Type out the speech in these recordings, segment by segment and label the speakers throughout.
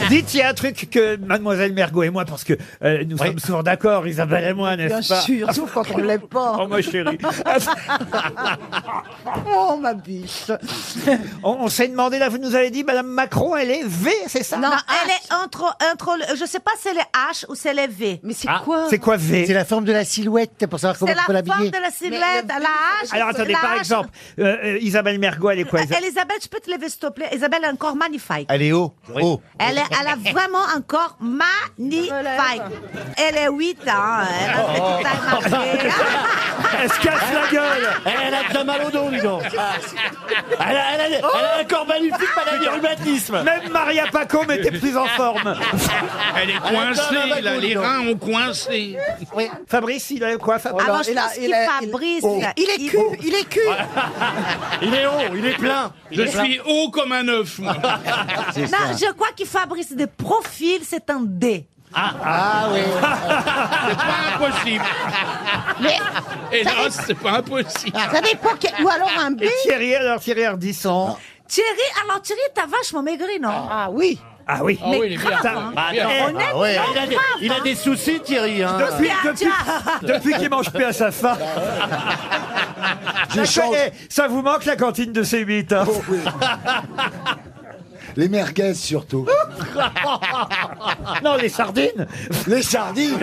Speaker 1: Ah. Dites, il y a un truc que mademoiselle Mergot et moi, parce que euh, nous sommes souvent d'accord, Isabelle et moi, n'est-ce
Speaker 2: Bien
Speaker 1: pas
Speaker 2: sûr, sauf quand on ne l'aime pas.
Speaker 1: Oh ma chérie,
Speaker 2: Oh, ma biche.
Speaker 1: on, on s'est demandé là, vous nous avez dit, Madame Macron, elle est V, c'est ça
Speaker 3: Non, elle est entre, entre, je sais pas si elle est H ou si elle est V.
Speaker 2: Mais c'est
Speaker 4: Ah,
Speaker 2: quoi
Speaker 1: C'est quoi
Speaker 4: C'est
Speaker 1: V
Speaker 4: la forme de la silhouette pour savoir comment
Speaker 3: C'est
Speaker 4: on
Speaker 3: la
Speaker 4: peut
Speaker 3: forme
Speaker 4: l'habiller.
Speaker 3: de la silhouette, la H.
Speaker 1: Alors attendez,
Speaker 3: la
Speaker 1: par
Speaker 3: H.
Speaker 1: exemple, euh, euh, Isabelle Mergot, elle est quoi
Speaker 3: Euh, Elisabeth, je peux te lever s'il te plaît. Isabelle a un corps magnifique.
Speaker 4: Elle est haut, haut.
Speaker 3: Elle, est- elle a vraiment un corps magnifique. Elle est 8 ans. hein. Elle a fait
Speaker 5: Oh.
Speaker 3: tout un marché.
Speaker 1: Elle se casse la gueule
Speaker 6: Elle a déjà mal au dos, dis donc. Elle a, elle a-
Speaker 3: Oh.
Speaker 6: elle a
Speaker 2: Oh.
Speaker 6: un corps magnifique, madame du rhumatisme.
Speaker 1: Même Maria Paco était plus en forme
Speaker 5: Elle est coincée, là, les reins ont coincé.
Speaker 1: Fabrice, il est quoi Fabrice
Speaker 3: Avant, Ah
Speaker 2: là,
Speaker 3: je
Speaker 2: il a-
Speaker 3: pense
Speaker 2: il
Speaker 3: qu'il
Speaker 2: a-
Speaker 3: Fabrice.
Speaker 1: Oh.
Speaker 2: il- Il est cul, il est cul.
Speaker 6: Il est haut, il est plein.
Speaker 5: Je suis haut comme un œuf, moi.
Speaker 3: Non, je crois qu'il Fabrice de profil, c'est un D.
Speaker 4: Ah oui.
Speaker 5: C'est pas impossible. Hélas, c'est pas impossible.
Speaker 3: Ah.
Speaker 2: Ça dépend quel- Ou alors un B.
Speaker 1: Et Thierry, alors Thierry Ardisson
Speaker 3: Thierry, alors Thierry, t'as vachement maigri, non
Speaker 2: Ah oui.
Speaker 1: Ah oui
Speaker 5: Ah oui, il est bien.
Speaker 1: Ça-
Speaker 5: hein.
Speaker 1: Eh,
Speaker 5: Bien.
Speaker 4: Ah ouais.
Speaker 6: Il a des, il a des soucis, Thierry. hein.
Speaker 1: Depuis,
Speaker 3: Ah,
Speaker 1: depuis,
Speaker 3: tiens.
Speaker 1: depuis qu'il mange plus à sa femme. Je
Speaker 7: change.
Speaker 1: connais, Ah, ça vous manque la cantine de C8. hein.
Speaker 7: Les merguez surtout.
Speaker 1: Non, les sardines.
Speaker 7: Les sardines.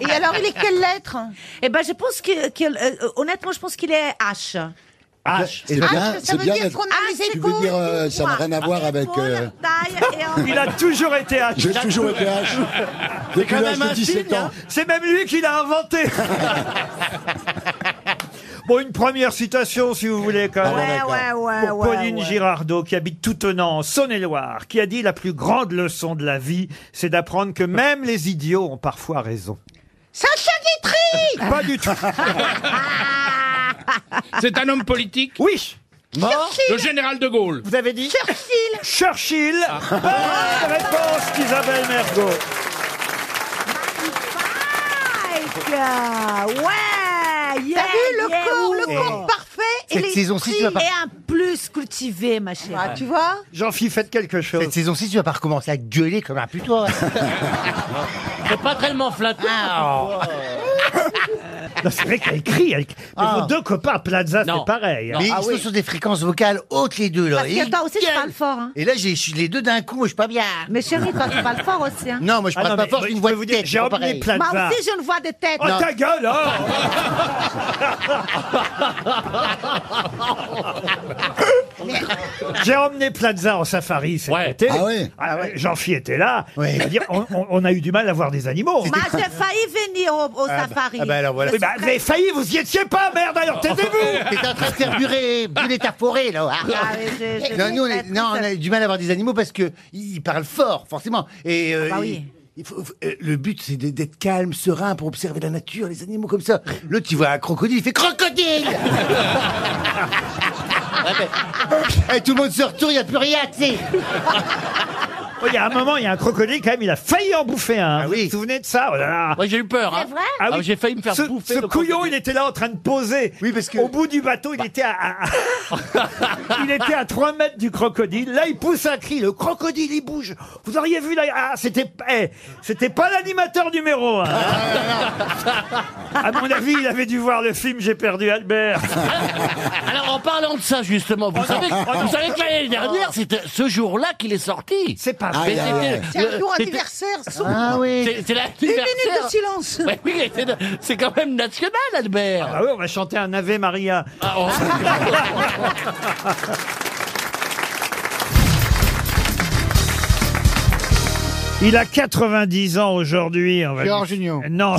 Speaker 2: Et alors, il est quelle lettre
Speaker 3: Eh ben, je pense que, que, euh, honnêtement, je pense qu'il est H.
Speaker 6: Ah,
Speaker 7: H. Ah, C'est bien.
Speaker 2: ça
Speaker 7: C'est
Speaker 2: veut
Speaker 7: bien.
Speaker 2: dire
Speaker 7: d'être- Ah,
Speaker 2: qu'on a les
Speaker 7: Tu veux
Speaker 2: épaules
Speaker 7: dire euh, ça n'a
Speaker 3: Moi,
Speaker 7: rien à voir avec.
Speaker 3: épaule,
Speaker 7: euh,
Speaker 3: taille et en-
Speaker 1: Il a toujours été H.
Speaker 7: J'ai toujours été H. Depuis
Speaker 6: quand
Speaker 7: l'âge
Speaker 6: même
Speaker 7: de
Speaker 6: un
Speaker 7: 17
Speaker 6: signe,
Speaker 7: ans.
Speaker 6: hein.
Speaker 1: C'est même lui qui l'a inventé. Bon, une première citation, si vous voulez, quand même.
Speaker 3: Ouais, ouais, ouais,
Speaker 1: Pour
Speaker 3: ouais,
Speaker 1: Pauline
Speaker 3: ouais.
Speaker 1: Girardot, qui habite Toutenant, en Saône-et-Loire, qui a dit la plus grande leçon de la vie, c'est d'apprendre que même les idiots ont parfois raison.
Speaker 2: Sacha Guitry
Speaker 1: Pas du tout.
Speaker 5: C'est un homme politique,
Speaker 1: Oui,
Speaker 5: le général de Gaulle.
Speaker 1: vous avez dit Churchill.
Speaker 5: Ah.
Speaker 1: Bonne réponse d'Isabelle Mergot.
Speaker 3: Mike Ah Ouais yeah,
Speaker 2: T'as vu le
Speaker 3: yeah,
Speaker 2: corps, le
Speaker 3: ouh.
Speaker 2: corps parfait et
Speaker 4: Cette
Speaker 2: les
Speaker 4: saison-ci, tu vas pas-
Speaker 3: Et un plus cultivé, ma chère.
Speaker 2: Ah, tu vois
Speaker 1: Jean-Philippe, faites quelque chose.
Speaker 4: Cette saison-ci, tu vas pas recommencer à gueuler comme un putois.
Speaker 6: C'est pas tellement flatteur.
Speaker 1: Non, C'est vrai qu'elle crie. Elle... Mais
Speaker 4: Ah.
Speaker 1: vos deux copains, Plaza,
Speaker 6: Non.
Speaker 1: c'est pareil. hein.
Speaker 4: Mais ils sont sur des fréquences vocales hautes les deux là.
Speaker 3: Parce que
Speaker 4: Et-
Speaker 3: toi aussi, je parle fort. Hein.
Speaker 4: Et là, j'ai je suis les deux d'un coup, je suis pas bien.
Speaker 3: Mais chérie, toi, tu parles fort aussi. Hein.
Speaker 4: Non, moi je
Speaker 1: Ah
Speaker 4: parle
Speaker 1: non,
Speaker 4: pas
Speaker 1: mais
Speaker 4: fort,
Speaker 1: je
Speaker 4: j'ai une
Speaker 1: peux
Speaker 4: voix de
Speaker 1: vous dire,
Speaker 4: tête.
Speaker 1: J'ai
Speaker 4: c'est pas
Speaker 1: emmené
Speaker 4: pareil.
Speaker 3: Moi
Speaker 1: Plaza.
Speaker 3: aussi, je ne vois de tête.
Speaker 1: Oh ta gueule, oh J'ai emmené Plaza en safari cet
Speaker 6: Ouais.
Speaker 1: été.
Speaker 7: Ah ouais.
Speaker 1: Jean-Phi était là.
Speaker 4: Ouais.
Speaker 1: Je veux dire, on, on- on a eu du mal à voir des animaux.
Speaker 3: Moi, j'ai failli venir au, au safari.
Speaker 4: ah bah alors voilà.
Speaker 1: oh. Oui, bah, vous avez failli, vous y étiez pas, merde, alors taisez-vous
Speaker 4: T'es en train de faire brûler, brûler ta forêt là.
Speaker 3: Ah, mais je- je-
Speaker 4: Non, nous, on, est- non, on a du mal à avoir des animaux parce que ils parlent fort, forcément. Et euh,
Speaker 3: Ah bah oui.
Speaker 4: il- il faut- euh, le but, c'est de- d'être calme, serein pour observer la nature, les animaux comme ça. L'autre, il voit un crocodile, il fait crocodile. Et Eh, tout le monde se retourne, il n'y a plus rien, tu sais.
Speaker 1: Oh, Il y a un moment, il y a un crocodile, quand même, il a failli en bouffer un. hein.
Speaker 4: Ah
Speaker 1: vous
Speaker 4: oui.
Speaker 1: vous souvenez de ça Oh là là.
Speaker 6: Moi, j'ai eu peur. hein.
Speaker 3: C'est vrai
Speaker 1: Ah oui.
Speaker 6: j'ai failli me faire
Speaker 1: ce,
Speaker 6: bouffer.
Speaker 1: Ce
Speaker 6: le
Speaker 1: couillon,
Speaker 6: crocodile.
Speaker 1: il était là en train de poser.
Speaker 4: Oui, parce que- Bah.
Speaker 1: Au bout du bateau, il était à. à- à- il était à 3 mètres du crocodile. Là, il pousse un cri. Le crocodile, il bouge. Vous auriez vu là. Ah, c'était. eh, c'était pas l'animateur numéro 1.
Speaker 4: Ah.
Speaker 1: à mon avis, il avait dû voir le film J'ai perdu Albert.
Speaker 6: Alors, en parlant de ça, justement,
Speaker 8: Oh,
Speaker 6: vous savez, vous savez que l'année dernière, c'était ce jour-là qu'il est sorti.
Speaker 1: C'est pas
Speaker 7: Ah,
Speaker 1: vrai.
Speaker 6: Mais
Speaker 7: ah,
Speaker 6: c'était-
Speaker 2: C'est un
Speaker 6: le-
Speaker 2: jour
Speaker 6: c'était-
Speaker 2: anniversaire. son-
Speaker 4: Ah oui.
Speaker 6: C'est c'est
Speaker 2: Une minute
Speaker 6: l'anniversaire.
Speaker 2: de silence.
Speaker 6: Ouais, oui, c'est- c'est quand même national, Albert.
Speaker 1: Ah oui, on va chanter un Ave Maria.
Speaker 6: Ah, on-
Speaker 1: Il a 90 ans aujourd'hui. on va lui-
Speaker 4: Georges Euh, Union.
Speaker 1: Non.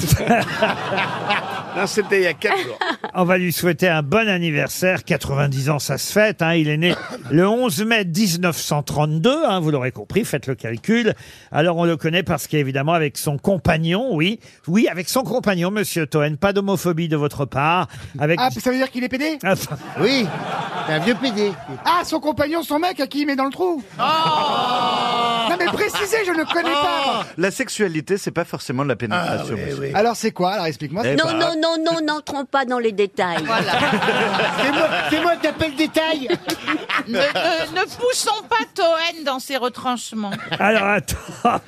Speaker 9: Non, c'était il y a 4 jours.
Speaker 1: On va lui souhaiter un bon anniversaire. 90 ans, ça se fête. hein. Il est né le 11 mai 1932. hein, vous l'aurez compris, faites le calcul. Alors, on le connaît parce qu'évidemment, avec son compagnon, oui. Oui, avec son compagnon, monsieur Toen. Pas d'homophobie de votre part. Avec...
Speaker 10: Ah, ça veut dire qu'il est pédé
Speaker 4: Oui, c'est un vieux PD.
Speaker 6: Oh.
Speaker 10: Ah, son compagnon, son mec, à qui il met dans le trou Non,
Speaker 6: Non, mais précisez, je ne connais pas.
Speaker 3: Oh.
Speaker 6: moi.
Speaker 8: La sexualité, c'est pas forcément de la
Speaker 4: Ah,
Speaker 8: pénétration. monsieur.
Speaker 6: Alors, c'est quoi Alors, explique-moi.
Speaker 8: Eh
Speaker 11: Non,
Speaker 8: ben,
Speaker 11: non, non, non, n'entrons pas dans les détails.
Speaker 6: C'est moi, c'est moi qui t'appelle détail.
Speaker 11: Eh ben,
Speaker 12: Ne, euh, ne- ne poussons pas Toen dans ses retranchements.
Speaker 1: Alors attends.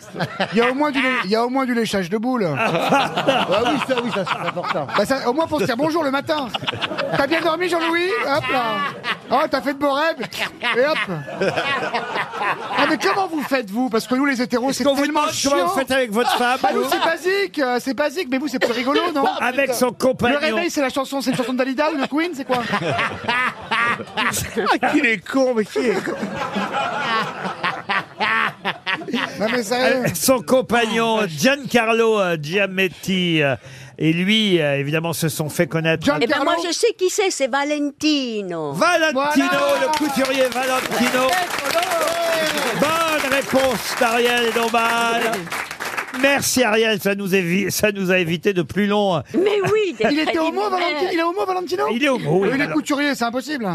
Speaker 6: Il y a au moins du, lé- il y a au moins du léchage de boules.
Speaker 12: Ah
Speaker 6: oui, ça, oui, ça, c'est important. Bah, au moins pour se dire bonjour le matin. T'as bien dormi, Jean-Louis Hop là. Oh, t'as fait de beaux rêves. Et hop. Ah, mais comment vous faites, vous Parce que nous, les hétéros, c'est
Speaker 1: qu'on vous
Speaker 6: tellement
Speaker 1: demande
Speaker 6: chiant.
Speaker 1: comment vous faites avec votre femme,
Speaker 6: Bah, nous,
Speaker 1: vous
Speaker 6: c'est basique, euh, c'est basique, mais vous, c'est plus rigolo, non
Speaker 1: Bon, avec son compagnon.
Speaker 6: Le réveil, c'est la chanson, c'est une chanson de Dalida ou de Queen, c'est quoi
Speaker 1: Ah, qu'il est con, mais qui est
Speaker 6: Non, mais sérieux.
Speaker 1: Euh, Son
Speaker 6: Ah,
Speaker 1: compagnon euh, Giancarlo euh, Giametti euh, et lui, euh, évidemment, se sont fait connaître.
Speaker 11: Eh ben moi je sais qui c'est, c'est Valentino.
Speaker 1: Valentino, le couturier Valentino. Bonne réponse d'Ariel Dombal. Merci Ariel, ça nous, évi- ça nous a évité de plus long.
Speaker 11: Mais oui,
Speaker 1: des
Speaker 6: il était homo,
Speaker 1: préliminaires.
Speaker 6: Valentino Il est homo, Valentino
Speaker 1: Il est homo, oui,
Speaker 6: Il est
Speaker 1: alors.
Speaker 6: couturier, c'est impossible.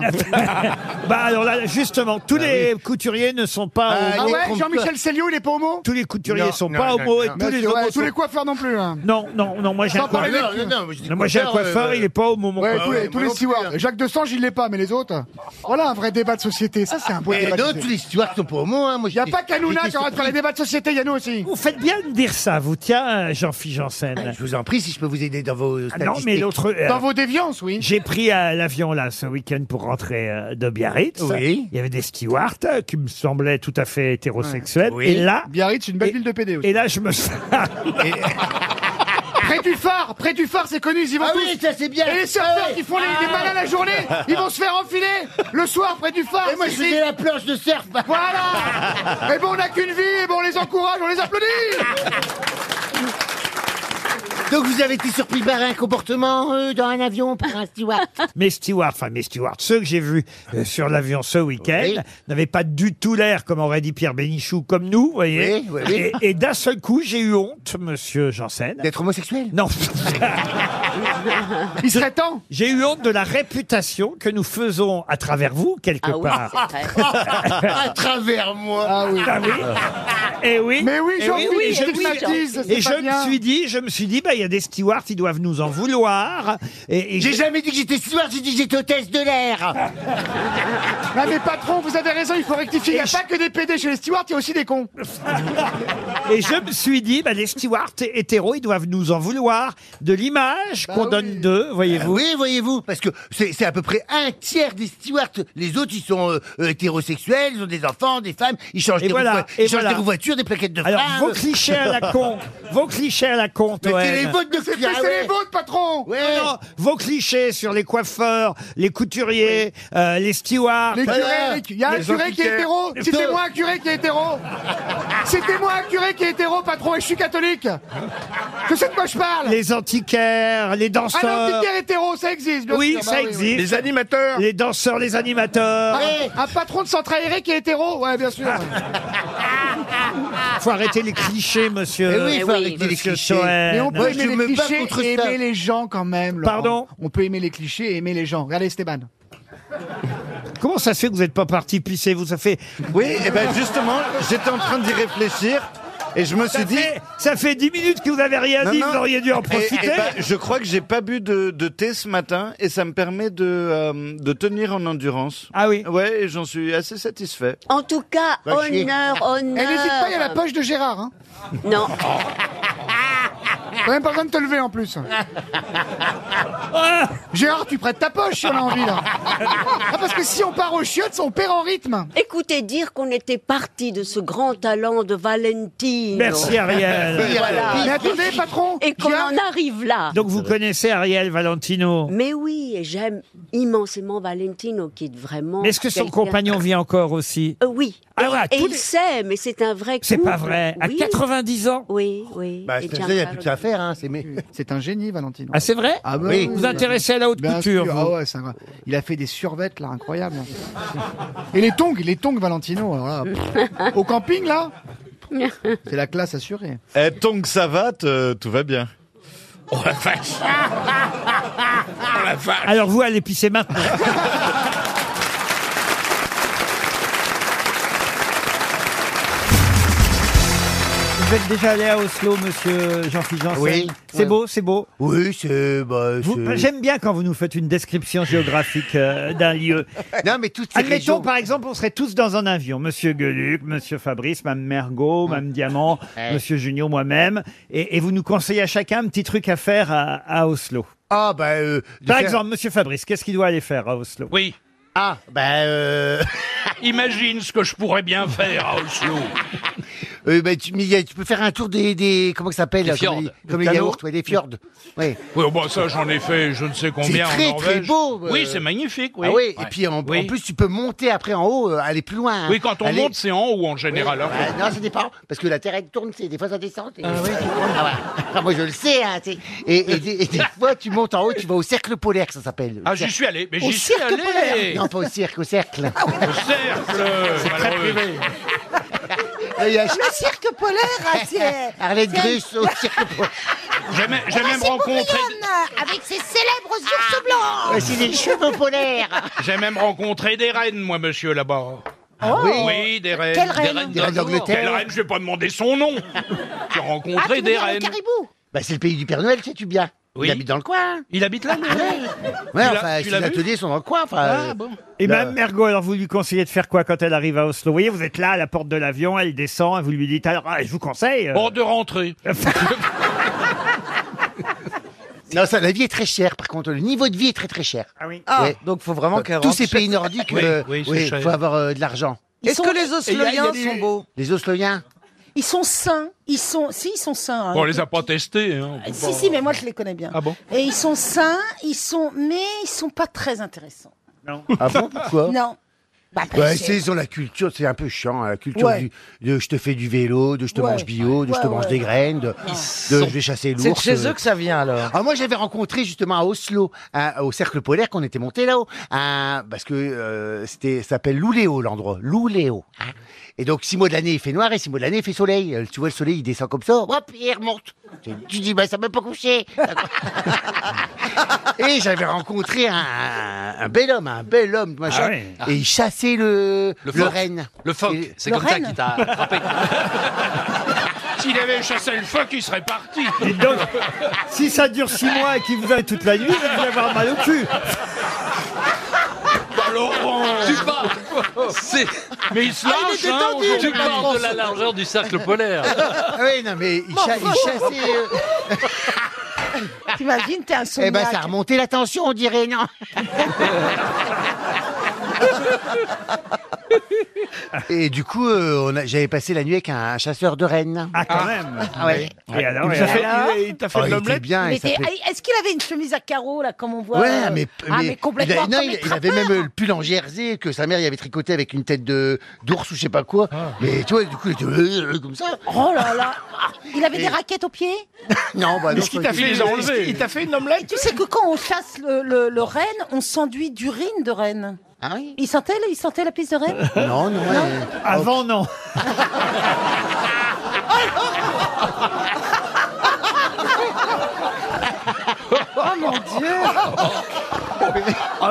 Speaker 1: Bah alors là, justement, tous
Speaker 4: Bah
Speaker 1: les couturiers ne sont pas. euh,
Speaker 6: Ah,
Speaker 1: homo.
Speaker 6: ouais, Jean-Michel Céliou, il est pas homo
Speaker 1: Tous les couturiers
Speaker 6: Non,
Speaker 1: sont
Speaker 6: non,
Speaker 1: pas
Speaker 6: non,
Speaker 1: homo et
Speaker 6: non.
Speaker 1: tous les
Speaker 6: Monsieur, ouais,
Speaker 1: homos
Speaker 6: tous
Speaker 1: sont-
Speaker 6: les coiffeurs non plus. hein.
Speaker 1: Non, non, non, moi j'ai un
Speaker 6: Sans parler
Speaker 1: coiffeur.
Speaker 6: des-
Speaker 1: Non, moi j'ai un coiffeur, il est pas homo, mon
Speaker 6: Ouais,
Speaker 1: coiffeur.
Speaker 6: tous les, tous les stewards. Jacques Destange, il l'est pas, mais les autres. Voilà un vrai débat de société. Ça, c'est un beau
Speaker 4: Et
Speaker 6: débat.
Speaker 4: non, tous les stewards sont pas homo. Hein. Moi,
Speaker 6: Il n'y a pas qu'Anouna qui aura de faire les débats de société, il y a nous aussi.
Speaker 1: Vous faites bien de dire ça, vous. Tiens, euh, Jean-Philippe Janssen.
Speaker 4: Ah, Je vous en prie, si je peux vous aider dans vos
Speaker 1: Ah
Speaker 4: statistiques.
Speaker 1: non, mais l'autre. euh,
Speaker 6: Dans vos déviances, oui.
Speaker 1: J'ai pris euh, l'avion là ce week-end pour rentrer euh, de Biarritz.
Speaker 4: Oui.
Speaker 1: Il y avait des stewards euh, qui me semblaient tout à fait hétérosexuels.
Speaker 4: Oui.
Speaker 1: Et là,
Speaker 6: Biarritz, une belle ville de PD aussi.
Speaker 1: et là, je me.
Speaker 6: Près du phare, près du phare, c'est connu, ils y vont
Speaker 4: Ah
Speaker 6: tous.
Speaker 4: oui, ça c'est bien.
Speaker 6: Et les surfeurs
Speaker 4: Ah ouais.
Speaker 6: qui font les, les malins la journée, ils vont se faire enfiler le soir près du phare.
Speaker 4: Et moi, je
Speaker 6: c'est-
Speaker 4: faisais la planche de surf.
Speaker 6: Voilà Et bon, Eh ben, on n'a qu'une vie, et bon, on les encourage, on les applaudit
Speaker 4: Donc, vous avez été surpris par un comportement euh, dans un avion par un steward.
Speaker 1: mes stewards, enfin mes stewards, ceux que j'ai vus euh, sur l'avion ce week-end,
Speaker 4: Oui.
Speaker 1: n'avaient pas du tout l'air, comme aurait dit Pierre Bénichou, comme nous, vous voyez.
Speaker 4: Oui, oui, oui.
Speaker 1: Et, et d'un seul coup, j'ai eu honte, monsieur Janssen.
Speaker 4: D'être homosexuel
Speaker 1: Non,
Speaker 6: Il serait temps
Speaker 1: j'ai eu honte de la réputation que nous faisons à travers vous, quelque
Speaker 11: Ah oui,
Speaker 1: part.
Speaker 11: c'est vrai.
Speaker 4: À travers moi.
Speaker 6: Ah oui.
Speaker 1: Ah oui. Et oui.
Speaker 6: Mais oui,
Speaker 1: Eh
Speaker 6: Jean-Philippe,
Speaker 1: oui,
Speaker 6: tu
Speaker 1: je me suis-
Speaker 6: stigmatises, c'est
Speaker 1: Et
Speaker 6: pas
Speaker 1: je
Speaker 6: bien.
Speaker 1: me suis dit, je me suis dit, bah il y a des stewards, ils doivent nous en vouloir. Et, et-
Speaker 4: J'ai jamais dit que j'étais steward, j'ai dit que j'étais hôtesse de l'air.
Speaker 6: Non Ah, mais patron, vous avez raison, il faut rectifier. Il n'y a pas que des PD chez les stewards, il y a aussi des cons.
Speaker 1: et je me suis dit, bah les stewards hétéros, ils doivent nous en vouloir de l'image qu'on
Speaker 6: oui.
Speaker 1: donne d'eux, voyez-vous.
Speaker 4: Bah Oui, voyez-vous, parce que c'est c'est à peu près un tiers des stewards. Les autres, ils sont euh, euh, hétérosexuels, ils ont des enfants, des femmes, ils changent,
Speaker 1: Et
Speaker 4: des,
Speaker 1: voilà,
Speaker 4: roues-
Speaker 1: et
Speaker 4: ils changent
Speaker 1: voilà.
Speaker 4: des roues-voitures, des plaquettes de
Speaker 1: Alors
Speaker 4: femmes.
Speaker 1: vos clichés à la con, vos clichés à la con,
Speaker 4: Mais
Speaker 1: Toen.
Speaker 4: c'est les vôtres de
Speaker 6: C'est
Speaker 4: Ah
Speaker 6: c'est les
Speaker 4: ouais.
Speaker 6: vôtres, patron
Speaker 4: Ouais.
Speaker 1: Non, Oh, vos clichés sur les coiffeurs, les couturiers, euh, les stewards.
Speaker 6: Les curés,
Speaker 4: Voilà.
Speaker 6: les cu- il y a un
Speaker 4: Les
Speaker 6: curé qui est
Speaker 4: antiquaires.
Speaker 6: hétéro.
Speaker 4: Les
Speaker 6: Citez-moi
Speaker 4: pauvres.
Speaker 6: un curé qui est hétéro. Citez-moi un curé qui est hétéro, patron, et je suis catholique. Je sais de quoi je parle. Ah
Speaker 1: Les antiquaires, les danseurs.
Speaker 6: Un antiquaire hétéro, ça existe. bien
Speaker 1: oui,
Speaker 6: sûr.
Speaker 1: ça
Speaker 6: Bah oui, oui.
Speaker 1: existe.
Speaker 13: Les animateurs
Speaker 1: Les danseurs, les animateurs.
Speaker 6: Un patron de centre aéré qui est hétéro, ouais, bien sûr.
Speaker 1: Ah,
Speaker 6: Ah.
Speaker 1: Faut arrêter les clichés, monsieur.
Speaker 4: Eh oui, faut
Speaker 11: oui.
Speaker 4: arrêter les
Speaker 1: Monsieur
Speaker 4: clichés.
Speaker 1: Toen.
Speaker 6: Mais on peut
Speaker 4: Moi, je
Speaker 6: aimer les
Speaker 4: me bats
Speaker 6: clichés
Speaker 4: contre
Speaker 6: et
Speaker 4: ça.
Speaker 6: aimer les gens quand même. Laurent.
Speaker 1: Pardon
Speaker 6: On peut aimer les clichés et aimer les gens. Regardez Esteban.
Speaker 1: Comment ça se fait que vous n'êtes pas parti pisser Vous, ça fait.
Speaker 8: Oui,
Speaker 6: eh
Speaker 8: et ben justement, j'étais en train d'y réfléchir et je me suis
Speaker 1: Ça
Speaker 8: dit.
Speaker 1: fait, ça fait 10 minutes que vous n'avez rien
Speaker 8: Non,
Speaker 1: dit,
Speaker 8: non.
Speaker 1: vous auriez dû en
Speaker 8: Eh, eh
Speaker 1: profiter.
Speaker 8: ben, je crois que j'ai pas bu de, de thé ce matin et ça me permet de, euh, de tenir en endurance.
Speaker 1: Ah oui.
Speaker 8: Ouais, et j'en suis assez satisfait.
Speaker 11: En tout cas,
Speaker 6: Oh,
Speaker 4: Va chier.
Speaker 11: honneur,
Speaker 6: Et
Speaker 11: honneur.
Speaker 6: n'hésite Eh, pas, il y a la poche de Gérard. Hein.
Speaker 11: Non,
Speaker 6: T'as même pas besoin de te lever en plus. Gérard, tu prêtes ta poche si on a envie là. Ah, parce que si on part aux chiottes, on perd en rythme.
Speaker 11: écoutez dire qu'on était parti de ce grand talent de Valentino.
Speaker 1: Merci, Ariel.
Speaker 6: Mais attendez, patron.
Speaker 11: Et qu'on
Speaker 6: Gérard,
Speaker 11: en arrive là.
Speaker 1: Donc, vous connaissez Ariel Valentino.
Speaker 11: Mais oui, et j'aime immensément Valentino qui est vraiment.
Speaker 1: Mais Est-ce que son
Speaker 11: quelqu'un-
Speaker 1: compagnon vit encore aussi
Speaker 11: Euh, Oui.
Speaker 1: Ah ouais,
Speaker 11: et
Speaker 1: tous
Speaker 11: il
Speaker 1: les-
Speaker 11: sait, mais c'est un vrai.
Speaker 1: C'est
Speaker 11: couple.
Speaker 1: pas vrai. À
Speaker 11: Oui.
Speaker 1: 90 ans
Speaker 11: Oui, oui.
Speaker 4: Bah,
Speaker 11: Et
Speaker 4: c'est ça, il y a
Speaker 11: Giancarlo.
Speaker 4: plus que ça à faire, hein. C'est mais.
Speaker 6: C'est un génie, Valentino.
Speaker 1: Ah, c'est vrai
Speaker 6: Ah bah
Speaker 4: Oui.
Speaker 1: Vous vous intéressez à la haute
Speaker 6: Bien
Speaker 1: couture.
Speaker 6: sûr.
Speaker 1: vous
Speaker 6: Ah ouais, c'est un- Il a fait des survettes là, incroyables. Et les tongs, les tongs Valentino. alors là, pff. au camping là, c'est la classe assurée.
Speaker 8: Eh, tant que ça va, te- tout va bien.
Speaker 14: Oh la vache Oh la vache
Speaker 1: Alors, vous, allez pisser maintenant. Vous êtes déjà allé à Oslo, monsieur Jean-Philippe Janssen
Speaker 4: Oui.
Speaker 1: C'est beau, c'est beau.
Speaker 4: Oui, c'est. Bah,
Speaker 1: Vous-
Speaker 4: c'est-
Speaker 1: J'aime bien quand vous nous faites une description géographique euh, d'un lieu.
Speaker 4: Non, mais toutes ces
Speaker 1: Admettons,
Speaker 4: régions-
Speaker 1: par exemple, on serait tous dans un avion. Monsieur Gueluc, Monsieur Fabrice, Mme
Speaker 4: Mm.
Speaker 1: Mergot, Mme Diamant, Monsieur Junio, moi-même. Et, et vous nous conseillez à chacun un petit truc à faire à, à Oslo.
Speaker 4: Ah, bah. euh, de
Speaker 1: Par
Speaker 4: faire-
Speaker 1: exemple, Monsieur Fabrice, qu'est-ce qu'il doit aller faire à Oslo
Speaker 9: Oui.
Speaker 4: Ah, bah. euh,
Speaker 9: Imagine ce que je pourrais bien faire hein, à Oslo.
Speaker 4: euh, bah, tu, mais il y a- tu peux faire un tour des. des- comment ça s'appelle
Speaker 9: Des
Speaker 4: là, Comme les,
Speaker 9: fjords.
Speaker 4: comme
Speaker 9: Des
Speaker 4: les
Speaker 9: canaux.
Speaker 4: yaourts, ouais, des fjords. Ouais.
Speaker 9: Oui, bon, ça, j'en ai fait je ne sais combien
Speaker 4: C'est très,
Speaker 9: en Norvège.
Speaker 4: très beau, euh.
Speaker 9: Oui, c'est magnifique, oui.
Speaker 4: Ah oui,
Speaker 9: Ouais.
Speaker 4: et puis en,
Speaker 9: Oui.
Speaker 4: en plus, tu peux monter après en haut, euh, aller plus loin. hein.
Speaker 9: Oui, quand on
Speaker 4: Aller-
Speaker 9: monte, c'est en haut en général. hein.
Speaker 4: Bah, non, ça dépend, parce que la terre elle tourne, c'est des fois ça descend. Ah oui, moi je le sais, hein, c'est- et, et des- et des fois tu montes en haut, tu vas au cercle polaire, ça s'appelle.
Speaker 9: Ah, j'y suis allé, mais
Speaker 4: Au
Speaker 9: j'y suis
Speaker 4: cercle Ah
Speaker 9: allé.
Speaker 4: polaire. Non, pas au cirque, au cercle.
Speaker 9: Au cercle malheureux.
Speaker 1: euh,
Speaker 5: Le cirque polaire,
Speaker 3: hein,
Speaker 5: ah, c'est.
Speaker 4: Arlette
Speaker 5: c'est-
Speaker 4: Grus au cirque polaire.
Speaker 9: J'ai même, j'ai
Speaker 5: Ah,
Speaker 9: même
Speaker 5: c'est
Speaker 9: rencontré,
Speaker 5: Bourguignon, Avec ses célèbres
Speaker 12: Ah,
Speaker 5: ours blancs.
Speaker 4: Bah, C'est des cheveux polaires.
Speaker 9: j'ai même rencontré des reines, moi, monsieur, là-bas.
Speaker 4: Ah
Speaker 5: Oh.
Speaker 9: oui. des reines.
Speaker 5: Quelle reine Des reines d'Angleterre.
Speaker 9: Quelle reine Je vais pas demander son nom. J'ai
Speaker 5: Ah, tu
Speaker 9: rencontré
Speaker 5: veux
Speaker 9: des
Speaker 5: dire le
Speaker 9: reines.
Speaker 5: caribou
Speaker 4: Bah, c'est le pays du Père Noël, sais-tu bien
Speaker 9: Oui.
Speaker 4: Il habite dans le coin. Ah
Speaker 9: Il habite là, lui
Speaker 4: Ouais,
Speaker 9: Tu l'as-
Speaker 4: enfin,
Speaker 9: tu
Speaker 4: ses
Speaker 9: l'as vu Ah, Bah,
Speaker 4: ateliers sont dans le coin. Enfin, euh,
Speaker 1: Et
Speaker 4: là-
Speaker 1: Mme Mergot, alors vous lui conseillez de faire quoi quand elle arrive à Oslo Vous voyez, vous êtes là à la porte de l'avion, elle descend, et vous lui dites alors, ah, je vous conseille. euh,
Speaker 9: Bon, de rentrer.
Speaker 4: Non, ça, la vie est très chère, par contre. Le niveau de vie est très très cher.
Speaker 1: Ah oui.
Speaker 6: Ah,
Speaker 4: Ouais.
Speaker 6: donc faut vraiment
Speaker 4: Euh,
Speaker 6: qu'elle
Speaker 4: Tous
Speaker 6: rentre
Speaker 4: ces
Speaker 6: chez-
Speaker 4: pays nordiques,
Speaker 6: Oui,
Speaker 4: euh,
Speaker 6: oui, c'est
Speaker 4: oui,
Speaker 6: cher.
Speaker 4: faut avoir euh, de l'argent.
Speaker 6: Ils Est-ce sont- que les Osloiens
Speaker 4: Et il y a- il y a
Speaker 6: sont
Speaker 4: des-
Speaker 6: beaux
Speaker 4: Les Osloiens
Speaker 3: Ils sont sains. Ils sont, si, ils sont sains. hein.
Speaker 9: Bon, on les a pas testés. Hein, on peut pas-
Speaker 3: Ah, Si, si, mais moi je les connais bien.
Speaker 9: Ah bon
Speaker 3: Et ils sont sains, ils sont, mais ils sont pas très intéressants.
Speaker 1: Non.
Speaker 4: Ah bon, pourquoi
Speaker 3: Non. Bah, parce
Speaker 4: Ouais,
Speaker 3: que-
Speaker 4: c'est ils ont la culture, c'est un peu chiant, hein, la culture
Speaker 3: Ouais.
Speaker 4: du, de je te fais du vélo, de je te
Speaker 6: Ouais.
Speaker 4: mange bio, de je te
Speaker 6: Ouais,
Speaker 4: mange
Speaker 6: ouais.
Speaker 4: des graines, de, de
Speaker 6: sont-
Speaker 4: je vais chasser l'ours.
Speaker 6: C'est de chez
Speaker 4: euh.
Speaker 6: eux que ça vient alors.
Speaker 4: Ah, moi, j'avais rencontré justement à Oslo, à- au cercle polaire, qu'on était monté là-haut, à- parce que euh, c'était, ça s'appelle Luleå l'endroit, Luleå. hein. Et donc six mois de l'année il fait noir et six mois de l'année il fait soleil. Euh, Tu vois le soleil il descend comme ça, hop et il remonte. Tu- Tu dis bah ça m'a pas couché. et j'avais rencontré un, un bel homme, un bel homme machin,
Speaker 15: Ah ouais.
Speaker 4: et il chassait le le,
Speaker 15: phoque.
Speaker 4: renne.
Speaker 15: Le phoque.
Speaker 4: Et-
Speaker 15: C'est comme ça qu'il t'a
Speaker 4: Ah,
Speaker 15: frappé.
Speaker 9: S'il avait chassé le feu, il serait parti.
Speaker 1: Dites donc, si ça dure six mois et qu'il vous aille toute la nuit, vous allez avoir mal au cul.
Speaker 15: Tu pars. C'est.
Speaker 9: Mais il se
Speaker 15: lâche,
Speaker 4: il était
Speaker 15: hein,
Speaker 4: tendu,
Speaker 15: aujourd'hui.
Speaker 4: le
Speaker 15: Tu pars de la
Speaker 4: patron.
Speaker 15: largeur du cercle polaire.
Speaker 4: Ah oui, non, mais il, cha- il chassait. euh,
Speaker 3: T'imagines, t'es un
Speaker 4: Eh
Speaker 3: somniaque.
Speaker 4: ben, ça a remonté la tension, on dirait, non Et du coup, euh, on a- j'avais passé la nuit avec un, chasseur de rennes.
Speaker 1: Ah, quand même.
Speaker 4: Ah ouais.
Speaker 1: Et alors,
Speaker 4: Il
Speaker 1: et
Speaker 4: t'a fait-
Speaker 1: alors
Speaker 4: il- il t'a fait de
Speaker 1: Oh, était
Speaker 4: l'omelette eh,
Speaker 1: bien,
Speaker 3: Mais
Speaker 1: il
Speaker 3: t'es-
Speaker 1: s'appelait-
Speaker 3: ah, Est-ce qu'il avait une chemise à carreaux, là, comme on voit
Speaker 4: Ouais,
Speaker 3: euh,
Speaker 4: mais,
Speaker 3: ah, mais,
Speaker 4: mais-
Speaker 3: complètement.
Speaker 4: il, a- non,
Speaker 3: comme
Speaker 4: il-
Speaker 3: les
Speaker 4: il avait
Speaker 3: trappeurs.
Speaker 4: même euh, le pull en jersey que sa mère y avait tricoté avec une tête de d'ours ou je sais pas quoi.
Speaker 9: Ah.
Speaker 4: Mais tu vois, du coup, il était euh, euh, comme ça.
Speaker 3: Oh là là Il avait
Speaker 4: Et-
Speaker 3: des raquettes aux pieds
Speaker 4: Non, bah non.
Speaker 9: Est-ce qu'il t'a fait les enlever Il t'a fait une
Speaker 3: Et tu sais que quand on chasse le, le- le renne, on s'enduit d'urine de renne.
Speaker 4: Ah oui
Speaker 3: il sentait, il sentait la piste de renne
Speaker 4: Non, non. elle-
Speaker 1: Avant, non.
Speaker 3: Oh mon dieu
Speaker 4: Oh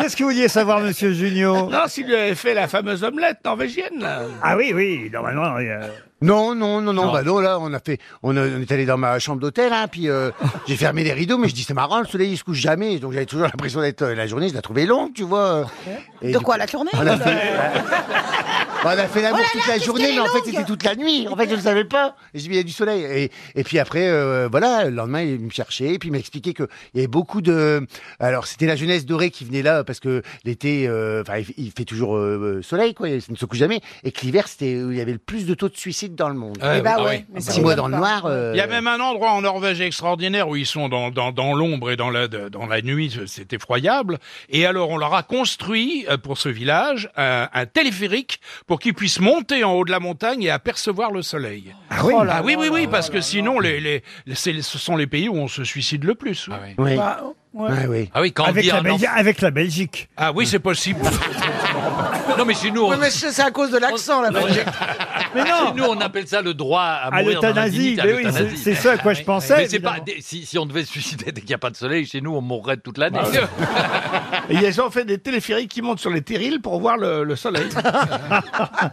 Speaker 1: Qu'est-ce que vous vouliez savoir, monsieur Junio
Speaker 9: Non, s'il lui avait fait la fameuse omelette norvégienne. là.
Speaker 1: Ah oui, oui, normalement. euh,
Speaker 4: Non, non, non, non,
Speaker 1: Non.
Speaker 4: bah non, là, on a fait, on, a- on est allé dans ma chambre d'hôtel, hein, puis euh, j'ai fermé les rideaux, mais je dis, c'est marrant, le soleil, il se couche jamais, donc j'avais toujours l'impression d'être, euh, la journée, je la trouvais longue, tu vois. Et
Speaker 3: De
Speaker 4: du
Speaker 3: quoi,
Speaker 4: coup,
Speaker 3: la tournée
Speaker 4: On a fait, on a fait l'amour
Speaker 3: Oh là
Speaker 4: toute
Speaker 3: là,
Speaker 4: la
Speaker 3: qu'est-ce
Speaker 4: journée,
Speaker 3: qu'elle
Speaker 4: mais en
Speaker 3: est
Speaker 4: fait,
Speaker 3: longue
Speaker 4: c'était toute la nuit, en fait, je ne savais pas, Et j'ai dit, il y a du soleil, et, et puis après, euh, voilà, le lendemain, il me cherchait, et puis il m'a expliqué qu'il y avait beaucoup de, alors, c'était la jeunesse dorée qui venait là, parce que l'été, euh, enfin, il- il fait toujours euh, soleil, quoi, il ne se couche jamais, et que l'hiver, c'était où il y avait le plus de taux de suicide dans le monde.
Speaker 15: ben
Speaker 9: Eh
Speaker 15: Ah
Speaker 9: bah ouais, mais ça
Speaker 4: Six mois dans le noir. euh,
Speaker 9: Il y a même un endroit en Norvège extraordinaire où ils sont dans, dans, dans l'ombre et dans la, de- dans la nuit, c'est effroyable. Et alors on leur a construit euh, pour ce village un, un téléphérique pour qu'ils puissent monter en haut de la montagne et apercevoir le soleil. Ah oui, oui, oui, parce que sinon les, les, les- c'est- ce sont les pays où on se suicide le plus. Ah oui,
Speaker 4: Oui.
Speaker 3: Bah, ouais.
Speaker 4: oui.
Speaker 15: Ah oui, quand
Speaker 1: avec,
Speaker 15: on dit
Speaker 1: la
Speaker 15: un
Speaker 1: Belgi-
Speaker 15: enfant-
Speaker 1: avec la Belgique.
Speaker 9: Ah oui, c'est possible.
Speaker 15: Non, mais chez nous, on-
Speaker 6: Ouais, mais c'est c'est à cause de l'accent, la Belgique.
Speaker 1: Mais non.
Speaker 15: Chez nous, on appelle ça le droit à
Speaker 1: À
Speaker 15: mourir dans
Speaker 1: l'euthanasie,
Speaker 15: l'indignité, à
Speaker 1: mais oui,
Speaker 15: l'euthanasie.
Speaker 1: c'est- c'est ce à quoi je pensais,
Speaker 15: Mais c'est pas, des- si, si on devait se suicider dès qu'il n'y a pas de soleil, chez nous, on mourrait toute l'année.
Speaker 13: Bah Et ils ont fait des téléphériques qui montent sur les terrils pour voir le, le soleil.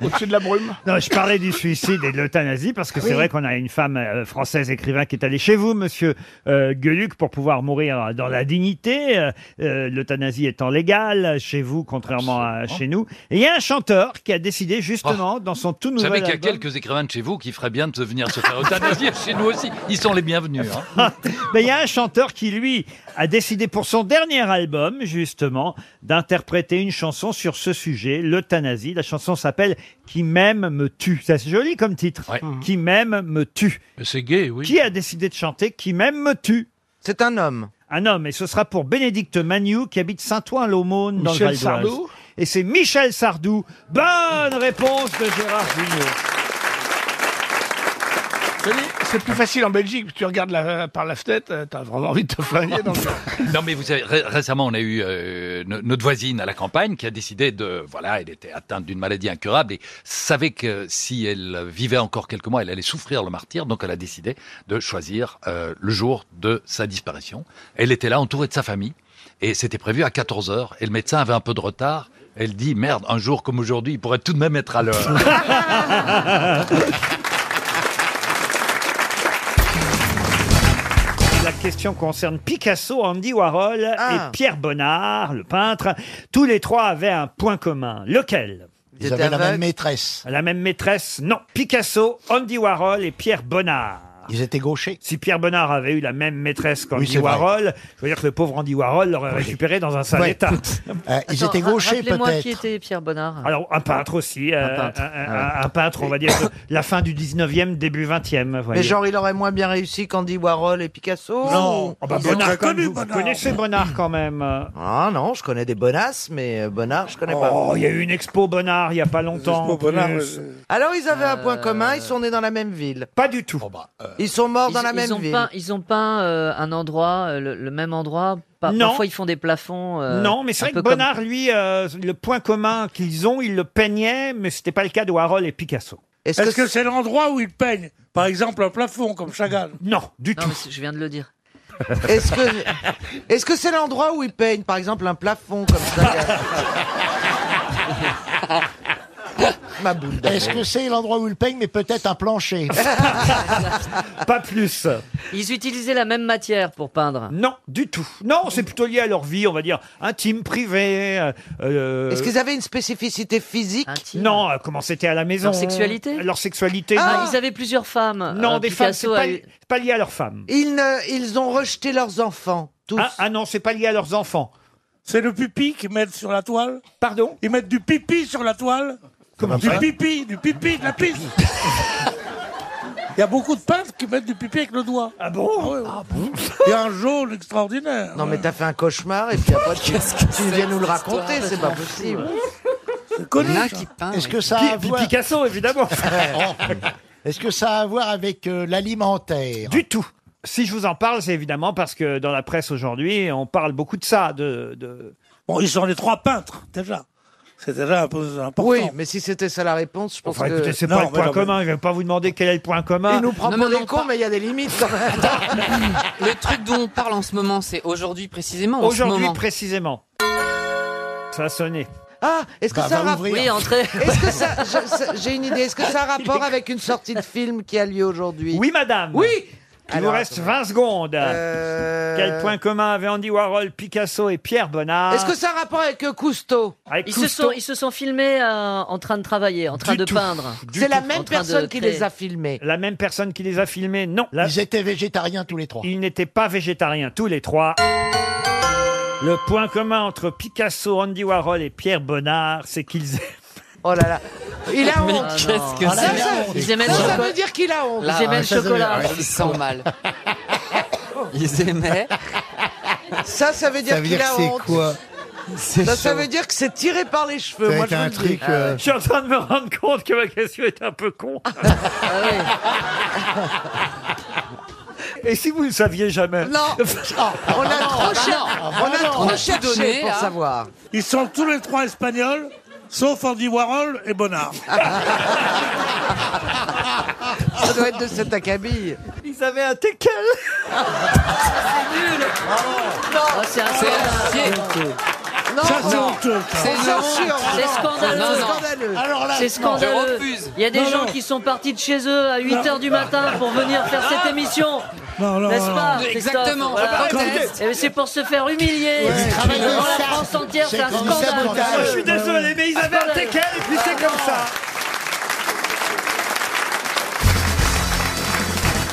Speaker 13: Au-dessus de la brume.
Speaker 1: Non, je parlais du suicide et de l'euthanasie parce que c'est
Speaker 13: Oui.
Speaker 1: vrai qu'on a une femme euh, française écrivain qui est allée chez vous, monsieur euh, Gueluc, pour pouvoir mourir dans la dignité, euh, euh, l'euthanasie étant légale chez vous, contrairement à chez nous. Et il y a un chanteur qui a décidé justement dans son tout
Speaker 15: Ah. Vous savez
Speaker 1: nouvel
Speaker 15: qu'il y a
Speaker 1: album.
Speaker 15: quelques écrivains de chez vous qui feraient bien de se venir se faire euthanasier chez nous aussi. Ils sont les bienvenus. hein.
Speaker 1: Mais il y a un chanteur qui, lui, a décidé pour son dernier album, justement, d'interpréter une chanson sur ce sujet, l'euthanasie. La chanson s'appelle Qui m'aime me tue. Ça, C'est joli comme titre. Qui m'aime me tue.
Speaker 14: C'est gay, oui.
Speaker 1: Qui a décidé de chanter Qui m'aime me tue C'est un homme. Un homme, et ce sera pour Bénédicte Magnou qui habite Saint-Ouen-l'Aumône dans le
Speaker 13: Michel
Speaker 1: Val d'Oise.
Speaker 13: Sardou
Speaker 1: Et c'est Michel Sardou. Bonne réponse de Gérard Junior.
Speaker 13: Vous savez, C'est plus facile en Belgique, tu regardes la- par la fenêtre, euh, t'as vraiment envie de te flinguer dans le
Speaker 15: Non, mais vous savez, ré- récemment, on a eu euh, no- notre voisine à la campagne qui a décidé de. Voilà, elle était atteinte d'une maladie incurable et savait que si elle vivait encore quelques mois, elle allait souffrir le martyr. Donc, elle a décidé de choisir euh, le jour de sa disparition. Elle était là, entourée de sa famille, et c'était prévu à 14 h Et le médecin avait un peu de retard. Elle dit merde, un jour comme aujourd'hui, il pourrait tout de même être à l'heure.
Speaker 1: La question concerne Picasso, Andy Warhol
Speaker 16: Ah.
Speaker 1: et Pierre Bonnard, le peintre. Tous les trois avaient un point commun. Lequel
Speaker 16: Ils Ils avaient étaient la même aveugles
Speaker 1: maîtresse. La même maîtresse Non. Picasso, Andy Warhol et Pierre Bonnard. Ils étaient gauchers. Si Pierre Bonnard avait eu la même maîtresse
Speaker 16: Oui,
Speaker 1: qu'Andy
Speaker 16: c'est vrai.
Speaker 1: Warhol, je veux dire que le pauvre Andy Warhol l'aurait récupéré dans un sale
Speaker 16: Ouais. Euh,
Speaker 1: état.
Speaker 2: Attends, ra- Rappelez-moi qui était Pierre Bonnard.
Speaker 1: Alors, un peintre aussi. euh, un,
Speaker 2: peintre.
Speaker 1: un- un- un peintre, on va dire, de la fin du 19e, début 20e. vous voyez.
Speaker 2: Mais genre, il aurait moins bien réussi qu'Andy Warhol et Picasso
Speaker 1: Non. Ah bah,
Speaker 2: Ils ont
Speaker 1: Bonnard,
Speaker 2: très
Speaker 1: quand même,
Speaker 2: connu,
Speaker 1: vous- vous connaissez Bonnard quand même
Speaker 2: Ah non, je connais des bonasses, mais euh, Bonnard, je connais pas.
Speaker 1: Oh, il y a eu une expo Bonnard il n'y a pas longtemps.
Speaker 2: expos
Speaker 1: en plus.
Speaker 2: Bonnard, euh, Alors, ils avaient un point commun, ils sont nés dans la même ville.
Speaker 1: Pas du tout.
Speaker 2: Ils sont morts dans Ils- la ils même ont ville. peint-
Speaker 3: ils ont peint euh, un endroit, euh, le, le même endroit. Par-
Speaker 1: Non.
Speaker 3: Parfois, ils font des plafonds. euh,
Speaker 1: non, mais
Speaker 3: un
Speaker 1: c'est vrai que
Speaker 3: peu comme-
Speaker 1: Bonnard, lui, euh, le point commun qu'ils ont, il le peignait, mais c'était pas le cas de Warhol et Picasso.
Speaker 9: Est-ce que c'est l'endroit où il peigne Par exemple, un plafond comme Chagall
Speaker 1: Non, du
Speaker 2: tout.
Speaker 3: Je viens de le dire.
Speaker 2: Est-ce que est-ce que c'est l'endroit où ils peignent, par exemple, un plafond comme ça Ma boule d'amour.
Speaker 16: Est-ce que c'est l'endroit où il peigne, mais peut-être un plancher
Speaker 1: Pas plus.
Speaker 3: Ils utilisaient la même matière pour peindre.
Speaker 1: Non, du tout. Non, c'est plutôt lié à leur vie, on va dire, intime, privée. euh, euh,
Speaker 2: Est-ce qu'ils avaient une spécificité physique
Speaker 3: Ah,
Speaker 1: Non, euh, comment c'était à la maison. Euh,
Speaker 2: Leur sexualité
Speaker 1: Leur sexualité.
Speaker 2: Ah,
Speaker 1: non.
Speaker 2: ils avaient
Speaker 3: plusieurs femmes.
Speaker 1: Non,
Speaker 2: euh,
Speaker 1: des femmes, c'est
Speaker 2: Picasso
Speaker 1: pas,
Speaker 2: a
Speaker 1: li-
Speaker 2: eu-
Speaker 1: pas lié à leurs femmes.
Speaker 2: Ils ne- Euh, ils ont rejeté leurs enfants. Tous.
Speaker 1: Ah, ah non, c'est pas lié à leurs enfants.
Speaker 9: C'est le pipi qu'ils mettent sur la toile
Speaker 1: Pardon
Speaker 9: Ils mettent du pipi sur la toile
Speaker 1: Comment
Speaker 9: Du
Speaker 1: ça
Speaker 9: pipi, du pipi, de la pisse Il y a beaucoup de peintres qui mettent du pipi avec le doigt.
Speaker 1: Ah bon
Speaker 9: Il y a un jaune extraordinaire.
Speaker 2: Non mais t'as fait un cauchemar et puis après tu, tu viens nous le raconter,
Speaker 9: histoire
Speaker 2: c'est pas possible.
Speaker 9: connu,
Speaker 2: Là,
Speaker 9: ça.
Speaker 2: qui peint,
Speaker 16: Est-ce
Speaker 2: oui.
Speaker 16: que ça
Speaker 2: Pi-
Speaker 16: a à
Speaker 2: Pi-
Speaker 16: voir...
Speaker 1: Picasso, évidemment.
Speaker 16: Est-ce que ça a à voir avec euh, l'alimentaire
Speaker 1: Du tout. Si je vous en parle, c'est évidemment parce que dans la presse aujourd'hui, on parle beaucoup de ça, de- de...
Speaker 9: Bon, ils sont les trois peintres, déjà. C'est déjà un peu important.
Speaker 2: Oui, mais si c'était ça la réponse, je pense
Speaker 1: Enfin,
Speaker 2: que...
Speaker 1: écoutez, c'est pas le point commun. Je vais pas vous demander quel est le point commun.
Speaker 2: Il nous prend pour des cons, mais il y a des limites quand même.
Speaker 17: Le truc dont on parle en ce moment, c'est aujourd'hui précisément. ou en ce
Speaker 1: Aujourd'hui
Speaker 17: moment
Speaker 1: précisément. Ça a sonné.
Speaker 2: Ah, est-ce que
Speaker 1: Bah, va
Speaker 2: ça a rapport
Speaker 1: ouvrir. Oui, entrez.
Speaker 2: Est-ce que ça, je- ça- j'ai une idée. Est-ce que ça a rapport avec une sortie de film qui a lieu aujourd'hui
Speaker 1: Oui, madame.
Speaker 2: Oui. Euh,
Speaker 1: Il vous reste 20 secondes. Quel point commun avaient Andy Warhol, Picasso et Pierre Bonnard
Speaker 2: Est-ce que ça a rapport avec euh, Cousteau
Speaker 1: Avec
Speaker 3: Ils se,
Speaker 1: Cousteau.
Speaker 3: sont, ils se sont filmés euh, en train de travailler, en train de peindre.
Speaker 2: C'est la même personne qui les a filmés.
Speaker 1: La même personne qui les a filmés, non. Ils étaient végétariens tous les trois. Ils n'étaient pas végétariens tous les trois. Le point commun entre Picasso, Andy Warhol et Pierre Bonnard, c'est qu'ils
Speaker 2: Oh là là. Il a
Speaker 1: Mais
Speaker 2: honte.
Speaker 1: qu'est-ce que
Speaker 2: Ah,
Speaker 1: c'est
Speaker 2: ça, ça,
Speaker 17: Ils aimaient le
Speaker 2: ça, ça
Speaker 17: chocolat.
Speaker 2: veut dire qu'il a honte.
Speaker 17: Là, hein, ça, ça veut dire- Ils sentent mal. Ils aimaient.
Speaker 2: Ça, ça veut dire
Speaker 17: veut
Speaker 2: qu'il
Speaker 17: dire
Speaker 2: a
Speaker 17: c'est
Speaker 2: honte.
Speaker 17: quoi
Speaker 1: C'est
Speaker 2: ça, ça
Speaker 1: chaud.
Speaker 2: veut dire que c'est tiré par les cheveux. Moi, je vous le dis.
Speaker 1: Je suis en train de me rendre compte que ma question est un peu con.
Speaker 2: Ah.
Speaker 1: Et si vous ne saviez jamais
Speaker 2: Non, on
Speaker 9: hein.
Speaker 2: a trop cher- on a trop cherché pour savoir.
Speaker 9: Ils sont tous les trois espagnols. Sauf Andy Warhol et Bonnard.
Speaker 5: Ça doit être de cet acabit.
Speaker 18: Ils avaient un teckel. c'est nul. Non, c'est un scandale.
Speaker 5: Non,
Speaker 9: Ça, c'est
Speaker 5: non.
Speaker 9: honteux, ça.
Speaker 5: C'est censure,
Speaker 18: C'est
Speaker 5: non.
Speaker 18: scandaleux.
Speaker 5: Non, non. Scandaleux. Alors là,
Speaker 18: c'est
Speaker 5: non. Je
Speaker 18: scandaleux.
Speaker 5: refuse.
Speaker 18: Il y a des
Speaker 5: Non,
Speaker 18: gens
Speaker 5: non.
Speaker 18: qui sont partis de chez eux à 8
Speaker 5: Non.
Speaker 18: h du matin pour venir faire cette émission.
Speaker 9: Non, non,
Speaker 18: N'est-ce
Speaker 9: non,
Speaker 18: pas
Speaker 9: non.
Speaker 18: Christophe
Speaker 9: Exactement, on
Speaker 18: Voilà.
Speaker 9: proteste.
Speaker 18: Eh ben, C'est pour se faire humilier.
Speaker 9: Ouais, tu
Speaker 18: Devant
Speaker 9: veux
Speaker 18: la
Speaker 9: ça.
Speaker 18: France entière, c'est
Speaker 9: C'est
Speaker 18: un
Speaker 9: comme
Speaker 18: scandale.
Speaker 9: ça, mon gars.
Speaker 1: Je suis désolé, mais ils avaient
Speaker 9: Ah,
Speaker 1: un teckel et puis c'est comme ça.
Speaker 2: Ah,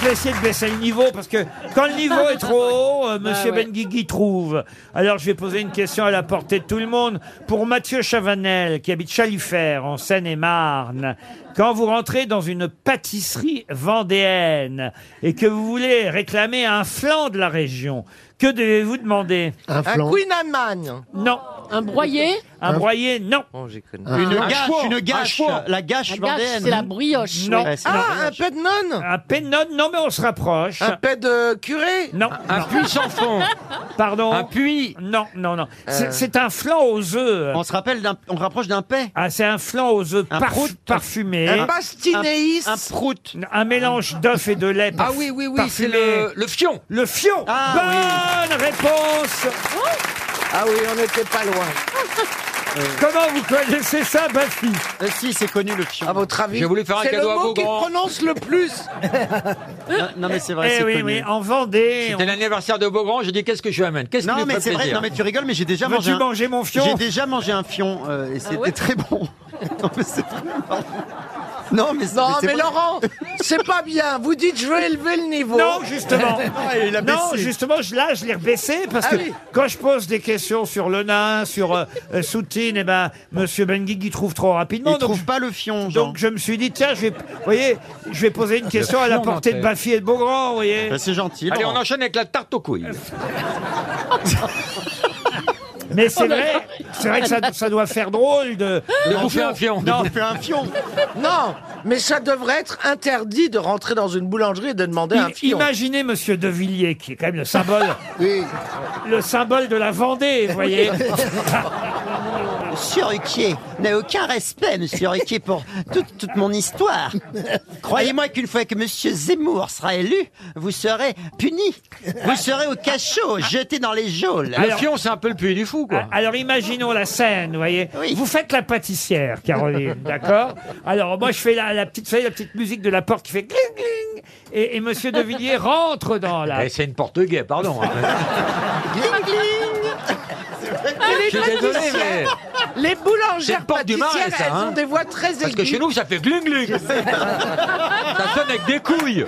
Speaker 1: Je vais essayer de baisser le niveau parce que quand le niveau est trop haut, euh, Monsieur
Speaker 18: ouais.
Speaker 1: Benguigui trouve. Alors je vais poser une question à la portée de tout le monde. Pour Mathieu Chavanel, qui habite Chalifert, en Seine-et-Marne, quand vous rentrez dans une pâtisserie vendéenne et que vous voulez réclamer un flan de la région, que devez-vous demander
Speaker 5: Un flan. Queen Amman.
Speaker 1: Non.
Speaker 5: Un broyé
Speaker 1: Un broyé, non.
Speaker 5: Une
Speaker 1: Un
Speaker 5: gâche,
Speaker 1: chevaux,
Speaker 5: une
Speaker 1: un
Speaker 5: gâche,
Speaker 1: chevaux.
Speaker 5: la gâche La gâche, vendéenne. c'est la brioche,
Speaker 1: Non.
Speaker 5: oui. Ouais, c'est la Ah, un
Speaker 1: pet de nonne Un pet de nonne, non, mais on se rapproche. Un
Speaker 5: pet de curé
Speaker 1: Non.
Speaker 5: Un puits sans fond.
Speaker 1: Pardon Un puits Non, non, non. C'est-
Speaker 5: Euh.
Speaker 1: C'est un flan aux œufs.
Speaker 5: On se rappelle d'un. On rapproche d'un paix.
Speaker 1: Ah, c'est un flan aux œufs
Speaker 5: Un
Speaker 1: parf-
Speaker 5: prout.
Speaker 1: parfumés.
Speaker 5: Un bastinéis.
Speaker 1: Un, prout. Un mélange d'œufs et de lait parf-
Speaker 5: Ah oui, oui, oui,
Speaker 1: parfumé.
Speaker 5: c'est le-
Speaker 1: fion. Le fion Bonne réponse
Speaker 5: Ah oui, on n'était pas loin.
Speaker 1: Comment vous connaissez ça, Bafi
Speaker 6: Euh,
Speaker 5: Si, c'est connu le fion. À votre avis
Speaker 6: J'ai voulu faire un
Speaker 5: C'est
Speaker 6: cadeau
Speaker 5: le
Speaker 6: à
Speaker 5: mot
Speaker 6: vos
Speaker 5: qu'il
Speaker 6: grands.
Speaker 5: prononce le plus.
Speaker 6: Non, non, mais c'est vrai,
Speaker 1: Eh
Speaker 6: c'est
Speaker 1: oui,
Speaker 6: connu.
Speaker 1: oui, en Vendée.
Speaker 6: C'était l'anniversaire de Beaugrand, j'ai dit qu'est-ce que je lui amène Qu'est-ce qui
Speaker 2: Non,
Speaker 6: lui
Speaker 2: mais
Speaker 6: fait
Speaker 2: c'est vrai.
Speaker 6: plaisir
Speaker 2: Non, mais tu rigoles, mais j'ai déjà
Speaker 6: Veux-tu
Speaker 2: mangé. un-
Speaker 6: manger mon fion
Speaker 2: J'ai déjà mangé un fion euh, et c'était
Speaker 6: ouais
Speaker 2: très bon. non, mais c'est vraiment- Non, mais c'est-
Speaker 5: Non,
Speaker 2: c'est
Speaker 5: mais
Speaker 2: vrai.
Speaker 5: Laurent, c'est pas bien. Vous dites je vais élever le niveau.
Speaker 1: Non, justement.
Speaker 2: Ah,
Speaker 1: non, justement, je- là, je l'ai rebaissé parce
Speaker 5: Ah
Speaker 1: que
Speaker 5: oui.
Speaker 1: quand je pose des questions sur le nain, sur euh, euh, Soutine, eh ben, Monsieur Benguigui trouve trop rapidement. Il trouve
Speaker 2: pas le fion.
Speaker 1: Donc, je me suis dit, tiens, je vais, vous voyez, je vais poser une
Speaker 2: Le
Speaker 1: question à la
Speaker 2: fion
Speaker 1: portée de
Speaker 2: nantais.
Speaker 1: Baffy et de Beaugrand, vous voyez.
Speaker 2: Ben, c'est gentil.
Speaker 6: Allez, on
Speaker 2: Laurent.
Speaker 6: enchaîne avec la tarte aux couilles.
Speaker 1: Mais c'est
Speaker 6: Oh là
Speaker 1: vrai,
Speaker 6: là.
Speaker 1: c'est vrai que ça, ça doit faire drôle de.
Speaker 6: De
Speaker 5: Ah,
Speaker 6: bouffer un fion.
Speaker 1: Non.
Speaker 6: De bouffer un fion.
Speaker 5: Non, mais ça devrait être interdit de rentrer dans une boulangerie et de demander un
Speaker 1: I-
Speaker 5: fion.
Speaker 1: Imaginez Monsieur De Villiers, qui est quand même le symbole, le symbole de la Vendée, vous voyez.
Speaker 2: Monsieur Ruquier n'a aucun respect, monsieur Ruquier, pour toute, toute mon histoire. Croyez-moi qu'une fois que monsieur Zemmour sera élu, vous serez puni. Vous serez au cachot, jeté dans les
Speaker 6: Oh
Speaker 2: geôles.
Speaker 1: Le Alors- fion,
Speaker 2: c'est un peu le puits du fou, quoi.
Speaker 1: Ah, Alors imaginons la scène, vous voyez. Vous faites la pâtissière, Caroline, d'accord Alors moi je fais la, la petite, vous savez, la petite musique de la porte qui fait gling gling, et, et Monsieur De Villiers rentre dans la.
Speaker 6: Eh, c'est une porte gay, pardon.
Speaker 5: Gling, gling.
Speaker 6: Je suis
Speaker 5: Les
Speaker 6: désolé,
Speaker 5: pâtissières,
Speaker 6: mais-
Speaker 5: les boulangères
Speaker 6: porte du
Speaker 5: pâtissières,
Speaker 6: Marais, ça,
Speaker 5: elles
Speaker 6: hein.
Speaker 5: ont des voix très aiguës.
Speaker 6: Parce que chez nous, ça fait gling-gling. ça sonne avec des couilles.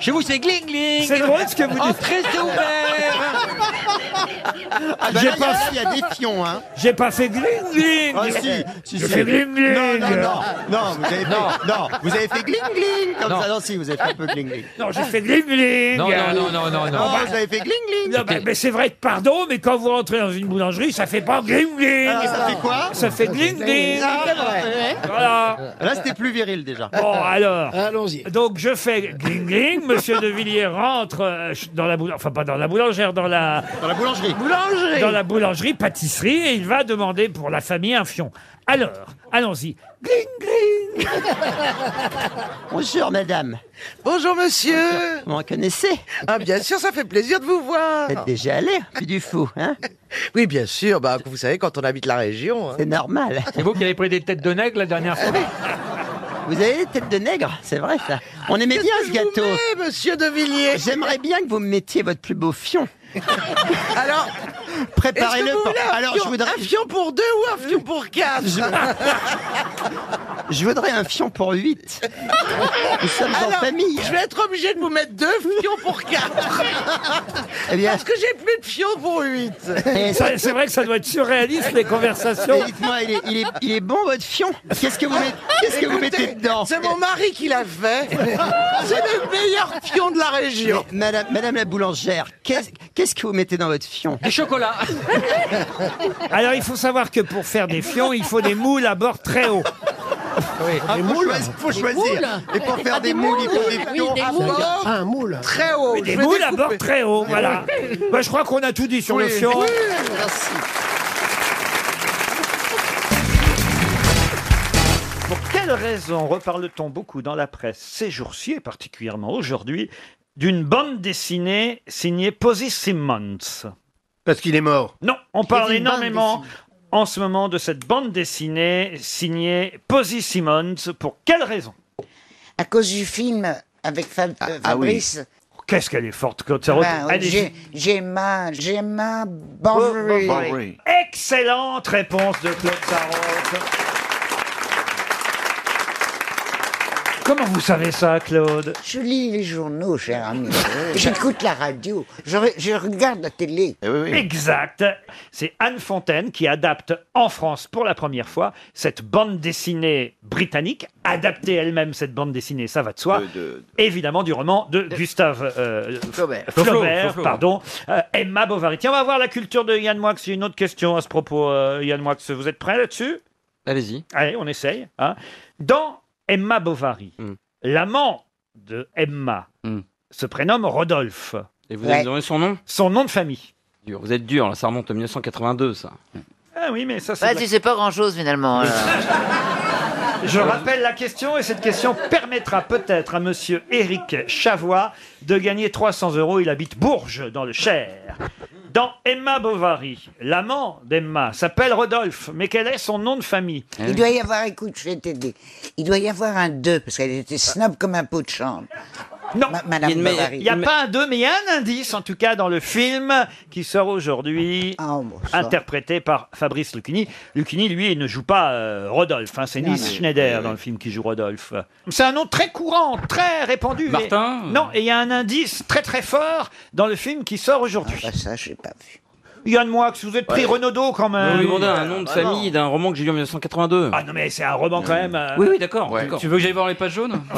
Speaker 6: Chez vous, c'est gling-gling.
Speaker 1: C'est drôle ce que vous dites.
Speaker 6: Entrée, c'est ouvert.
Speaker 2: Ah ben
Speaker 1: J'ai
Speaker 2: là, il y a-
Speaker 1: pas-
Speaker 2: là, il y, a des fions, hein.
Speaker 1: J'ai pas fait gling gling.
Speaker 2: Ah, si, si,
Speaker 1: J'ai
Speaker 2: si.
Speaker 1: fait gling gling.
Speaker 2: Non, non, non, non, vous avez fait,
Speaker 6: Non.
Speaker 2: non. vous avez fait gling gling comme
Speaker 6: Non.
Speaker 2: ça. Non, si, vous avez fait un peu gling gling.
Speaker 1: Non, j'ai fait gling gling.
Speaker 6: Non, non, non, non, non, non.
Speaker 2: Non, vous avez fait gling gling.
Speaker 1: Non, bah, mais c'est vrai que pardon, mais quand vous rentrez dans une boulangerie, ça fait pas gling gling.
Speaker 2: Ah, ça fait quoi
Speaker 1: Ça fait gling gling. Voilà.
Speaker 2: Là, c'était plus viril déjà.
Speaker 1: Bon, alors.
Speaker 9: Allons-y.
Speaker 1: Donc, je fais gling gling. Monsieur De Villiers rentre euh, dans la boulangère. Enfin, pas dans la boulangère, dans la.
Speaker 2: Dans la boulangerie.
Speaker 5: Boulangerie.
Speaker 1: Dans la boulangerie, pâtisserie, et il va demander pour la famille un fion. Alors, allons-y.
Speaker 2: Bonjour, madame.
Speaker 5: Bonjour monsieur.
Speaker 2: Vous en connaissez
Speaker 5: Ah bien sûr, ça fait plaisir de vous voir.
Speaker 2: Vous êtes déjà allé, puis du fou, hein
Speaker 5: Oui, bien sûr. Bah, vous savez, quand on habite la région. hein.
Speaker 2: C'est normal.
Speaker 6: C'est vous qui avez pris des têtes de nègre la dernière fois
Speaker 2: Vous avez des têtes de nègre, c'est vrai ça. On aimait bien ce gâteau.
Speaker 5: Eh, monsieur De Villiers.
Speaker 2: J'aimerais bien que vous me mettiez votre plus beau fion.
Speaker 5: Alors,
Speaker 2: Préparez-le.
Speaker 5: est-ce que vous
Speaker 2: pour-
Speaker 5: voulez un
Speaker 2: Alors,
Speaker 5: fion-
Speaker 2: je voudrais,
Speaker 5: un fion pour deux ou un fion pour quatre.
Speaker 2: je voudrais un fion pour 8. Nous sommes en
Speaker 5: Alors,
Speaker 2: famille.
Speaker 5: je vais être obligé de vous mettre deux fions pour quatre.
Speaker 2: Eh bien,
Speaker 5: Parce que j'ai plus de fions pour huit.
Speaker 1: Ça, C'est vrai que ça doit être surréaliste, les conversations.
Speaker 2: mais Eh, dites-moi, il est, il est- il est bon votre fion Qu'est-ce que vous, met- qu'est-ce que vous
Speaker 5: Écoutez,
Speaker 2: mettez dedans
Speaker 5: C'est mon mari qui l'a fait. C'est le meilleur fion de la région.
Speaker 2: Mais, madame, madame la boulangère, qu'est-ce, qu'est-ce que vous mettez dans votre fion
Speaker 6: Du chocolat.
Speaker 1: Alors, il faut savoir que pour faire des fions, il faut des moules à bord très haut.
Speaker 2: Ah, faut, choisir, faut choisir. Et pour faire des,
Speaker 8: Oh,
Speaker 2: moules, il faut des fions.
Speaker 1: Ah,
Speaker 5: à bord
Speaker 8: un moule.
Speaker 5: très haut.
Speaker 1: Oui, bah. des
Speaker 5: Je vais
Speaker 1: moules à
Speaker 5: découper.
Speaker 1: bord très haut, voilà. Bah, je crois qu'on a tout dit sur le fion.
Speaker 5: Merci.
Speaker 1: quelle raison reparle-t-on beaucoup dans la presse ces jours-ci, et particulièrement aujourd'hui, d'une bande dessinée signée Posy Simmons Parce qu'il est mort. Non, on parle
Speaker 19: Kevin Bond
Speaker 1: énormément en ce moment de cette bande dessinée signée Posy Simmons. Pour quelle raison Ah
Speaker 20: À cause du film avec Fab- euh, Fabrice.
Speaker 1: Oh, Qu'est-ce qu'elle est forte, Claude Sarraute.
Speaker 20: Ben,
Speaker 1: Elle est-
Speaker 20: j'ai- Gemma, Gemma Bovary.
Speaker 1: Oh, Excellente réponse de Claude Sarraute. Comment vous savez ça, Claude
Speaker 20: Je lis les journaux, cher ami. J'écoute la radio. Je, re- je regarde la télé.
Speaker 1: Eh Exact. C'est Anne Fontaine qui adapte en France pour la première fois cette bande dessinée britannique, adaptée elle-même cette bande dessinée, ça va de soi, évidemment du roman de Gustave euh, Flaubert,
Speaker 5: Flaubert,
Speaker 1: pardon, Euh, Emma Bovary. Tiens, on va voir la culture de Yann Moix. J'ai une autre question à ce propos, euh, Yann Moix. Vous êtes prêt là-dessus Allez-y. Allez, on essaye. hein. Dans Emma Bovary,
Speaker 6: Hmm.
Speaker 1: l'amant de Emma se prénomme Rodolphe.
Speaker 6: Et vous avez donné son nom
Speaker 1: Son nom de famille.
Speaker 6: Dur, Vous êtes dur, là, ça remonte à 1982, ça.
Speaker 1: Ah oui, mais ça c'est.
Speaker 21: Bah,
Speaker 1: de la-
Speaker 21: tu sais pas grand chose finalement. hein. alors.
Speaker 1: Je rappelle la question et cette question permettra peut-être à monsieur Éric Chavois de gagner 300 euros. Il habite Bourges, dans le Cher. Dans Emma Bovary, l'amant d'Emma s'appelle Rodolphe, mais quel est son nom de famille
Speaker 20: Il doit y avoir, écoute, je vais t'aider. Il doit y avoir un 2, parce qu'elle était snob comme un pot de chambre.
Speaker 1: Non,
Speaker 20: Madame
Speaker 1: il n'y a-
Speaker 20: Bovary.
Speaker 1: il y a pas un 2, mais il y a un indice, en tout cas, dans le film qui sort aujourd'hui,
Speaker 20: Ah, oh, ça.
Speaker 1: interprété par Fabrice Lucchini. Lucchini, lui, il ne joue pas euh, Rodolphe, hein, c'est
Speaker 6: Non,
Speaker 1: Nice
Speaker 6: non.
Speaker 1: Schneider dans le film qui joue Rodolphe. C'est un nom très courant, très répandu.
Speaker 6: Martin euh.
Speaker 1: mais- Non, et il y a un indice très très fort dans le film qui sort aujourd'hui.
Speaker 20: ça, je pas vu.
Speaker 1: Yann Moix, vous êtes pris
Speaker 6: Ouais. bah,
Speaker 1: Renaudot quand
Speaker 6: Vous
Speaker 1: même.
Speaker 6: me demandez un nom de
Speaker 1: Ah, non.
Speaker 6: famille d'un roman que j'ai lu en 1982.
Speaker 1: Ah non, mais c'est un roman quand même. euh,
Speaker 6: Oui, oui, d'accord.
Speaker 1: Tu
Speaker 6: veux que j'aille voir les pages jaunes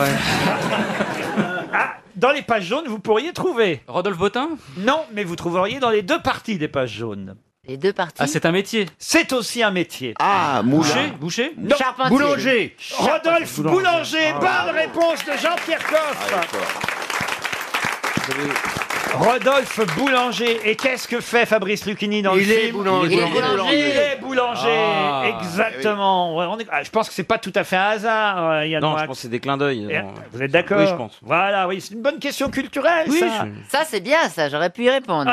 Speaker 1: Ah, Dans les pages jaunes, vous pourriez trouver. Rodolphe Botin Non, mais vous trouveriez dans les deux parties des pages jaunes. Les deux parties
Speaker 6: Ah, c'est un métier.
Speaker 1: C'est aussi un métier.
Speaker 6: Ah,
Speaker 1: moulin.
Speaker 6: Boucher Boucher
Speaker 1: Non.
Speaker 6: Boulanger.
Speaker 1: Rodolphe
Speaker 6: Boulanger.
Speaker 1: Boulanger.
Speaker 6: Ah,
Speaker 1: Bonne réponse de Jean-Pierre
Speaker 9: Ah,
Speaker 1: Coff. Rodolphe Boulanger. Et qu'est-ce que fait Fabrice Lucchini dans
Speaker 19: Il
Speaker 1: le
Speaker 19: est
Speaker 1: film
Speaker 19: boulanger.
Speaker 1: Il est boulanger. Il est boulanger.
Speaker 6: Ah, Eh
Speaker 1: Exactement. Ouais, on est- ah, Je pense que c'est pas tout à fait un hasard, euh, Yann
Speaker 6: Non,
Speaker 1: Moix.
Speaker 6: je pense que c'est des clins d'œil.
Speaker 1: Et-
Speaker 6: Non.
Speaker 1: Vous êtes d'accord
Speaker 6: Oui, je pense.
Speaker 1: Voilà, oui, c'est une bonne question culturelle,
Speaker 21: Oui,
Speaker 1: ça. Ah,
Speaker 21: Ça, c'est bien, ça, j'aurais pu y répondre.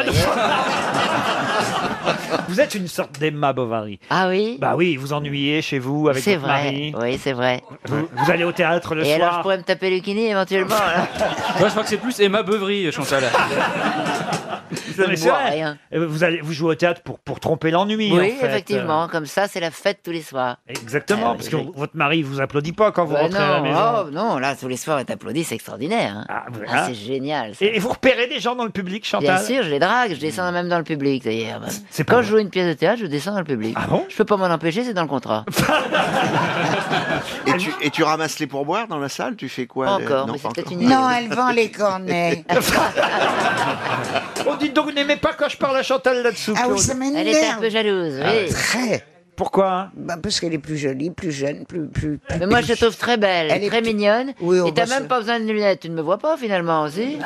Speaker 1: Vous êtes une sorte d'Emma Bovary.
Speaker 21: Ah oui
Speaker 1: Bah oui, vous ennuyez chez vous avec
Speaker 21: C'est
Speaker 1: votre
Speaker 21: vrai,
Speaker 1: mari.
Speaker 21: Oui, c'est vrai.
Speaker 1: Vous, vous allez au théâtre le
Speaker 21: Et alors, je
Speaker 1: soir.
Speaker 21: pourrais me taper le kiné éventuellement. alors.
Speaker 6: Moi, je crois que c'est plus Emma Beuvry, Chantal.
Speaker 1: Non,
Speaker 21: je
Speaker 1: mais
Speaker 21: ne
Speaker 1: c'est
Speaker 21: vois
Speaker 1: vrai.
Speaker 21: rien.
Speaker 1: Euh, Vous, allez, vous jouez au théâtre pour, pour tromper l'ennui.
Speaker 21: hein. Oui,
Speaker 1: en fait. euh.
Speaker 21: effectivement, comme ça, c'est la fête tous les soirs. Ah,
Speaker 1: Exactement,
Speaker 20: Ah,
Speaker 1: parce que votre mari vous applaudit pas quand vous
Speaker 21: Bah
Speaker 1: rentrez à la
Speaker 21: non,
Speaker 1: maison.
Speaker 21: oh, non, là, tous les soirs, on t'applaudit, c'est extraordinaire. hein. Ah,
Speaker 1: voilà.
Speaker 21: c'est génial. ça.
Speaker 1: Et, et vous repérez des gens dans le public, Chantal Mm.
Speaker 21: Bien sûr, je les drague, je descends même dans le public d'ailleurs.
Speaker 1: C'est pas
Speaker 21: Quand
Speaker 1: vrai.
Speaker 21: je joue une pièce de théâtre, je descends dans le public. Ah bon Je peux pas m'en empêcher, c'est dans le contrat.
Speaker 2: Et tu, et tu ramasses les pourboires dans la salle Tu fais quoi le-
Speaker 21: Encore,
Speaker 2: non,
Speaker 21: mais c'est
Speaker 2: pas
Speaker 21: peut-être
Speaker 2: encore.
Speaker 21: une-
Speaker 20: Non, elle vend les cornets.
Speaker 2: Oh,
Speaker 1: On dit donc, vous n'aimez pas quand je parle à Chantal là-dessous.
Speaker 20: Ah oui,
Speaker 1: Claude.
Speaker 20: ça m'énerve.
Speaker 21: Elle est un peu jalouse,
Speaker 20: Ah,
Speaker 21: oui.
Speaker 20: Très.
Speaker 1: Pourquoi
Speaker 20: bah Parce qu'elle est plus jolie, plus jeune, plus. plus, plus
Speaker 21: Mais moi, je te trouve très belle,
Speaker 20: Elle est
Speaker 21: très mignonne.
Speaker 20: Oui, on
Speaker 21: et t'as
Speaker 20: va se-
Speaker 21: même pas besoin de lunettes. Tu ne me vois pas finalement aussi.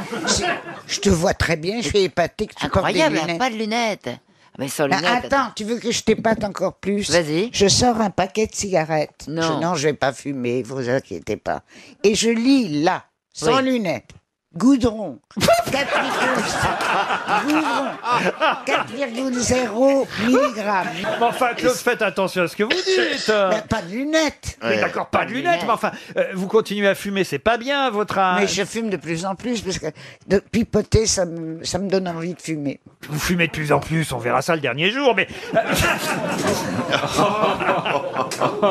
Speaker 20: Je te vois très bien, je suis épaté que tu
Speaker 21: Incroyable,
Speaker 20: portes des
Speaker 21: elle
Speaker 20: lunettes.
Speaker 21: a pas de lunettes. Ah, Mais sans
Speaker 20: Bah,
Speaker 21: lunettes.
Speaker 20: attends, tu veux que je t'épate encore plus
Speaker 21: Vas-y.
Speaker 20: Je sors un paquet de cigarettes.
Speaker 21: Non.
Speaker 20: Je, non, je vais pas fumer, vous inquiétez pas. Et je lis là, sans
Speaker 21: Oui.
Speaker 20: lunettes. Goudron. 4,0 Goudron. 4,0 milligrammes.
Speaker 1: Mais enfin, Ah, Claude, faites attention à ce que vous dites.
Speaker 20: Bah, pas de lunettes.
Speaker 1: Mais d'accord, pas de lunettes, mais enfin, euh, vous continuez à fumer, c'est pas bien votre âge.
Speaker 20: Mais je fume de plus en plus parce que de pipoter, ça me, ça me donne envie de fumer.
Speaker 1: Vous fumez de plus en plus, on verra ça le dernier jour, mais. euh,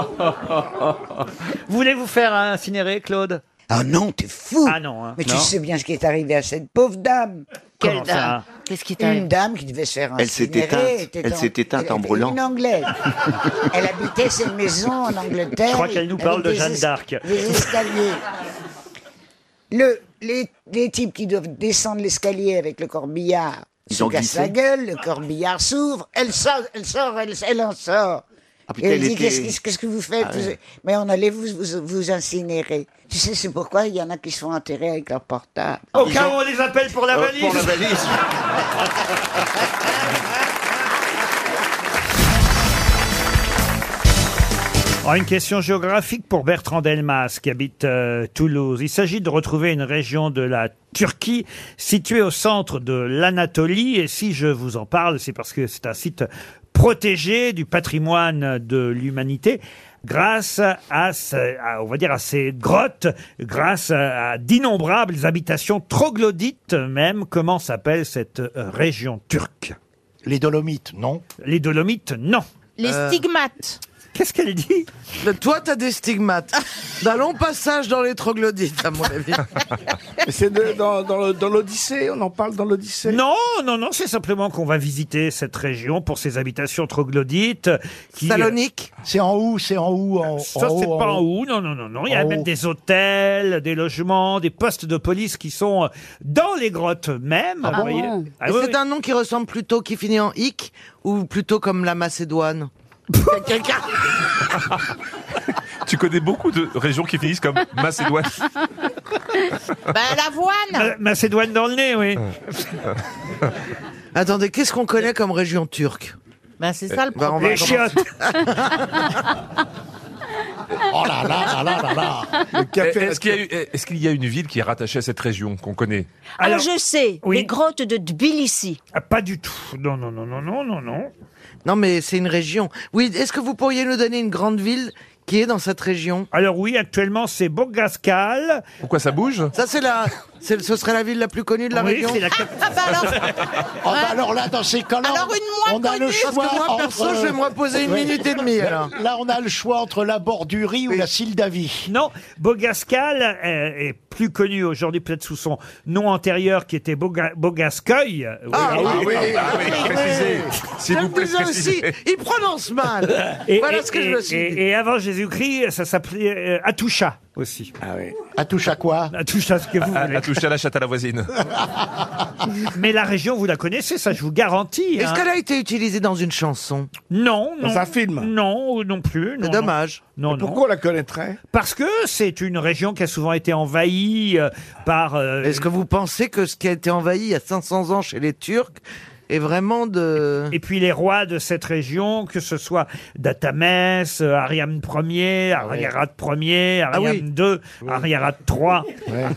Speaker 1: vous voulez vous faire incinérer, Claude
Speaker 20: Ah non, t'es fou
Speaker 1: Ah non, hein.
Speaker 20: Mais
Speaker 1: Non.
Speaker 20: tu sais bien ce qui est arrivé à cette pauvre dame.
Speaker 21: Quelle Comment ça dame Qu'est-ce qui t'arrive
Speaker 20: Une dame qui devait se faire
Speaker 2: Elle s'est
Speaker 20: incinérer.
Speaker 2: éteinte.
Speaker 20: était
Speaker 2: Elle
Speaker 20: en-
Speaker 2: s'est éteinte
Speaker 20: elle
Speaker 2: en
Speaker 20: était
Speaker 2: brûlant.
Speaker 20: Une anglaise. elle habitait cette maison en Angleterre.
Speaker 1: Je crois qu'elle nous parle
Speaker 20: avec
Speaker 1: de
Speaker 20: des
Speaker 1: Jeanne
Speaker 20: es-
Speaker 1: d'Arc.
Speaker 20: Des escaliers. Le, les, les types qui doivent descendre l'escalier avec le corbillard
Speaker 2: Ils
Speaker 20: se
Speaker 2: ont
Speaker 20: cassent
Speaker 2: glissé.
Speaker 20: la gueule, le corbillard s'ouvre, elle sort, elle sort, elle, elle en sort.
Speaker 2: Ah, putain,
Speaker 20: Et elle
Speaker 2: elle
Speaker 20: dit,
Speaker 2: était-
Speaker 20: qu'est-ce qu'est-ce- qu'est-ce que vous faites
Speaker 2: Ah
Speaker 20: Vous-
Speaker 2: ouais.
Speaker 20: Mais on allait vous, vous, vous incinérer. Tu sais, c'est pourquoi il y en a qui se font enterrer avec leur portable.
Speaker 1: Au cas où on les appelle pour la
Speaker 2: Euh,
Speaker 1: valise.
Speaker 2: pour la valise.
Speaker 1: Oh, une question géographique pour Bertrand Delmas qui habite euh, Toulouse. Il s'agit de retrouver une région de la Turquie située au centre de l'Anatolie. Et si je vous en parle, c'est parce que c'est un site protégé du patrimoine de l'humanité grâce à, ce- à- on va dire, à ces grottes, grâce à, à d'innombrables habitations troglodytes même. Comment s'appelle cette euh, région turque Les Dolomites, non Les Dolomites, non.
Speaker 3: Les stigmates.
Speaker 1: Euh. Qu'est-ce qu'elle dit
Speaker 2: Toi, t'as des stigmates. D'un long passage dans les troglodytes, à mon avis.
Speaker 13: Ah, C'est de- dans, dans le- dans l'Odyssée, on en parle dans l'Odyssée.
Speaker 1: Non, non, non, c'est simplement qu'on va visiter cette région pour ses habitations troglodytes. Qui, euh,
Speaker 2: Salonique
Speaker 16: euh, C'est en haut, c'est en haut, en,
Speaker 1: Ça, c'est pas en haut, non, non, non, non. Il y a
Speaker 16: En
Speaker 2: Oh.
Speaker 1: même
Speaker 16: haut.
Speaker 1: des hôtels, des logements, des postes de police qui sont euh, dans les grottes même.
Speaker 2: Ah
Speaker 1: vous
Speaker 2: bon
Speaker 1: voyez. Ah
Speaker 2: Et
Speaker 1: oui,
Speaker 2: c'est
Speaker 1: oui.
Speaker 2: un nom qui ressemble plutôt, qui finit en hic, ou plutôt comme la Macédoine Quelqu'un
Speaker 22: Tu connais beaucoup de régions qui finissent comme
Speaker 2: Euh,
Speaker 22: Macédoine.
Speaker 3: Ben,
Speaker 1: Euh,
Speaker 3: l'avoine.
Speaker 1: Macédoine dans le nez, oui.
Speaker 2: Attendez, qu'est-ce qu'on connaît comme région turque
Speaker 3: Ben, c'est ça le
Speaker 2: Bah, on
Speaker 3: problème.
Speaker 2: va Les commencer.
Speaker 16: Oh là là là là là
Speaker 22: Le
Speaker 1: Eh,
Speaker 22: café- Est-ce qu'il y, a eu- est-ce qu'il y a une ville qui est rattachée à cette région qu'on connaît
Speaker 9: Ah,
Speaker 11: Alors, Ah, je sais,
Speaker 1: oui. Ah,
Speaker 11: les grottes de Tbilissi.
Speaker 1: Pas du tout. Non, non, non, non, non, non, non.
Speaker 2: Non, mais c'est une région. Oui, est-ce que vous pourriez nous donner une grande ville qui est dans cette région
Speaker 1: Alors oui, actuellement, c'est Bogaskal.
Speaker 22: Pourquoi ça bouge
Speaker 2: Ça, c'est la... c'est- Ce serait la ville la plus connue de la
Speaker 1: Oui,
Speaker 2: région
Speaker 1: c'est la cap-
Speaker 16: Ah bah alors, bah alors là, dans ces cas-là,
Speaker 2: Alors une moins
Speaker 16: on a le
Speaker 2: connue.
Speaker 16: choix
Speaker 2: Parce que moi,
Speaker 16: entre-
Speaker 2: perso, je vais me reposer une minute et demie, alors.
Speaker 16: Là, on a le choix entre la Bordurie ou la Sildavie.
Speaker 1: Non, Bogascal euh, est, est plus connu aujourd'hui peut-être sous son nom antérieur qui était Boga- Bogascoy.
Speaker 2: Ah,
Speaker 1: Oui.
Speaker 2: ah oui, ah oui,
Speaker 22: précisez. S'il
Speaker 2: Je
Speaker 22: vous
Speaker 2: le
Speaker 22: plaît,
Speaker 2: disais aussi,
Speaker 22: précisez.
Speaker 2: il prononce mal.
Speaker 1: Et,
Speaker 2: voilà
Speaker 1: et-
Speaker 2: ce que je
Speaker 1: et-
Speaker 2: me suis
Speaker 1: et-
Speaker 2: dit. hein.
Speaker 1: et avant Jésus-Christ, ça s'appelait euh, Atoucha aussi. Ah oui.
Speaker 16: Atoucha quoi
Speaker 1: Atoucha ce que vous
Speaker 22: à, à
Speaker 1: voulez.
Speaker 22: toucher à la chatte à la voisine.
Speaker 1: Mais la région, vous la connaissez, ça je vous garantis.
Speaker 2: Est-ce
Speaker 1: hein.
Speaker 2: qu'elle a été utilisée dans une chanson
Speaker 1: Non, non.
Speaker 2: Dans un film
Speaker 1: Non, euh, non plus.
Speaker 2: C'est
Speaker 1: non,
Speaker 2: dommage.
Speaker 1: Non, non.
Speaker 13: Pourquoi on la connaîtrait
Speaker 1: Parce que c'est une région qui a souvent été envahie euh, par. euh,
Speaker 2: Est-ce que vous pensez que ce qui a été envahi il y a 500 ans chez les Turcs est vraiment de...
Speaker 1: Et puis les rois de cette région, que ce soit Datamès, euh, Ariam Ier, Ariarat Ier, Ariam
Speaker 16: oui.
Speaker 1: II, Ariarat III,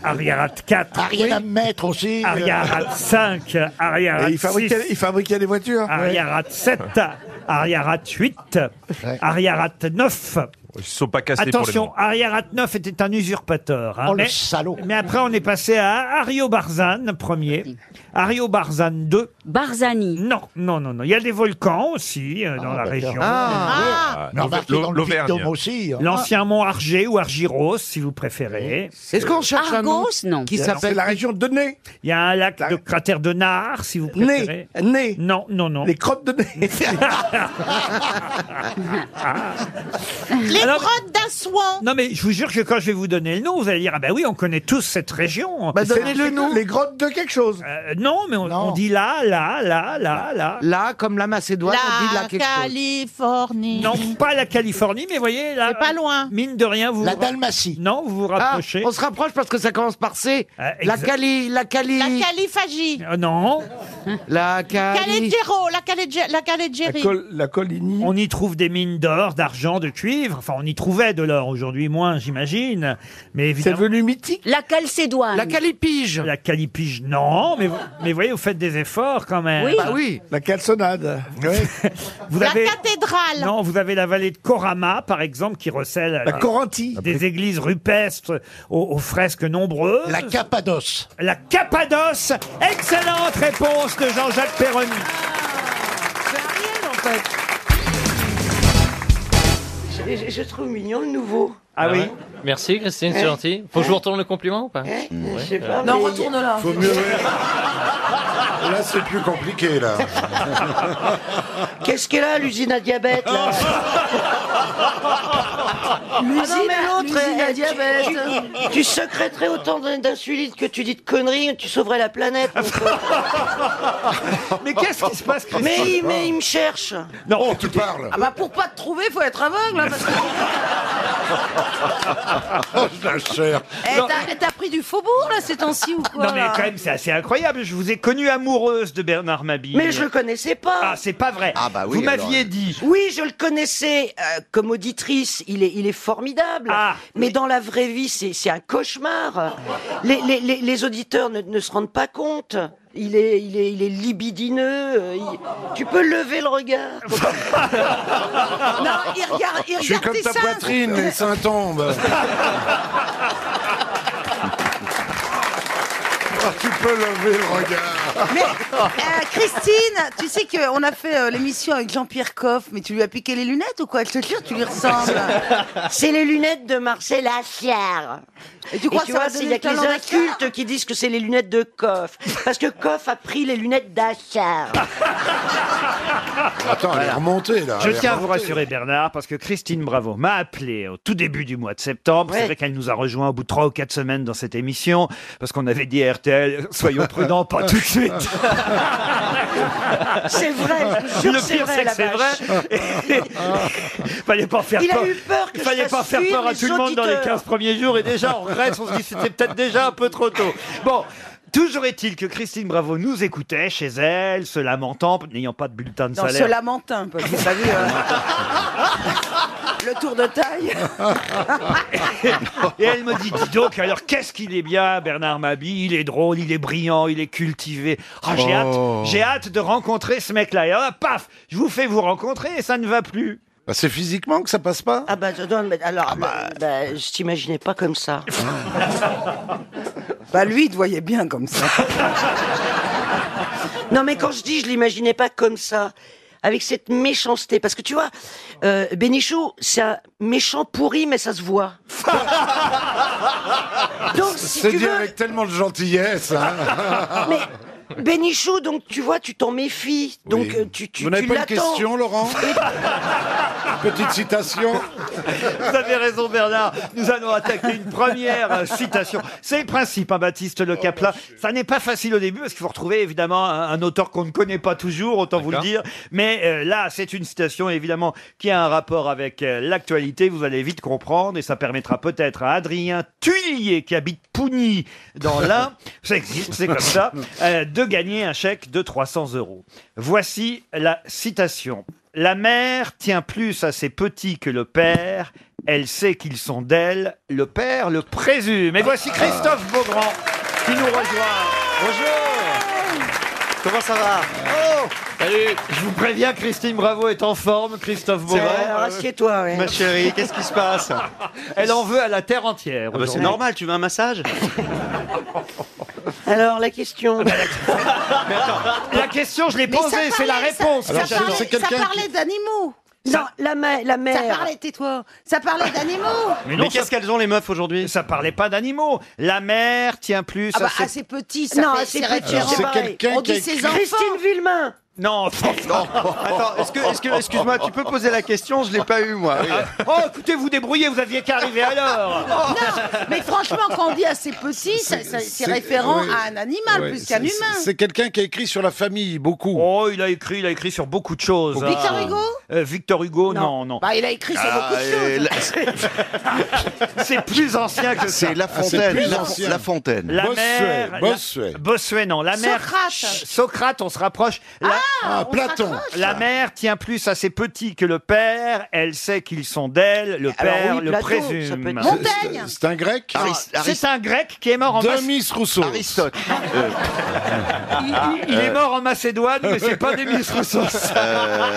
Speaker 1: Ariarat IV,
Speaker 16: Ariane à mettre aussi. euh.
Speaker 1: Ariarat V, Ariarat
Speaker 13: Et il fabriquait, il
Speaker 1: VI,
Speaker 13: fabriquait des voitures.
Speaker 1: Ah, Ariarat VII, Ariarat VIII, Ariarat IX.
Speaker 22: Ils se sont pas cassés pour les
Speaker 1: Attention,
Speaker 22: noms.
Speaker 1: Ariarat IX était un usurpateur. hein,
Speaker 16: Oh, le
Speaker 1: mais,
Speaker 16: salaud.
Speaker 1: mais après, on est passé à Ario Barzan, premier. Ario Barzan, II.
Speaker 11: Barzani.
Speaker 1: Non, non, non, non. Il y a des volcans aussi euh, dans la région.
Speaker 16: Ah, mais remarquez, dans le
Speaker 22: l'Auvergne.
Speaker 16: Puy-de-Dôme aussi. hein.
Speaker 1: L'ancien mont Argé ou Argyros, si vous préférez.
Speaker 2: Est-ce qu'on cherche un nom
Speaker 11: non.
Speaker 2: qui
Speaker 13: C'est
Speaker 2: s'appelle...
Speaker 13: la région de Nez.
Speaker 1: Il y a un lac de cratère de Nard, si vous préférez.
Speaker 13: Nez. Nez.
Speaker 1: Non, non, non.
Speaker 13: Les crottes de Nez.
Speaker 1: Ah.
Speaker 3: Les
Speaker 1: Alors-
Speaker 3: grottes d'Assouan.
Speaker 1: Non, mais je vous jure que quand je vais vous donner le nom, vous allez dire, ah ben oui, on connaît tous cette région.
Speaker 13: Bah,
Speaker 2: donnez le nom.
Speaker 13: Les grottes de quelque chose.
Speaker 1: Euh, non, mais on,
Speaker 16: Non.
Speaker 1: on dit là, là, là, là, là.
Speaker 2: Là, comme la Macédoine, on dit là
Speaker 3: La
Speaker 2: quelque chose.
Speaker 3: Californie.
Speaker 1: Non, pas la Californie, mais voyez, là,
Speaker 3: C'est pas loin.
Speaker 1: mine de rien, vous
Speaker 16: La
Speaker 1: vous-
Speaker 16: Dalmatie.
Speaker 1: Non, vous vous
Speaker 2: Ah,
Speaker 1: rapprochez.
Speaker 2: on se rapproche parce que ça commence par C.
Speaker 1: Ah,
Speaker 2: La
Speaker 1: exa-
Speaker 2: Cali, la Cali,
Speaker 3: La Califhagie.
Speaker 1: Euh, non,
Speaker 2: la
Speaker 1: Ah
Speaker 2: Cali.
Speaker 3: Calégero, la Calégé- la
Speaker 13: La,
Speaker 3: Calégérie.
Speaker 13: col- la Coligny.
Speaker 1: on y trouve des mines d'or, d'argent, de cuivre. Enfin, on y trouvait de l'or aujourd'hui, moins, j'imagine. Mais
Speaker 13: C'est
Speaker 1: évidemment.
Speaker 13: devenu mythique.
Speaker 11: La Calcédoine.
Speaker 2: La Calipige.
Speaker 1: La calipige, non, mais, vous- mais voyez, vous faites des efforts quand même.
Speaker 11: Oui.
Speaker 2: Bah oui.
Speaker 13: La calçonnade.
Speaker 1: Vous
Speaker 3: La
Speaker 1: avez,
Speaker 3: cathédrale.
Speaker 1: non, vous avez la vallée de Korama, par exemple, qui recèle
Speaker 13: La
Speaker 1: des-
Speaker 13: Corentie.
Speaker 1: des églises rupestres aux, aux fresques nombreuses.
Speaker 16: La Cappadoce.
Speaker 1: La Cappadoce. Excellente réponse de Jean-Jacques Perroni.
Speaker 3: Ah,
Speaker 23: Je, je trouve mignon le nouveau.
Speaker 1: Ah, oui.
Speaker 24: Merci Christine,
Speaker 2: Eh.
Speaker 24: c'est gentil. Faut que je vous retourne le compliment ou pas
Speaker 23: Eh, Je sais pas.
Speaker 9: Non,
Speaker 23: mais-
Speaker 9: retourne là.
Speaker 25: Faut mieux. Là, c'est plus compliqué, là.
Speaker 23: Qu'est-ce qu'elle a, l'usine à diabète là Ah L'usine
Speaker 3: mais l'autre,
Speaker 23: l'usine à
Speaker 3: elle-
Speaker 23: diabète. Tu, tu secréterais autant d'in- d'insuline que tu dis de conneries, tu sauverais la planète. mon pote.
Speaker 1: Mais qu'est-ce qui se passe, Christine
Speaker 23: mais, il- mais il me cherche.
Speaker 1: Non,
Speaker 25: Tu parles.
Speaker 3: Ah bah,
Speaker 9: Ah bah pour pas te trouver, faut être aveugle. hein, parce que-
Speaker 3: Eh, t'as- T'as pris du faubourg, là, ces temps-ci, ou quoi
Speaker 1: Non mais
Speaker 3: là
Speaker 1: quand même c'est assez incroyable. Je vous ai connue amoureuse de Bernard Mabille.
Speaker 23: Mais je le connaissais pas.
Speaker 1: Ah c'est pas vrai. Ah bah
Speaker 23: oui,
Speaker 1: Vous
Speaker 23: alors, euh,
Speaker 1: m'aviez dit.
Speaker 23: Oui, je le connaissais euh, comme auditrice. Il est, il est formidable. Ah, mais dans la vraie vie, c'est c'est un cauchemar. Les, les- les- les auditeurs ne, ne se rendent pas compte. Il est, il est, il est libidineux. euh, il- Tu peux lever le regard. non, il regarde, il
Speaker 25: Je suis
Speaker 23: regarde
Speaker 25: comme
Speaker 23: tes
Speaker 25: ta
Speaker 23: seins.
Speaker 25: poitrine, les bah, seins tombent. Ah, tu peux lever le regard.
Speaker 3: Mais euh, Christine, tu sais qu'on a fait euh, l'émission avec Jean-Pierre Coff, mais tu lui as piqué les lunettes ou quoi Je te jure, tu lui ressembles.
Speaker 23: C'est les lunettes de Marcel Achard.
Speaker 3: Et tu crois que ça va
Speaker 23: il
Speaker 3: donner
Speaker 23: y a
Speaker 3: le
Speaker 23: que les
Speaker 3: talent d'Achard
Speaker 23: incultes qui disent que c'est les lunettes de Koff. Parce que Koff a pris les lunettes d'Achard.
Speaker 25: Attends, elle est remontée là.
Speaker 1: Je
Speaker 25: Elle est
Speaker 1: tiens à vous
Speaker 25: remontée.
Speaker 1: rassurer Bernard parce que Christine Bravo m'a appelé au tout début du mois de septembre. C'est vrai qu'elle nous a rejoint au bout de trois ou quatre semaines dans cette émission parce qu'on avait dit à RTL soyons prudents pas tout de suite.
Speaker 23: C'est vrai, je vous jure,
Speaker 1: Le
Speaker 23: c'est
Speaker 1: pire
Speaker 23: vrai,
Speaker 1: c'est que
Speaker 23: la
Speaker 1: c'est
Speaker 23: vache.
Speaker 1: vrai. Fallait pas faire
Speaker 23: Il a
Speaker 1: peur.
Speaker 23: eu peur que je
Speaker 1: Fallait
Speaker 23: fasse
Speaker 1: pas faire
Speaker 23: fuir
Speaker 1: peur à
Speaker 23: les
Speaker 1: tout le monde dans les
Speaker 23: auditeurs.
Speaker 1: 15 premiers jours et déjà en Grèce on se dit c'était peut-être déjà un peu trop tôt. Bon. Toujours est-il que Christine Bravo nous écoutait chez elle, se lamentant, n'ayant pas de bulletin de
Speaker 3: Dans ce
Speaker 1: salaire.
Speaker 3: lamentin, parce que t'as vu euh, le tour de taille.
Speaker 1: Et elle me dit, dis donc, alors qu'est-ce qu'il est bien, Bernard Mabie Il est drôle, il est brillant, il est cultivé. Ah, j'ai
Speaker 25: Oh.
Speaker 1: hâte, j'ai hâte de rencontrer ce mec-là. Et ah, paf, je vous fais vous rencontrer et ça ne va plus.
Speaker 25: Bah, c'est physiquement que ça passe pas
Speaker 23: Ah bah, je donne- mais alors, le- bah, je t'imaginais pas comme ça.
Speaker 25: Ah.
Speaker 3: Bah lui, il te voyait bien comme ça.
Speaker 23: non mais quand je dis je l'imaginais pas comme ça, avec cette méchanceté, parce que tu vois, euh, Bénichou, c'est un méchant pourri, mais ça se voit. Donc si
Speaker 25: C'est
Speaker 23: tu
Speaker 25: dit
Speaker 23: veux,
Speaker 25: avec tellement de gentillesse. hein.
Speaker 23: mais Bénichou, donc tu vois, tu t'en méfies, donc
Speaker 25: Oui.
Speaker 23: euh, tu tu
Speaker 25: Vous n'avez
Speaker 23: tu
Speaker 25: pas une
Speaker 23: l'attends.
Speaker 25: question, Laurent Petite citation.
Speaker 1: Vous avez raison, Bernard. Nous allons attaquer une première euh, citation. C'est le principe, hein, Baptiste Le
Speaker 25: Oh,
Speaker 1: Caplin. Ça n'est pas facile au début parce qu'il faut retrouver évidemment un, un auteur qu'on ne connaît pas toujours, autant vous le dire. Mais euh, là, c'est une citation évidemment qui a un rapport avec euh, l'actualité. Vous allez vite comprendre et ça permettra peut-être à Adrien Tuillier qui habite Pougny dans l'Ain, ça existe, c'est comme ça, euh, de gagner un chèque de 300 euros. Voici la citation. La mère tient plus à ses petits que le père. Elle sait qu'ils sont d'elle. Le père le présume. Et voici Christophe Beaugrand qui nous rejoint. Bonjour. Comment ça va Salut. Oh. Je vous préviens, Christine Bravo est en forme. Christophe Beaugrand.
Speaker 23: Alors, assieds-toi, ouais.
Speaker 26: Ma chérie, qu'est-ce qui se passe
Speaker 1: Elle en veut à la terre entière.
Speaker 26: Ah bah, C'est
Speaker 1: aujourd'hui.
Speaker 26: normal, tu veux un massage
Speaker 23: Alors la
Speaker 25: Ah
Speaker 23: question.
Speaker 25: bah,
Speaker 1: La question, je l'ai
Speaker 3: Mais ça
Speaker 1: posée, c'est la
Speaker 3: parlait- ça-
Speaker 1: réponse.
Speaker 3: Ça,
Speaker 1: Christophe.
Speaker 3: parlait, ça parlait d'animaux.
Speaker 23: Non, la, mère. la
Speaker 3: Ça
Speaker 23: mère.
Speaker 3: parlait, tais-toi. Ça parlait d'animaux.
Speaker 26: Mais qu'est-ce
Speaker 1: qu'elles ont les meufs aujourd'hui Ça parlait pas d'animaux. La mère tient plus
Speaker 3: Ah
Speaker 1: à
Speaker 3: bah,
Speaker 1: ses-
Speaker 3: assez petit, ça
Speaker 23: non,
Speaker 3: fait-
Speaker 23: c'est
Speaker 3: c'est
Speaker 23: petit,
Speaker 3: référent.
Speaker 23: c'est
Speaker 1: C'est
Speaker 23: pareil.
Speaker 1: quelqu'un
Speaker 23: On
Speaker 1: qui a
Speaker 23: dit ses
Speaker 1: écrit-
Speaker 23: enfants. Christine Villemain.
Speaker 1: Non,
Speaker 26: Attends, est-ce que, est-ce que- excuse-moi, tu peux poser la question Je l'ai pas eu moi.
Speaker 1: Oh, écoutez, vous débrouillez, vous aviez qu'à arriver alors.
Speaker 3: Non, mais franchement, quand on dit assez petit, ça- ça- c'est
Speaker 25: c'est-
Speaker 3: référent
Speaker 25: ouais.
Speaker 3: à un animal
Speaker 25: Ouais,
Speaker 3: plus
Speaker 25: c'est-
Speaker 3: qu'un humain.
Speaker 25: c'est- C'est quelqu'un qui a écrit sur la famille, beaucoup.
Speaker 1: Oh, il a écrit, il a écrit sur beaucoup de choses.
Speaker 3: Beaucoup de Victor choses. Hugo
Speaker 1: Euh, Victor Hugo, non, non.
Speaker 3: Bah, il a écrit sur beaucoup de choses.
Speaker 1: C'est plus ancien que ça. Ah,
Speaker 26: C'est La Fontaine, La Fon- La Fontaine.
Speaker 1: La
Speaker 26: Bossuet,
Speaker 1: mère. la-
Speaker 26: Bossuet.
Speaker 1: Bossuet, non. La mère.
Speaker 3: Socrate.
Speaker 1: Socrate, on se rapproche. La-
Speaker 3: Ah, Ah, on se Platon. rapproche.
Speaker 1: La mère tient plus à ses petits que le père. Elle sait qu'ils sont d'elle. Le
Speaker 25: Alors
Speaker 1: père
Speaker 25: oui,
Speaker 1: le
Speaker 25: Platon, ça
Speaker 1: présume.
Speaker 25: peut être- Montaigne. C'est- c'est un Grec
Speaker 1: Ah,
Speaker 25: Arist-
Speaker 1: C'est un grec qui est mort en Macédoine.
Speaker 25: Demis Rousseau.
Speaker 26: Aristote.
Speaker 1: Il, il- il est mort en Macédoine, mais c'est pas Demis Rousseau.
Speaker 25: Euh,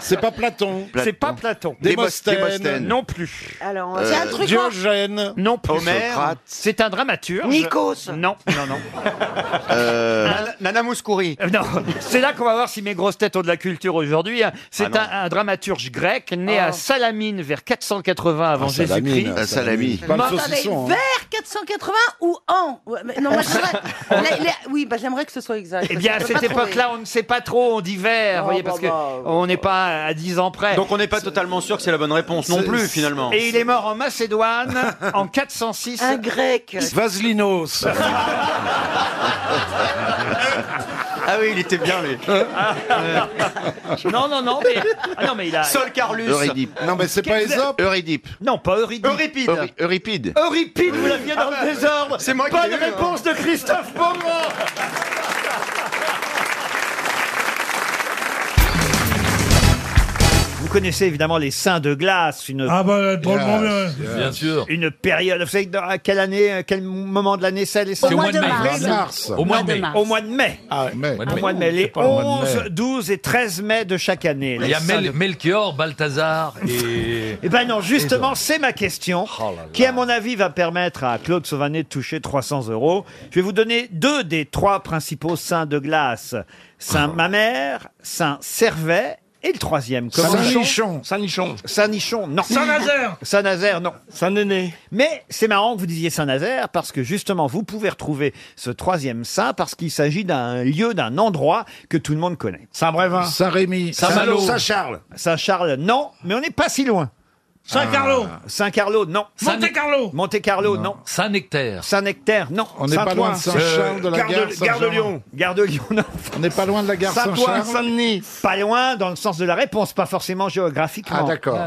Speaker 25: C'est pas Platon.
Speaker 1: C'est pas Platon.
Speaker 25: Démosthène.
Speaker 1: Démosthène. Non plus.
Speaker 23: Alors,
Speaker 25: Euh,
Speaker 23: c'est un truc.
Speaker 25: Diogène.
Speaker 1: Non plus.
Speaker 26: Homère. Socrate.
Speaker 1: C'est un dramaturge.
Speaker 23: Nikos.
Speaker 1: Non, non, non.
Speaker 26: Ah, Nana Mouskouri.
Speaker 1: Euh, Non, c'est là qu'on va voir si mes grosses têtes ont de la culture aujourd'hui. hein. C'est
Speaker 26: Ah non.
Speaker 1: un, un dramaturge grec né
Speaker 26: Ah.
Speaker 1: à Salamine vers 480 avant
Speaker 26: Ah, Salamine,
Speaker 1: Jésus-Christ.
Speaker 26: ah, Salamine.
Speaker 3: Bon, attendez,
Speaker 26: hein.
Speaker 1: hein.
Speaker 3: vers 480 ou en Ouais, mais Non, moi, j'aimerais- les- les- Oui, bah, j'aimerais que ce soit exact.
Speaker 1: Eh bien, à
Speaker 3: parce que
Speaker 1: cette
Speaker 3: je peux pas
Speaker 1: époque-là, on ne sait pas trop, on dit vers,
Speaker 3: Oh,
Speaker 1: vous voyez,
Speaker 3: bah,
Speaker 1: parce que
Speaker 3: bah,
Speaker 1: on n'est pas à 10 ans près.
Speaker 26: Donc on n'est pas totalement sûr que c'est la bonne réponse non plus finalement.
Speaker 1: Et il est mort en Macédoine en 406.
Speaker 23: Un grec.
Speaker 25: Vaslinos.
Speaker 5: Ah oui, il était bien, lui.
Speaker 1: Euh.
Speaker 23: Euh,
Speaker 1: Non, non, non, mais. Ah non, mais il a.
Speaker 27: Sol Carlus.
Speaker 5: Eurydipe.
Speaker 6: Non, mais c'est pas
Speaker 1: Quel-
Speaker 6: Ésope.
Speaker 5: Eurydipe.
Speaker 1: Non, pas Eurydipe.
Speaker 27: Euripide.
Speaker 5: Eury- Euripide.
Speaker 1: Euripide, vous l'aviez dans
Speaker 27: Ah bah,
Speaker 1: le désordre.
Speaker 27: c'est moi qui
Speaker 1: Bonne
Speaker 27: l'ai eu, hein.
Speaker 1: réponse de Christophe Beaumont. Vous connaissez évidemment les Saints de glace, une
Speaker 9: Ah bah, drôlement bien.
Speaker 6: Bien
Speaker 1: sûr. Une période. Vous savez dans- à quelle année, à quel moment de l'année c'est les Saints
Speaker 6: Au mois de mars. Mars.
Speaker 1: Au mois de mai. Au mois de mai. Au mois de mai. Les
Speaker 15: C'est pas le mois de
Speaker 1: 11,
Speaker 15: mai.
Speaker 1: 12 et 13 mai de chaque année.
Speaker 15: Il
Speaker 1: les
Speaker 15: y a
Speaker 1: Saints de
Speaker 15: Mel- Melchior, Balthazar et.
Speaker 1: Eh ben non, justement, c'est ma question qui, à mon avis, va permettre à Claude Sauvanet de toucher 300 euros. Je vais vous donner deux des trois principaux saints de glace. Saint Mamère, Saint Servet et le troisième. comment-
Speaker 28: Saint-Nichon. Saint-Nichon.
Speaker 1: Saint-Nichon, non.
Speaker 28: Saint-Nazaire.
Speaker 1: Saint-Nazaire, non. Saint-Néné. Mais c'est marrant que vous disiez Saint-Nazaire parce que justement, vous pouvez retrouver ce troisième saint parce qu'il s'agit d'un lieu, d'un endroit que tout le monde connaît. Saint-Brévin.
Speaker 6: Saint-Rémy.
Speaker 1: Saint-Malo.
Speaker 6: Saint-Charles.
Speaker 1: Saint-Charles, non. Mais on n'est pas si loin.
Speaker 9: Saint-Carlo.
Speaker 6: Ah.
Speaker 1: Saint-Carlo, non.
Speaker 9: Monte-Carlo.
Speaker 1: Monte-Carlo, non. Saint-Nectaire. Saint-Nectaire, non.
Speaker 6: On n'est pas
Speaker 1: Saint-Ouen.
Speaker 6: loin de Saint-Charles, de la Gare de- Gare de Saint-Jean. Lyon.
Speaker 1: Gare de Lyon, non.
Speaker 6: On n'est pas loin de la gare Saint-Charles.
Speaker 1: Saint-Denis. Pas loin dans le sens de la réponse, pas forcément géographiquement.
Speaker 6: Ah, d'accord.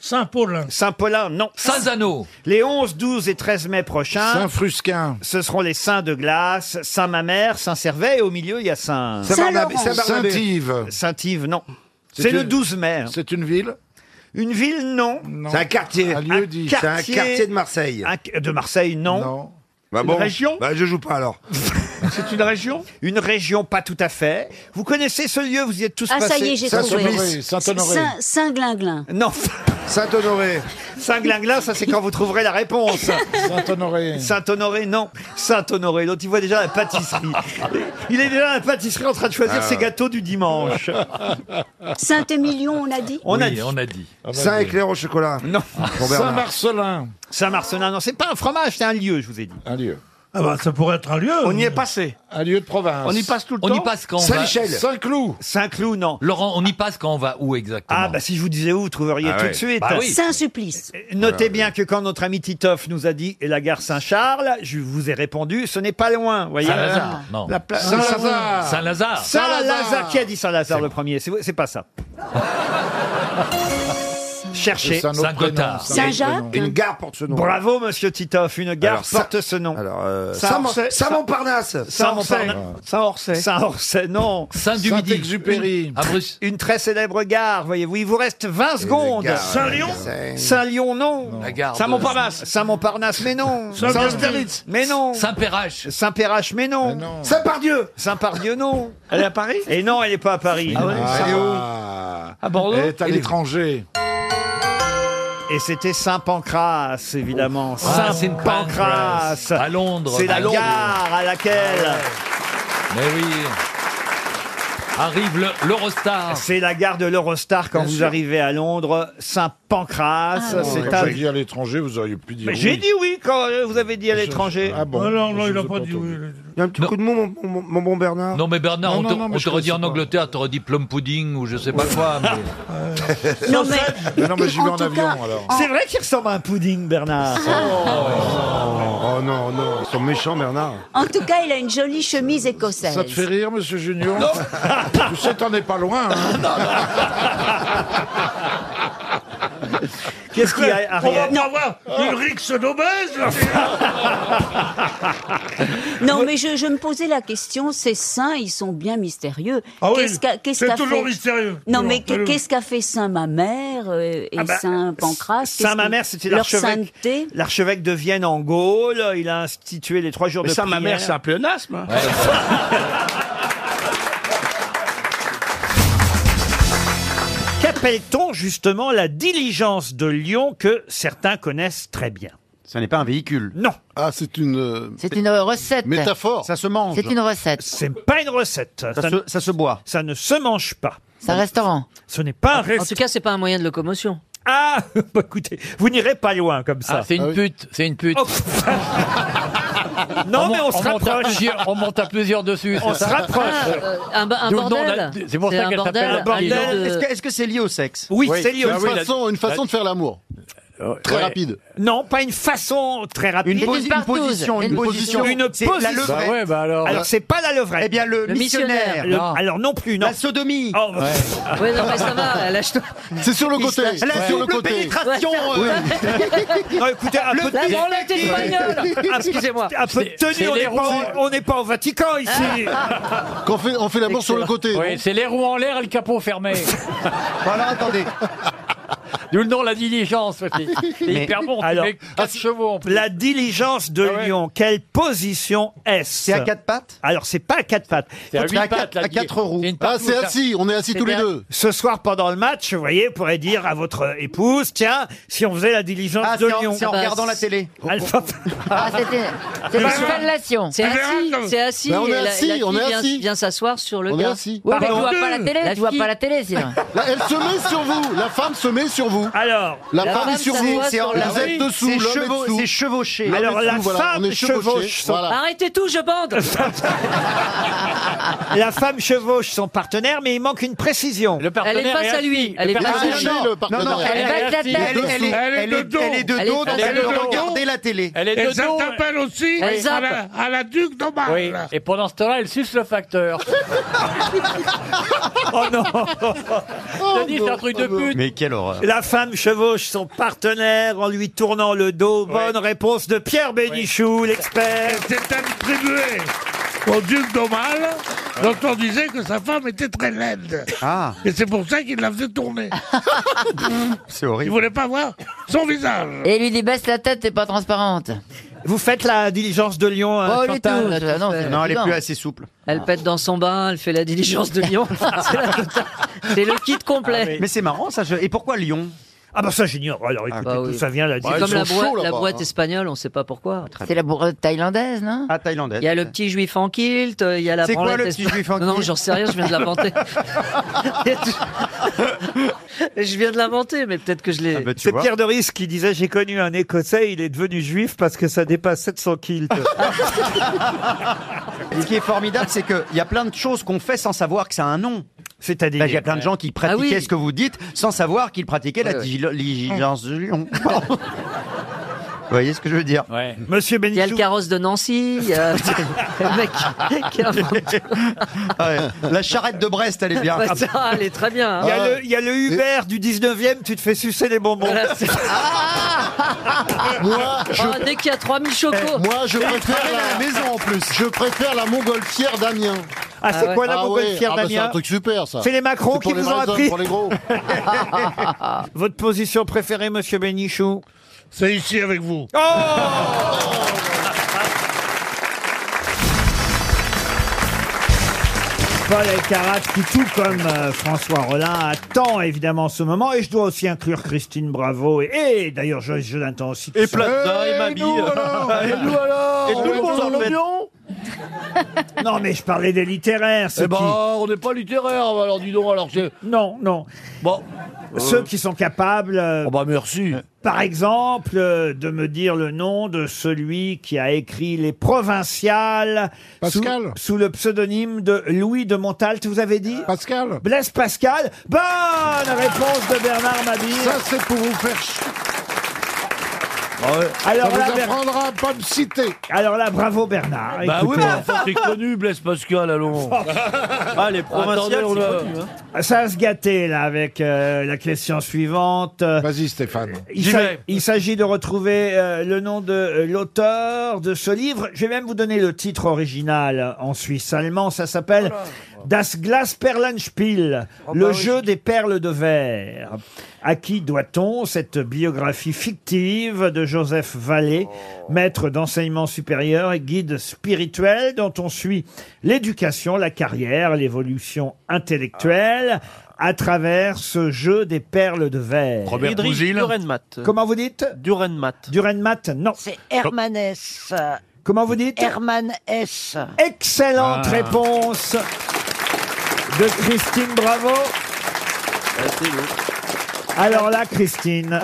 Speaker 1: Saint-Paulin. Saint-Paulin, non. Saint-Zano. Les 11, 12 et 13 mai prochains.
Speaker 6: Saint-Frusquin.
Speaker 1: Ce seront les saints de glace, Saint-Mamère, Saint-Servais, et au milieu, il y a Saint...
Speaker 6: Saint-Barnabé, Saint-Laurent. Saint-Barnabé. Saint-Yves.
Speaker 1: Saint-Yves, non.
Speaker 6: C'est
Speaker 1: C'est le
Speaker 6: une-
Speaker 1: 12 mai. hein.
Speaker 6: C'est une ville
Speaker 1: Une ville, non.
Speaker 6: C'est un quartier. Un lieu dit. C'est un quartier de
Speaker 1: Marseille. de Marseille, non.
Speaker 25: Bah
Speaker 1: Une
Speaker 25: bon,
Speaker 1: région
Speaker 25: bah je joue pas alors.
Speaker 1: C'est une région Une région, pas tout à fait. Vous connaissez ce lieu, vous y êtes tous
Speaker 11: Ah,
Speaker 1: passés
Speaker 11: ça y est, j'ai trouvé. Saint- Saint-Glinglin.
Speaker 1: Non. Saint-Honoré. Saint-Glinglin, ça c'est quand vous trouverez la réponse. Saint-Honoré. Saint-Honoré, non. Saint-Honoré, l'autre il voit déjà la pâtisserie. Il est déjà à la pâtisserie en train de choisir
Speaker 29: Ah.
Speaker 1: ses gâteaux du dimanche.
Speaker 11: Saint-Émilion, on a dit
Speaker 1: On a
Speaker 11: dit.
Speaker 1: dit.
Speaker 15: On a dit.
Speaker 1: Saint-Éclair au chocolat. Non.
Speaker 6: Saint-Marcelin.
Speaker 1: Saint-Marcelin, non, c'est pas un fromage, c'est un lieu, je vous ai dit.
Speaker 6: Un lieu.
Speaker 9: Ah bah, ça pourrait être un lieu.
Speaker 1: On y est passé.
Speaker 6: Un lieu de province.
Speaker 1: On y passe tout le
Speaker 15: On
Speaker 1: temps.
Speaker 15: y passe quand on
Speaker 1: Saint-Michel.
Speaker 15: va-
Speaker 6: Saint-Cloud.
Speaker 1: Saint-Cloud, non.
Speaker 15: Laurent, on y passe quand on va où exactement
Speaker 1: Ah bah si je vous disais où, vous trouveriez
Speaker 15: Ah
Speaker 1: tout
Speaker 15: ouais.
Speaker 1: de suite.
Speaker 15: Bah oui.
Speaker 11: Saint-Supplice.
Speaker 1: Notez bien que quand notre ami Titoff nous a dit la gare Saint-Charles, je vous ai répondu, ce n'est pas loin. vous voyez.
Speaker 15: Saint-Lazare,
Speaker 1: Euh,
Speaker 15: non.
Speaker 1: la pla-
Speaker 15: Saint-Lazare. Saint-Lazare.
Speaker 1: Saint-Lazare. Qui a dit Saint-Lazare le premier C'est c'est pas ça. Cherchez.
Speaker 6: C'est un autre Saint-Gothard. prénom, c'est un autre Saint-Jacques. prénom. Une gare porte ce nom.
Speaker 1: Bravo, monsieur Titoff. Une gare
Speaker 6: Alors, ça-
Speaker 1: porte ce nom. Alors,
Speaker 6: Saint-Mont- Saint-Montparnasse.
Speaker 1: Saint-Montparnasse. Saint-Orsay. Saint-Orsay, non.
Speaker 6: Saint-Dumidi. Saint-Exupéry.
Speaker 1: Une-
Speaker 6: À Bruce.
Speaker 1: Une très célèbre gare, voyez-vous. Il vous reste 20 secondes.
Speaker 6: gares, Saint-Lyon
Speaker 1: Saint- Saint-Lyon, non.
Speaker 15: La gare de-
Speaker 1: Saint-Montparnasse. Saint-Montparnasse, mais non.
Speaker 15: Saint-
Speaker 1: Saint-Austerlitz. Mais non.
Speaker 15: Saint-Pérache.
Speaker 1: Saint-Pérache, mais non. Saint-Pardieu. Saint-Pardieu, non. Elle est à Paris Et non, elle n'est pas à Paris.
Speaker 6: Ah ouais, Ah, elle est où
Speaker 1: À Bordeaux
Speaker 6: Elle est à l'étranger.
Speaker 1: Et c'était Saint-Pancras, évidemment.
Speaker 15: Ah,
Speaker 1: Saint-Pancras.
Speaker 15: À Londres.
Speaker 1: C'est
Speaker 15: à
Speaker 1: la
Speaker 15: Londres.
Speaker 1: gare à laquelle...
Speaker 15: Mais oui. Arrive le- l'Eurostar.
Speaker 1: C'est la gare de l'Eurostar quand
Speaker 15: Bien
Speaker 1: vous
Speaker 15: sûr. Ah.
Speaker 1: arrivez à Londres, Saint-Pancras. c'est à...
Speaker 6: J'ai dit à l'étranger, vous auriez pu dire.
Speaker 1: Mais
Speaker 6: oui.
Speaker 1: j'ai dit oui quand euh, vous avez dit à l'étranger.
Speaker 6: Ah bon.
Speaker 9: Non, non, il n'a pas dit oui.
Speaker 25: Il y a un petit coup de mot, mon, mon- mon bon Bernard.
Speaker 15: Non mais Bernard,
Speaker 25: Non,
Speaker 15: on
Speaker 25: non,
Speaker 15: te-
Speaker 25: non, mais
Speaker 15: on
Speaker 25: je
Speaker 15: t'aurait dit en
Speaker 25: connaissais pas.
Speaker 15: Angleterre, t'aurais dit plum pudding ou je sais pas quoi. mais-
Speaker 11: Non, mais.
Speaker 6: Euh, Mais non, mais j'y vais
Speaker 11: En
Speaker 6: en,
Speaker 11: tout
Speaker 6: avion
Speaker 11: cas,
Speaker 6: alors.
Speaker 1: C'est vrai qu'il ressemble à un pudding, Bernard.
Speaker 25: Oh non, non, ils sont méchants, Bernard.
Speaker 11: En tout cas, il a une jolie chemise écossaise.
Speaker 6: Ça te fait rire, monsieur Junior Tu sais, t'en es pas loin. hein.
Speaker 1: Qu'est-ce qu'il y a,
Speaker 9: On va
Speaker 1: Ariel
Speaker 9: pas avoir Ah. une rixe d'obèse là.
Speaker 11: Non, mais je, je me posais la question, ces saints, ils sont bien mystérieux.
Speaker 9: Ah oui,
Speaker 11: Qu'est-ce qu'a- qu'est-ce
Speaker 9: c'est
Speaker 11: qu'a
Speaker 9: toujours
Speaker 11: fait-
Speaker 9: mystérieux,
Speaker 11: Non,
Speaker 9: toujours,
Speaker 11: mais qu'est-
Speaker 9: toujours.
Speaker 11: qu'est-ce qu'a fait Saint Mamère euh, et
Speaker 1: Ah bah,
Speaker 11: Saint Pancras qu'est-ce
Speaker 1: Saint Mamère,
Speaker 11: qui-
Speaker 1: c'était
Speaker 11: leur
Speaker 1: l'archevêque.
Speaker 11: sainteté
Speaker 1: L'archevêque de Vienne en Gaule. euh, Il a institué les trois jours
Speaker 28: Mais
Speaker 1: de
Speaker 28: ça, ma
Speaker 1: prière.
Speaker 28: mère, c'est un hein. pléonasme.
Speaker 1: Qu'appelle-t-on justement la diligence de Lyon que certains connaissent très bien
Speaker 27: Ce n'est pas un véhicule.
Speaker 1: Non.
Speaker 25: Ah, c'est une.
Speaker 21: C'est une recette.
Speaker 25: Métaphore.
Speaker 27: Ça se mange.
Speaker 21: C'est une recette.
Speaker 1: C'est pas une recette.
Speaker 27: Ça se- ça se boit.
Speaker 1: Ça ne se mange pas.
Speaker 21: C'est un restaurant. Ah,
Speaker 1: Ce n'est pas un
Speaker 18: En
Speaker 1: restaurant.
Speaker 18: tout cas, c'est pas un moyen de locomotion.
Speaker 1: Ah, bah écoutez, vous n'irez pas loin comme ça. Oh,
Speaker 18: Ah, c'est une Ah oui.
Speaker 1: pute, c'est une pute. non, mais on se rapproche.
Speaker 2: on monte à plusieurs dessus.
Speaker 1: On se rapproche.
Speaker 18: Ah, euh, un, ba- un
Speaker 2: D'où le nom
Speaker 18: bordel.
Speaker 2: d'un- c'est pour ça
Speaker 18: un
Speaker 2: qu'elle
Speaker 18: bordel,
Speaker 2: s'appelle
Speaker 18: un
Speaker 2: bordel.
Speaker 18: lieu de-
Speaker 27: Est-ce que est-ce que c'est lié au sexe
Speaker 6: Ah
Speaker 1: Oui, c'est lié au
Speaker 2: Une
Speaker 1: sexe.
Speaker 2: façon, une façon de faire l'amour.
Speaker 6: Euh,
Speaker 1: Très rapide. Non, pas une façon très rapide.
Speaker 6: Une posi- une position, une position.
Speaker 1: Une
Speaker 6: C'est la
Speaker 1: position.
Speaker 6: levrette. Bah ouais, bah alors-
Speaker 1: c'est pas la levrette.
Speaker 6: Eh bien, le Le missionnaire. missionnaire.
Speaker 1: Le-
Speaker 6: Non.
Speaker 1: alors non plus, non. La
Speaker 6: sodomie.
Speaker 1: Ouais.
Speaker 6: non, mais ça va,
Speaker 1: lâche-toi.
Speaker 6: C'est sur le Il côté, se lâche.
Speaker 1: La
Speaker 6: Ouais. sur le côté. pénétration,
Speaker 1: euh. non, écoutez, un
Speaker 6: Le
Speaker 1: peu de
Speaker 6: La branlette espagnole. Excusez-moi.
Speaker 1: Un peu de
Speaker 6: C'est
Speaker 1: tenue, on
Speaker 6: les
Speaker 1: n'est pas,
Speaker 6: roues.
Speaker 1: au- on n'est pas au Vatican ici.
Speaker 8: Qu'on fait, on fait l'amour sur le côté.
Speaker 12: Oui, c'est les roues en l'air et le capot fermé.
Speaker 8: Voilà, attendez.
Speaker 12: D'où le nom la diligence, ma fille. C'est
Speaker 1: Mais-
Speaker 12: hyper bon, tu
Speaker 1: Alors,
Speaker 12: mets quatre chevaux en plus. Ah
Speaker 1: La diligence de Lyon, quelle position est-ce C'est
Speaker 12: à quatre
Speaker 1: pattes Alors, c'est pas à quatre pattes.
Speaker 12: C'est à huit pattes, la
Speaker 8: à quatre roues. Ah, c'est
Speaker 12: hein.
Speaker 8: assis, on est assis tous les deux.
Speaker 1: Ce soir, pendant le match, vous voyez, vous pourrez dire à votre épouse, tiens, si on faisait la diligence
Speaker 6: Ah,
Speaker 1: de
Speaker 6: c'est en-
Speaker 1: Lyon.
Speaker 6: c'est
Speaker 18: Bah,
Speaker 6: en regardant la télé.
Speaker 1: Alpha-
Speaker 6: Ah, c'était.
Speaker 1: Bah,
Speaker 6: C'est une fellation.
Speaker 1: Ah,
Speaker 18: C'est assis, c'est Bah, assis.
Speaker 6: Ben, on est
Speaker 18: et la-
Speaker 6: assis,
Speaker 18: la fille
Speaker 6: on est
Speaker 18: vient-
Speaker 6: assis.
Speaker 18: Vient s'asseoir sur le
Speaker 6: On est
Speaker 18: gars.
Speaker 6: assis.
Speaker 18: Ouais, mais
Speaker 6: Pardon.
Speaker 18: tu vois pas la télé.
Speaker 6: Là,
Speaker 18: tu vois pas la télé, sinon.
Speaker 8: Là, elle se met sur vous. La femme se met sur vous.
Speaker 1: Alors,
Speaker 8: la, femme est sur vous.
Speaker 6: c'est en-
Speaker 8: vous êtes dessous.
Speaker 6: c'est
Speaker 8: l'homme est
Speaker 6: chevau-
Speaker 8: dessous.
Speaker 6: c'est chevauché.
Speaker 8: L'homme est
Speaker 6: Alors, la
Speaker 8: dessous, voilà,
Speaker 6: femme
Speaker 8: on est chevauché,
Speaker 6: chevauche son-
Speaker 8: voilà.
Speaker 18: Arrêtez tout, je bande.
Speaker 1: la femme chevauche son partenaire, mais il manque une précision. Le
Speaker 18: Elle est face à lui. Elle est
Speaker 8: Ah,
Speaker 18: face à lui. Elle baisse la tête.
Speaker 6: Elle est- elle est- elle est de
Speaker 18: Elle
Speaker 6: dos,
Speaker 18: face
Speaker 6: donc
Speaker 18: à
Speaker 6: elle
Speaker 18: lui.
Speaker 6: peut regarder la télé.
Speaker 12: Elle est de
Speaker 9: Et ça
Speaker 12: dos.
Speaker 9: t'appelle aussi
Speaker 12: Elle
Speaker 9: à
Speaker 12: zappe.
Speaker 9: la, à la Duc d'Aumar.
Speaker 12: Oui, et pendant ce temps-là, elle suce le facteur.
Speaker 1: oh non
Speaker 23: Oh
Speaker 12: Je te dis, c'est un truc de pute.
Speaker 1: Mais quelle horreur La femme chevauche son partenaire en lui tournant le dos. Bonne réponse de Pierre Bénichou, l'expert.
Speaker 9: C'est attribué
Speaker 18: Oh.
Speaker 9: au duc d'Aumale, dont on disait que sa femme était très laide.
Speaker 1: Ah.
Speaker 9: Et c'est pour ça qu'il la faisait tourner.
Speaker 6: C'est
Speaker 9: Il
Speaker 6: horrible.
Speaker 9: voulait pas voir son visage.
Speaker 21: Et il lui dit baisse la tête, t'es pas transparente.
Speaker 1: Vous faites la diligence de Lyon, euh,
Speaker 21: Oh, du
Speaker 18: Chantal,
Speaker 21: tout.
Speaker 18: là, toi,
Speaker 21: Non,
Speaker 18: c'est
Speaker 21: c'est
Speaker 18: fatigant.
Speaker 21: fatigant.
Speaker 6: souple.
Speaker 18: Elle pète dans son bain, elle fait la diligence de Lyon. Ah, C'est la totale. C'est le kit complet.
Speaker 6: Ah, Mais c'est marrant ça. je- Et pourquoi Lyon
Speaker 1: Ah bah ça j'ignore. Alors écoutez,
Speaker 21: bah oui.
Speaker 1: tout ça vient là.
Speaker 18: C'est comme la, boîte- la boîte espagnole, on sait pas pourquoi.
Speaker 21: C'est la bourrade thaïlandaise, non
Speaker 6: Ah, thaïlandaise.
Speaker 18: Il y a le petit juif en kilt, euh, il y a la
Speaker 21: C'est quoi
Speaker 18: branlette
Speaker 21: le petit
Speaker 18: espa-
Speaker 21: juif en
Speaker 18: Non, non,
Speaker 21: kilt
Speaker 18: j'en sais rien, je viens de l'inventer. Il y a tout- je viens de l'inventer, mais peut-être que je
Speaker 21: Ah,
Speaker 18: l'ai.
Speaker 21: bah,
Speaker 1: C'est Pierre Doris qui disait j'ai connu un Écossais, il est devenu juif parce que ça dépasse 700 kilt.
Speaker 6: Ce qui est formidable, c'est qu'il y a plein de choses qu'on fait sans savoir que ça a un nom. Ben,
Speaker 1: C'est-à-dire
Speaker 6: Il y a plein de gens qui pratiquaient
Speaker 18: Ah oui.
Speaker 6: ce que vous dites sans savoir qu'ils pratiquaient la
Speaker 18: Ouais, ouais.
Speaker 6: digi- diligence de Lyon. Pardon. vous voyez ce que je veux dire
Speaker 1: Monsieur
Speaker 18: Il y a le carrosse de Nancy, il y a le mec qui a inventé.
Speaker 6: Ouais. La charrette de Brest, elle est bien.
Speaker 18: Ouais, ça, elle est très bien. hein.
Speaker 1: Il y a le- il y, a le Uber du 19e, tu te fais sucer les bonbons.
Speaker 8: Moi, je-
Speaker 18: Ah, dès qu'il y a 3000
Speaker 1: Eh,
Speaker 18: chocos.
Speaker 8: Eh, Moi, je préfère la... maison en plus. Je préfère la montgolfière d'Amiens.
Speaker 1: Ah, c'est Ah ouais. quoi la montgolfière
Speaker 8: Ah bah,
Speaker 1: d'Amiens
Speaker 8: C'est un truc super, ça.
Speaker 1: C'est les Macron
Speaker 8: C'est pour
Speaker 1: qui
Speaker 8: les
Speaker 1: vous ont
Speaker 8: vrais hommes,
Speaker 1: appris.
Speaker 8: Pour les gros.
Speaker 1: Votre position préférée, monsieur Bénichou Oh.
Speaker 9: C'est ici avec vous.
Speaker 1: Paul Elkarat, qui tout comme euh, François Rollin attend évidemment ce moment et je dois aussi inclure Christine Bravo et, et d'ailleurs Joyce Jonathan aussi. qui
Speaker 17: Et
Speaker 1: sont-
Speaker 17: Plaza, et Mamie. Et nous alors
Speaker 1: Eh, Et tout le
Speaker 17: On
Speaker 1: monde
Speaker 17: est
Speaker 1: en
Speaker 17: dans
Speaker 1: fait.
Speaker 17: l'oignon
Speaker 1: Non mais je parlais des littéraires. Ceux
Speaker 17: Eh ben,
Speaker 1: qui...
Speaker 17: on n'est pas littéraire, bah, alors dis donc, alors c'est...
Speaker 1: Non, non.
Speaker 17: Bon.
Speaker 1: Ceux qui sont capables.
Speaker 17: Euh.
Speaker 1: euh,
Speaker 17: Oh bah merci.
Speaker 1: Par exemple, euh, de me dire le nom de celui qui a écrit Les Provinciales sous, sous le pseudonyme de Louis de Montalte, vous avez dit Pascal. Blaise Pascal. Bonne réponse de Bernard Mabille. Ça, c'est pour vous faire Alors,
Speaker 17: Ah Ça vous
Speaker 1: là, Ber-
Speaker 17: pas me citer.
Speaker 1: Alors là, bravo
Speaker 9: Ah,
Speaker 1: Bernard.
Speaker 17: Bah oui,
Speaker 1: Écoutez.
Speaker 9: euh,
Speaker 17: mais enfin, c'est connu, Blaise Pascal, allons. ah, les
Speaker 1: Attendez, on a-
Speaker 9: hein.
Speaker 17: hein.
Speaker 1: Ça va se gâter là avec euh, la question suivante. Vas-y Stéphane. Il
Speaker 17: J'y
Speaker 1: s'a-
Speaker 17: vais.
Speaker 1: il s'agit de retrouver euh, le nom de euh, l'auteur de ce livre. Je vais même vous donner le titre original en suisse allemand. Ça s'appelle Das Glas Perlenspiel, le jeu des perles de verre. À qui doit-on cette biographie fictive de Joseph Vallée, maître d'enseignement supérieur et guide spirituel dont on suit l'éducation, la carrière, l'évolution intellectuelle à travers ce jeu des perles de verre
Speaker 12: Robert Friedrich Bouzil. Durenmatt.
Speaker 1: Comment vous dites Durenmat. Durenmat, non. C'est
Speaker 20: Hermann S.
Speaker 23: euh,
Speaker 1: Comment vous dites
Speaker 20: Hermann S.
Speaker 1: Excellente
Speaker 20: Ah.
Speaker 1: réponse de Christine Bravo. Alors là, Christine,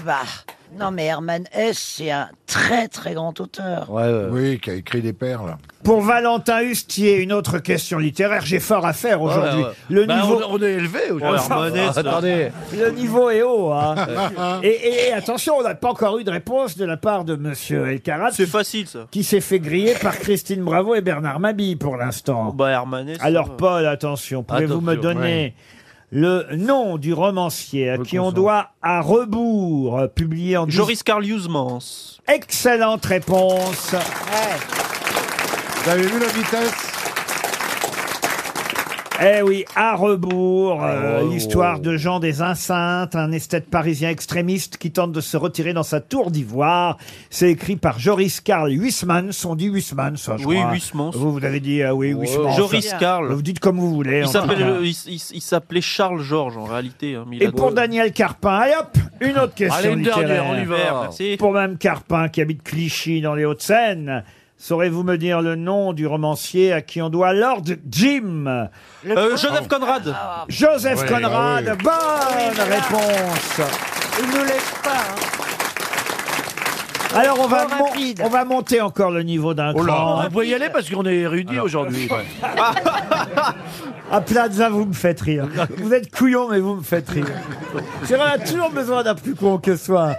Speaker 23: Non, mais Herman Hesse, c'est un très très grand auteur.
Speaker 1: Oui, qui a écrit des perles. Pour Valentin Hustier, une autre question littéraire. J'ai fort à faire aujourd'hui.
Speaker 9: Ouais, ouais.
Speaker 1: Le
Speaker 9: Bah,
Speaker 1: niveau. Oh,
Speaker 9: on- on est élevé aujourd'hui.
Speaker 1: Ouais,
Speaker 9: Herman
Speaker 1: enfin,
Speaker 9: Hesse, là.
Speaker 1: attendez. Le niveau est haut. hein. et, et- et attention, on n'a pas encore eu de réponse de la part de Monsieur Elkarat. C'est
Speaker 6: facile, ça.
Speaker 1: Qui s'est fait griller par Christine Bravo et Bernard Mabille pour l'instant.
Speaker 6: Bah, Hermanès, ça
Speaker 1: Alors
Speaker 6: va.
Speaker 1: Paul, attention, pouvez-vous me
Speaker 6: Attention,
Speaker 1: donner le nom du romancier à qui on doit à rebours, euh, publié en...
Speaker 6: Joris Carlius Mans.
Speaker 1: Excellente réponse.
Speaker 25: Vous avez vu la vitesse
Speaker 1: Eh oui, à rebours,
Speaker 6: Ah,
Speaker 1: euh, l'histoire de Jean des Insaintes, un esthète parisien extrémiste qui tente de se retirer dans sa tour d'ivoire. C'est écrit par Joris Karl Huysmans. On dit Huysmans, ça, je
Speaker 6: Oui,
Speaker 1: crois.
Speaker 6: Huysmans.
Speaker 1: Vous, vous avez dit, ah oui, Huysmans.
Speaker 6: Oh, Joris Karl.
Speaker 1: Vous dites comme vous voulez. en
Speaker 6: Il
Speaker 1: tout
Speaker 6: s'appelle-
Speaker 1: cas.
Speaker 6: il s- il s- il s'appelait Charles Georges en réalité. hein, mais il
Speaker 1: Et
Speaker 6: a-
Speaker 1: pour Daniel Carpin, allez hop, une autre question
Speaker 6: Allez, une dernière,
Speaker 1: littéraire.
Speaker 6: on y va. Merci.
Speaker 1: Pour Mme Carpin, qui habite Clichy, dans les Hauts-de-Seine, saurez-vous me dire le nom du romancier à qui on doit Lord Jim
Speaker 6: Euh,
Speaker 1: Ah.
Speaker 6: Joseph Conrad.
Speaker 1: Joseph
Speaker 6: Ouais,
Speaker 1: Conrad,
Speaker 6: ah
Speaker 1: bonne réponse
Speaker 23: Il nous laisse pas. hein.
Speaker 1: Alors, on va, mon- on va monter encore le niveau d'un
Speaker 9: Oh là,
Speaker 1: cran.
Speaker 9: on peut y aller parce qu'on est érudit aujourd'hui.
Speaker 1: À Plaza, vous me faites rire. Vous êtes couillon, mais vous me faites rire. C'est vrai, on a toujours besoin d'un plus con que soi.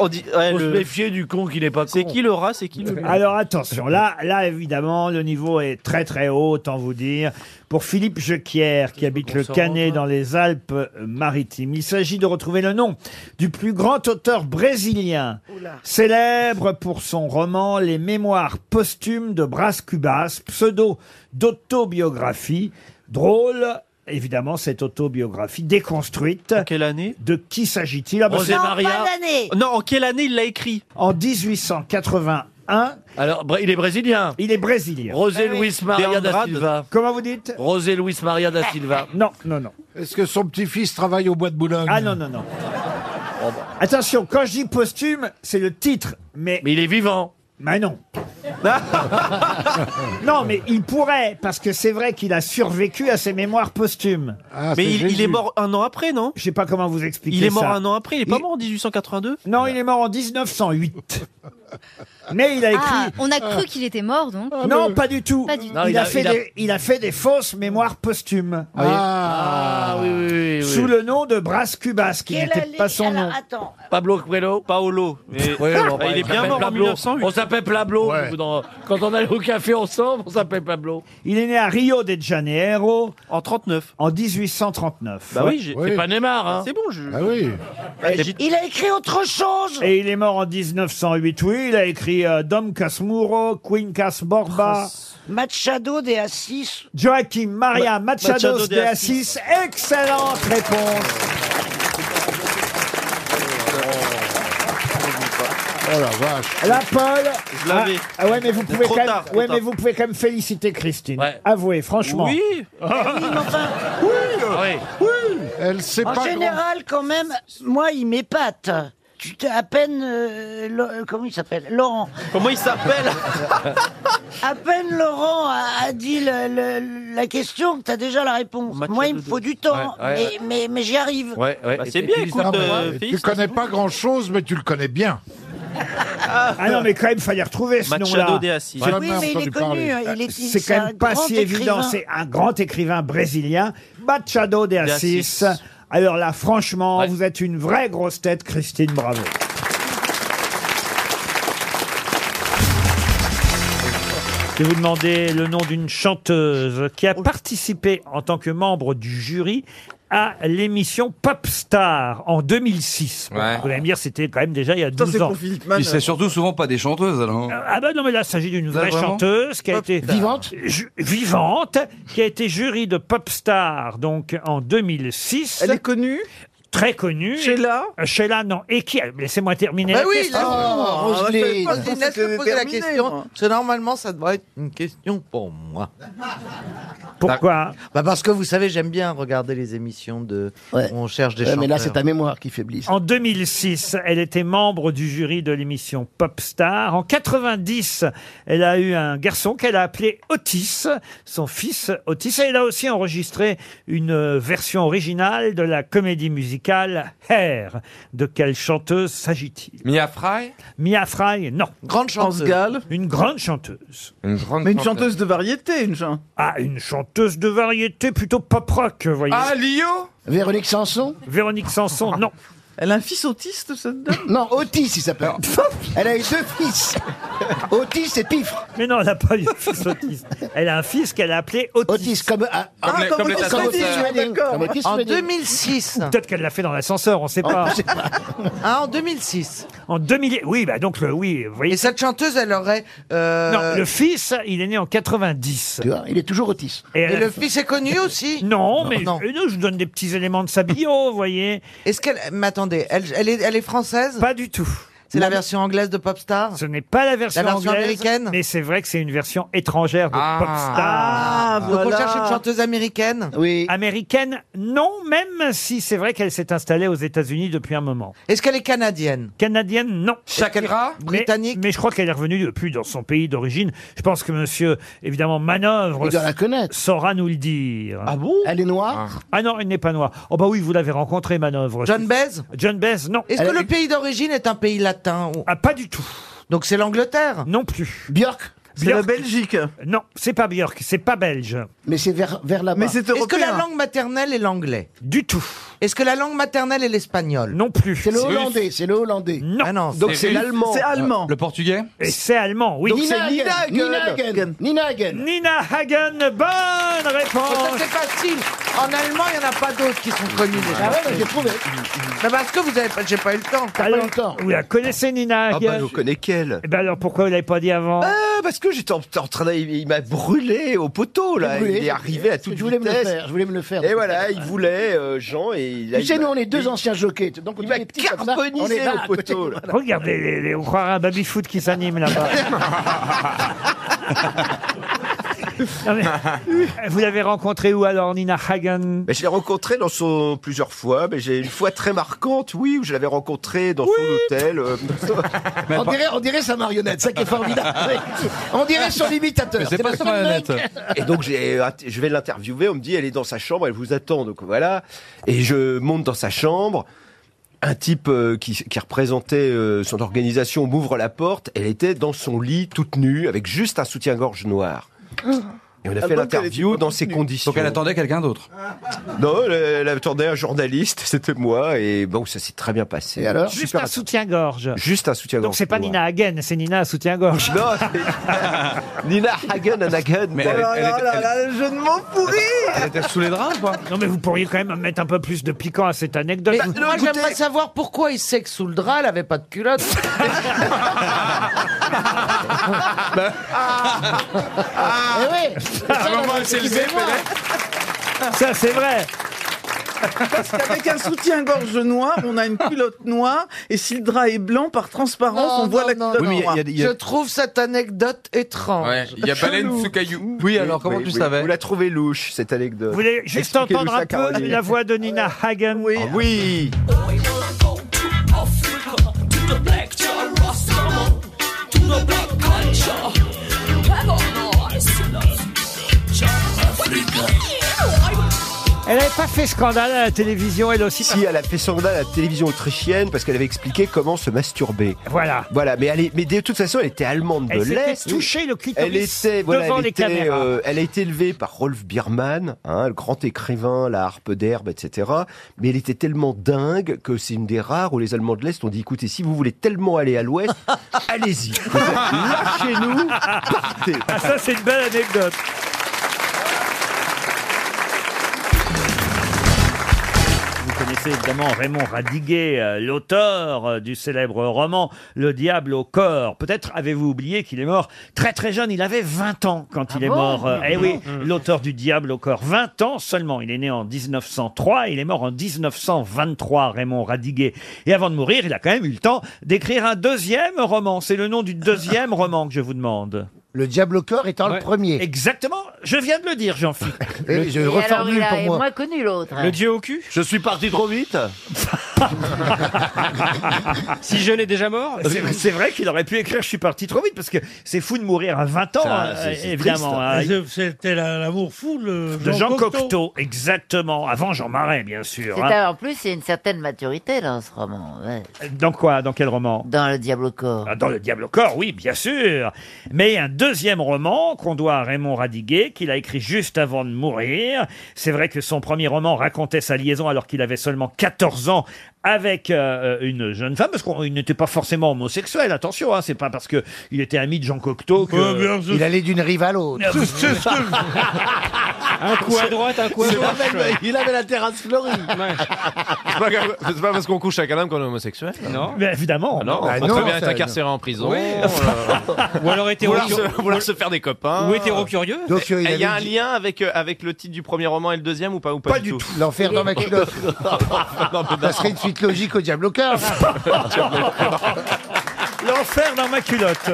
Speaker 6: On dit, ouais,
Speaker 9: Faut se
Speaker 6: le-
Speaker 9: méfier du con qui n'est pas con.
Speaker 6: C'est qui le rat, c'est qui le loup
Speaker 1: Alors attention, là, là évidemment, le niveau est très très haut, autant vous dire. Pour Philippe Jequier, qui habite le
Speaker 6: se
Speaker 1: Canet dans les Alpes-Maritimes, il s'agit de retrouver le nom du plus grand auteur brésilien, célèbre pour son roman Les Mémoires posthumes de Brás Cubas, pseudo d'autobiographie, drôle. Évidemment, cette autobiographie déconstruite.
Speaker 6: quelle année
Speaker 1: De qui s'agit-il Ah bah,
Speaker 6: José
Speaker 1: c'est-
Speaker 6: Non, Maria. pas d'année. Non, en quelle année il l'a écrit
Speaker 1: En 1881.
Speaker 9: Alors, br- il est brésilien.
Speaker 1: Il est brésilien.
Speaker 9: José
Speaker 1: Eh oui.
Speaker 9: Luis Maria da
Speaker 1: Deandrade.
Speaker 9: Silva.
Speaker 1: Comment vous dites
Speaker 9: José Luis Maria da Silva.
Speaker 1: Non, non, non.
Speaker 25: Est-ce que son petit-fils travaille au bois de Boulogne
Speaker 1: Ah non, non, non. Oh, bah. Attention, quand je dis posthume, c'est le titre, mais...
Speaker 9: Mais il est vivant.
Speaker 1: Mais non. non, mais il pourrait, parce que c'est vrai qu'il a survécu à ses mémoires posthumes.
Speaker 6: Mais Ah, c'est il- il Jésus. est mort
Speaker 1: un an après, non Je sais pas comment vous expliquer
Speaker 6: Il est mort
Speaker 1: ça.
Speaker 6: un an après, il est pas mort en 1882
Speaker 1: Non, il est mort en 1908. mais il a écrit...
Speaker 21: Ah, on a
Speaker 20: Oh,
Speaker 21: cru qu'il était mort, donc
Speaker 1: Ah, Non, pas du tout.
Speaker 21: Ah, Pas du tout.
Speaker 1: il, a, fait Des, il a fait des fausses mémoires posthumes.
Speaker 9: Ah, oui, oui, oui, oui.
Speaker 1: Sous le nom de Bras Cubas, qui
Speaker 23: Quelle
Speaker 1: n'était
Speaker 23: allée
Speaker 1: pas son
Speaker 23: Alors,
Speaker 1: nom.
Speaker 23: Attends,
Speaker 9: Pablo Coelho Paolo.
Speaker 6: Ah, il est bien mort en 1908.
Speaker 9: On s'appelle Pablo.
Speaker 1: Ouais.
Speaker 9: nous, dans- Quand on allait au café ensemble, on s'appelle Pablo.
Speaker 1: Il est né à Rio de Janeiro.
Speaker 6: En 39.
Speaker 1: En 1839.
Speaker 9: Bah oui, j'ai- c'est pas Neymar. Hein.
Speaker 6: C'est bon, je.
Speaker 1: Ah oui.
Speaker 23: il a écrit autre chose
Speaker 1: Et il est mort en 1908. Oui, il a écrit euh, Dom Casmuro, Quincas Borba,
Speaker 23: Machado de Assis.
Speaker 1: Joaquim Maria
Speaker 23: Ma-
Speaker 1: Machado
Speaker 23: Machado de
Speaker 1: de Assis. Excellente réponse.
Speaker 25: Oh la vache.
Speaker 1: Là, Paul.
Speaker 25: Je l'avais.
Speaker 1: Ah, ah ouais, mais vous pouvez
Speaker 25: Trop
Speaker 1: quand même,
Speaker 25: tard, trop
Speaker 1: ouais,
Speaker 25: tard.
Speaker 1: mais vous pouvez quand même féliciter Christine. Avouez, franchement.
Speaker 23: Oui.
Speaker 9: Oui.
Speaker 25: Elle sait
Speaker 23: En
Speaker 25: pas.
Speaker 23: général, quand même, moi, il m'épate. Tu t'es à peine... euh, Lo- euh, comment il s'appelle Laurent.
Speaker 6: Comment il s'appelle
Speaker 23: À peine Laurent a, a dit le- le- la question que t'as déjà la réponse. moi, il me faut du temps,
Speaker 25: Ouais, ouais.
Speaker 23: mais, mais, mais j'y arrive.
Speaker 25: Bah,
Speaker 6: c'est bien, écoute,
Speaker 25: Ah, mais
Speaker 6: euh,
Speaker 25: tu
Speaker 6: Félix,
Speaker 25: connais pas grand chose, mais tu le connais bien.
Speaker 1: Ah non, mais quand même, fallait retrouver ce
Speaker 25: Machado
Speaker 1: nom-là.
Speaker 25: de Assis. Oui, mais il est connu, hein, il est-
Speaker 1: C'est
Speaker 23: c'est
Speaker 1: quand
Speaker 23: un
Speaker 1: même pas
Speaker 23: grand
Speaker 1: si évident.
Speaker 23: écrivain.
Speaker 1: C'est un grand écrivain brésilien, Machado de Assis. Alors là, franchement, vous êtes une vraie grosse tête, Christine. Bravo. Je vais vous demander le nom d'une chanteuse qui a participé en tant que membre du jury à l'émission Popstar en 2006. Bon,
Speaker 22: Ouais.
Speaker 1: Vous allez me dire, c'était quand même déjà il y a 12 ans.
Speaker 22: Puis c'est surtout souvent pas des chanteuses alors.
Speaker 1: Ah bah non, mais là, il s'agit d'une vraie
Speaker 22: vraiment
Speaker 1: chanteuse qui a été...
Speaker 22: Vivante
Speaker 1: Ju- Vivante, qui a été jury de Popstar, donc en 2006. Elle est connue Très connue. Sheila Sheila, non. Et qui euh, Laissez-moi terminer
Speaker 2: Bah
Speaker 1: la
Speaker 2: oui,
Speaker 1: question.
Speaker 2: laisse-moi. Roselyne, laisse-le poser la question. Parce que normalement, ça devrait être une question pour moi.
Speaker 1: Pourquoi
Speaker 2: bah Parce que vous savez, j'aime bien regarder les émissions de. On cherche des
Speaker 30: Ouais,
Speaker 2: chanteurs.
Speaker 30: mais là, c'est ta
Speaker 2: mémoire qui faiblit.
Speaker 1: En 2006, elle était membre du jury de l'émission Popstar. En 90, elle a eu un garçon qu'elle a appelé Otis, son fils Otis. Et elle a aussi enregistré une euh, version originale de la comédie musicale. musical Hair. De quelle chanteuse s'agit-il Mia Fry Mia Fry, non. Grande
Speaker 2: chanteuse. France Gall
Speaker 1: Une grande chanteuse. Une grande
Speaker 2: Mais une chanteuse de variété, une chanteuse.
Speaker 1: Ah, une chanteuse de variété plutôt pop rock, vous voyez.
Speaker 2: Ah, Lio
Speaker 1: Véronique Sanson Véronique Sanson, non.
Speaker 2: Elle a un fils autiste, cette dame
Speaker 6: Non, Otis, il s'appelle. Elle a eu deux fils. Otis et Pifre.
Speaker 1: Mais non, elle n'a pas eu de fils autiste. Elle a un fils qu'elle a appelé Otis. Otis,
Speaker 6: comme.
Speaker 2: Ah, comme comme Otis Redding, Redding. Comme Otis En Redding.
Speaker 1: 2006. Peut-être qu'elle l'a fait dans l'ascenseur, on ne sait
Speaker 2: Oh,
Speaker 1: pas.
Speaker 2: je sais pas. Ah, en 2006.
Speaker 1: En 2000. Oui, bah donc, le, oui, vous voyez.
Speaker 2: Et cette chanteuse, elle aurait. euh,
Speaker 1: Non, le fils, il est né Euh, en 90.
Speaker 6: Tu vois, il est toujours autiste.
Speaker 2: Et le fils est connu aussi
Speaker 1: Non, mais
Speaker 2: Non.
Speaker 1: euh, non, je vous donne des petits éléments de sa bio, vous voyez.
Speaker 2: Est-ce qu'elle. Mais attendez, elle, elle est, elle est française
Speaker 1: Pas du tout.
Speaker 2: C'est la version anglaise de Popstar
Speaker 1: Ce n'est pas la version,
Speaker 2: La version
Speaker 1: anglaise,
Speaker 2: américaine
Speaker 1: mais c'est vrai que c'est une version étrangère de
Speaker 2: Ah,
Speaker 1: Popstar.
Speaker 2: vous recherchez une chanteuse américaine
Speaker 1: Oui. Américaine, non, même si c'est vrai qu'elle s'est installée aux États-Unis depuis un moment.
Speaker 2: Est-ce qu'elle est canadienne
Speaker 1: Canadienne, non.
Speaker 2: Shakira
Speaker 1: Mais- Mais, je crois qu'elle est revenue depuis dans son pays d'origine. Je pense que monsieur, évidemment, Manœuvre
Speaker 6: Il doit la
Speaker 1: saura nous le dire. Ah
Speaker 2: bon
Speaker 6: Elle est noire
Speaker 1: Ah non, elle n'est pas noire. Oh bah oui, vous l'avez rencontré, Manœuvre.
Speaker 2: John Baez
Speaker 1: John Baez, non.
Speaker 2: Est-ce que le pays d'origine est un pays latin ou-
Speaker 1: Ah, pas du tout.
Speaker 2: Donc c'est l'Angleterre
Speaker 1: Non plus.
Speaker 2: Björk C'est la Belgique
Speaker 1: Non, c'est pas Björk, c'est pas belge.
Speaker 6: Mais c'est vers, vers là-bas.
Speaker 2: Est-ce que la langue maternelle est l'anglais
Speaker 1: Du tout.
Speaker 2: Est-ce que la langue maternelle est l'espagnol Ah
Speaker 1: Non plus.
Speaker 6: C'est le hollandais, c'est le hollandais.
Speaker 1: Non.
Speaker 6: Donc c'est l'allemand.
Speaker 22: Le portugais
Speaker 1: Et c'est allemand, oui.
Speaker 6: Donc c'est Nina Hagen. Nina Hagen. Ah, Nina Hagen.
Speaker 1: Nina Ah, Hagen, bonne
Speaker 2: Oh, ça
Speaker 1: réponse.
Speaker 2: c'est facile En allemand, il n'y en a pas d'autres qui sont connus déjà.
Speaker 6: Ah ouais, mais j'ai trouvé.
Speaker 2: Mais parce que vous avez pas, j'ai pas eu le temps.
Speaker 1: Alors, vous la connaissez, Nina Hagen
Speaker 8: Ah bah, connais qu'elle.
Speaker 1: Eh ben alors pourquoi vous l'avez pas dit avant
Speaker 8: Ah, parce que j'étais en, en train de- Il m'a brûlé au poteau, là.
Speaker 6: Brûlé.
Speaker 8: Ah, Il est arrivé à toute
Speaker 6: Je voulais me le
Speaker 8: vitesse.
Speaker 6: faire, je voulais me le faire.
Speaker 8: Et voilà, il voulait euh, Jean et il a.
Speaker 6: Tu sais,
Speaker 8: il
Speaker 6: nous,
Speaker 8: m'a-
Speaker 6: on est deux anciens jockeys. Donc, on est petits comme ça.
Speaker 8: carbonisé
Speaker 6: On est là,
Speaker 8: au
Speaker 6: à côté.
Speaker 8: poteau, là.
Speaker 6: Voilà.
Speaker 1: Regardez, les- les- on croirait un baby-foot qui s'anime là-bas. Non, mais- vous l'avez rencontré où alors, Nina Hagen
Speaker 8: Mais je l'ai rencontré dans son plusieurs fois, mais j'ai une fois très marquante, oui, où je l'avais rencontré dans son hôtel. euh,
Speaker 6: On dirait, on dirait sa marionnette, ça qui est formidable. on dirait son imitateur.
Speaker 8: C'est pas
Speaker 6: le
Speaker 8: ça,
Speaker 6: seul mec.
Speaker 8: Et donc j'ai, att- je vais l'interviewer. On me dit elle est dans sa chambre, elle vous attend. Donc voilà. Et je monte dans sa chambre. Un type euh, qui, qui représentait euh, son organisation m'ouvre la porte. Elle était dans son lit toute nue avec juste un soutien-gorge noir. Et on
Speaker 22: Ah, donc,
Speaker 8: a fait
Speaker 22: elle était
Speaker 8: l'interview
Speaker 22: pas
Speaker 8: dans
Speaker 22: toute
Speaker 8: ces
Speaker 22: nue.
Speaker 8: conditions.
Speaker 22: Donc, elle attendait quelqu'un d'autre.
Speaker 8: Non, elle, elle attendait un journaliste, c'était moi, et bon, ça s'est très bien passé.
Speaker 1: Juste
Speaker 8: Super
Speaker 1: un soutien-gorge.
Speaker 8: Juste un soutien-gorge.
Speaker 1: Donc c'est pas
Speaker 8: noir.
Speaker 1: Nina Hagen, c'est Nina à soutien-gorge.
Speaker 8: Non, Nina Hagen and Hagen.
Speaker 22: Mais
Speaker 1: Oh
Speaker 22: elle- elle était- elle-
Speaker 2: le jeu de mots pourri
Speaker 22: elle était sous les draps, quoi.
Speaker 1: Non mais vous pourriez quand même mettre un peu plus de piquant à cette anecdote.
Speaker 2: Mais
Speaker 1: Vous-
Speaker 2: Bah,
Speaker 22: Bah,
Speaker 2: moi, j'aimerais savoir pourquoi il sait que sous le drap, elle avait pas de culotte.
Speaker 6: Eh oui. C'est ça, la vraie question.
Speaker 1: Ça c'est vrai.
Speaker 31: Parce qu'avec un soutien-gorge noir, on a une culotte noire, et si le drap est blanc, par transparence,
Speaker 2: Non,
Speaker 31: on voit
Speaker 2: non,
Speaker 31: la
Speaker 2: non,
Speaker 31: culotte
Speaker 2: non.
Speaker 31: noire.
Speaker 2: Je trouve cette anecdote étrange.
Speaker 22: Ouais, il y a baleine
Speaker 2: Chelou.
Speaker 22: sous caillou. Oui, alors comment tu savais
Speaker 8: Vous la trouvez louche, cette anecdote.
Speaker 1: Vous voulez juste
Speaker 8: Expliquez-nous
Speaker 1: entendre
Speaker 8: ça,
Speaker 1: un peu
Speaker 8: Caroline.
Speaker 1: la voix de Nina Hagen
Speaker 8: Ah oui
Speaker 1: Elle avait pas fait scandale à la télévision, elle aussi.
Speaker 8: Si, elle a fait scandale à la télévision autrichienne parce qu'elle avait expliqué comment se masturber.
Speaker 1: Voilà.
Speaker 8: Voilà, mais, elle est- mais de toute façon, elle était allemande
Speaker 1: Elle
Speaker 8: de
Speaker 1: s'était
Speaker 8: l'Est.
Speaker 1: touché le
Speaker 8: Elle
Speaker 1: clitoris
Speaker 8: était, voilà,
Speaker 1: devant
Speaker 8: elle,
Speaker 1: les
Speaker 8: était,
Speaker 1: caméras.
Speaker 8: euh, elle a été élevée par Rolf Biermann, hein, le grand écrivain, la harpe d'herbe, etc. Mais elle était tellement dingue que c'est une des rares où les Allemands de l'Est ont dit écoutez, si vous voulez tellement aller à l'Ouest, allez-y. Vous êtes Lâchez-nous, partez.
Speaker 1: Ah, ça, c'est une belle anecdote. Vous connaissez évidemment Raymond Radiguet, euh, l'auteur euh, du célèbre roman Le Diable au corps. Peut-être avez-vous oublié qu'il est mort très très jeune. Il avait 20 ans quand il est
Speaker 5: bon
Speaker 1: mort. Euh, eh oui,
Speaker 5: Mm.
Speaker 1: l'auteur du Diable au corps. 20 ans seulement. Il est né en 1903. Il est mort en 1923, Raymond Radiguet. Et avant de mourir, il a quand même eu le temps d'écrire un deuxième roman. C'est le nom du deuxième roman que je vous demande.
Speaker 6: Le diable au corps étant le premier.
Speaker 1: Exactement. Je viens de le dire, Jean-Philippe.
Speaker 6: Et je reformule
Speaker 21: alors, il a
Speaker 6: pour moi.
Speaker 21: moins connu l'autre.
Speaker 5: dieu au cul
Speaker 8: Je suis parti trop vite
Speaker 1: si jeune est déjà mort Ah, C'est c'est vrai qu'il aurait pu écrire Je suis parti trop vite, parce que c'est fou de mourir à 20 ans,
Speaker 32: Ça,
Speaker 1: hein,
Speaker 32: c'est- c'est
Speaker 1: évidemment.
Speaker 9: Ah,
Speaker 1: hein.
Speaker 32: triste. C'était la- l'amour fou le
Speaker 1: De Jean Cocteau, exactement. Avant Jean Marais, bien sûr.
Speaker 21: C'est
Speaker 1: hein.
Speaker 21: en plus, il y a une certaine maturité dans ce roman. ouais.
Speaker 1: Dans quoi Dans quel roman Ah,
Speaker 21: Dans Le Diable au corps.
Speaker 1: Dans Le Diable au corps, oui, bien sûr. Mais un deuxième roman qu'on doit à Raymond Radiguet, qu'il a écrit juste avant de mourir. C'est vrai que son premier roman racontait sa liaison alors qu'il avait seulement 14 ans avec euh, une jeune femme, parce qu'il n'était pas forcément homosexuel, attention, hein, c'est pas parce que il était ami de Jean Cocteau que...
Speaker 4: Euh, bien sûr. Il allait
Speaker 1: d'une rive à l'autre. un
Speaker 4: coup à droite, un coup à gauche.
Speaker 1: Il avait la terrasse fleurie.
Speaker 8: C'est pas, c'est pas parce qu'on couche avec un homme qu'on est homosexuel Non.
Speaker 1: Mais évidemment.
Speaker 8: Ah non,
Speaker 1: Bah
Speaker 8: on
Speaker 1: non,
Speaker 8: peut bien
Speaker 1: ça,
Speaker 8: être incarcéré en prison.
Speaker 1: Oui.
Speaker 8: euh,
Speaker 9: Ou alors hétéro-
Speaker 8: Vouloir se, vouloir se faire des copains.
Speaker 9: Ou hétéro-curieux.
Speaker 8: Donc,
Speaker 9: Donc,
Speaker 8: il
Speaker 9: euh,
Speaker 8: y
Speaker 9: il
Speaker 8: a un
Speaker 9: avait dit-
Speaker 8: lien avec, euh, avec le titre du premier roman et le deuxième ou pas ou Pas, du tout.
Speaker 4: L'enfer dans ma culotte.
Speaker 8: Non, mais non.
Speaker 4: Ça serait une suite logique au diable au cœur.
Speaker 1: L'enfer dans ma culotte.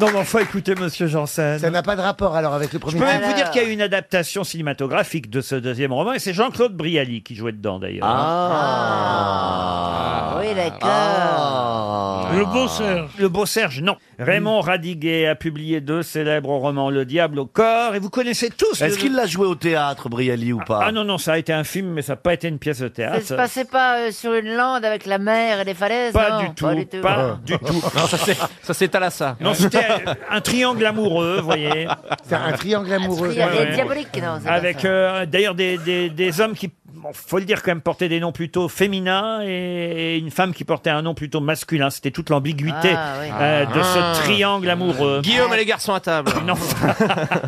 Speaker 1: Non, mais enfin, écoutez, monsieur Janssen.
Speaker 4: Ça n'a pas de rapport alors avec le premier.
Speaker 1: Je peux même
Speaker 4: titre.
Speaker 1: vous dire qu'il y a eu une adaptation cinématographique de ce deuxième roman, et c'est Jean-Claude Brialy qui jouait dedans d'ailleurs.
Speaker 21: Ah, oui,
Speaker 1: Ah.
Speaker 21: d'accord.
Speaker 1: Le Beau Serge. Mm. Le Beau Serge, non. Raymond Radiguet a publié deux célèbres romans, Le Diable au corps, et vous connaissez tous.
Speaker 9: Est-ce qu'il
Speaker 1: l'a joué au théâtre, Brialy, ou pas Ah non, non, ça a été un film, mais ça n'a pas été une pièce de
Speaker 21: Ça
Speaker 1: théâtre.
Speaker 21: se passait pas euh, sur une lande avec la mer et les falaises
Speaker 1: Pas
Speaker 21: non
Speaker 1: du tout,
Speaker 21: Pas du tout.
Speaker 1: pas du tout.
Speaker 8: Ça c'est Talassa.
Speaker 1: Non, c'était un triangle amoureux, vous voyez.
Speaker 4: C'est un triangle amoureux.
Speaker 21: Il y avait
Speaker 1: Ouais, ouais.
Speaker 21: diabolique, non c'est pas
Speaker 1: Avec
Speaker 21: ça.
Speaker 1: euh, d'ailleurs des, des, des hommes qui, bon, faut le dire quand même, portaient des noms plutôt féminins et, et une femme qui portait un nom plutôt masculin. C'était toute l'ambiguïté
Speaker 8: Ah, oui.
Speaker 1: euh, de
Speaker 8: Ah.
Speaker 1: ce triangle amoureux.
Speaker 8: Guillaume et les garçons à table.
Speaker 1: Non.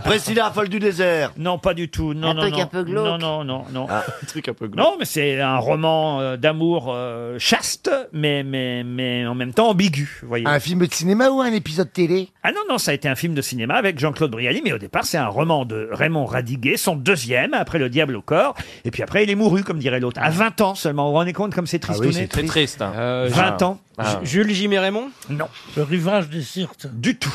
Speaker 1: Priscilla, folle du désert. Non, pas du tout. Non,
Speaker 8: Un
Speaker 1: non,
Speaker 8: truc
Speaker 1: non.
Speaker 8: un peu glauque.
Speaker 1: Non, non, non, non.
Speaker 8: Un truc un peu glauque.
Speaker 1: Non, mais c'est un roman euh, d'amour euh, chaste, mais, mais, mais en même temps ambigu, vous voyez.
Speaker 4: Un film de cinéma ou un épisode télé
Speaker 1: Ah non, non, ça a été un film de cinéma avec Jean-Claude Brialy, mais au départ, c'est un roman de Raymond Radiguet, son deuxième, après Le Diable au corps. Et puis après, il est mouru, comme dirait
Speaker 4: Ah.
Speaker 1: l'autre, à 20 ans seulement. Vous vous rendez compte comme c'est triste
Speaker 8: c'est très triste. hein.
Speaker 4: Euh,
Speaker 22: Euh,
Speaker 1: 20 ans.
Speaker 8: Ah.
Speaker 1: Jules Jim Raymond Non.
Speaker 32: Le rivage des Sirtes.
Speaker 1: Du tout.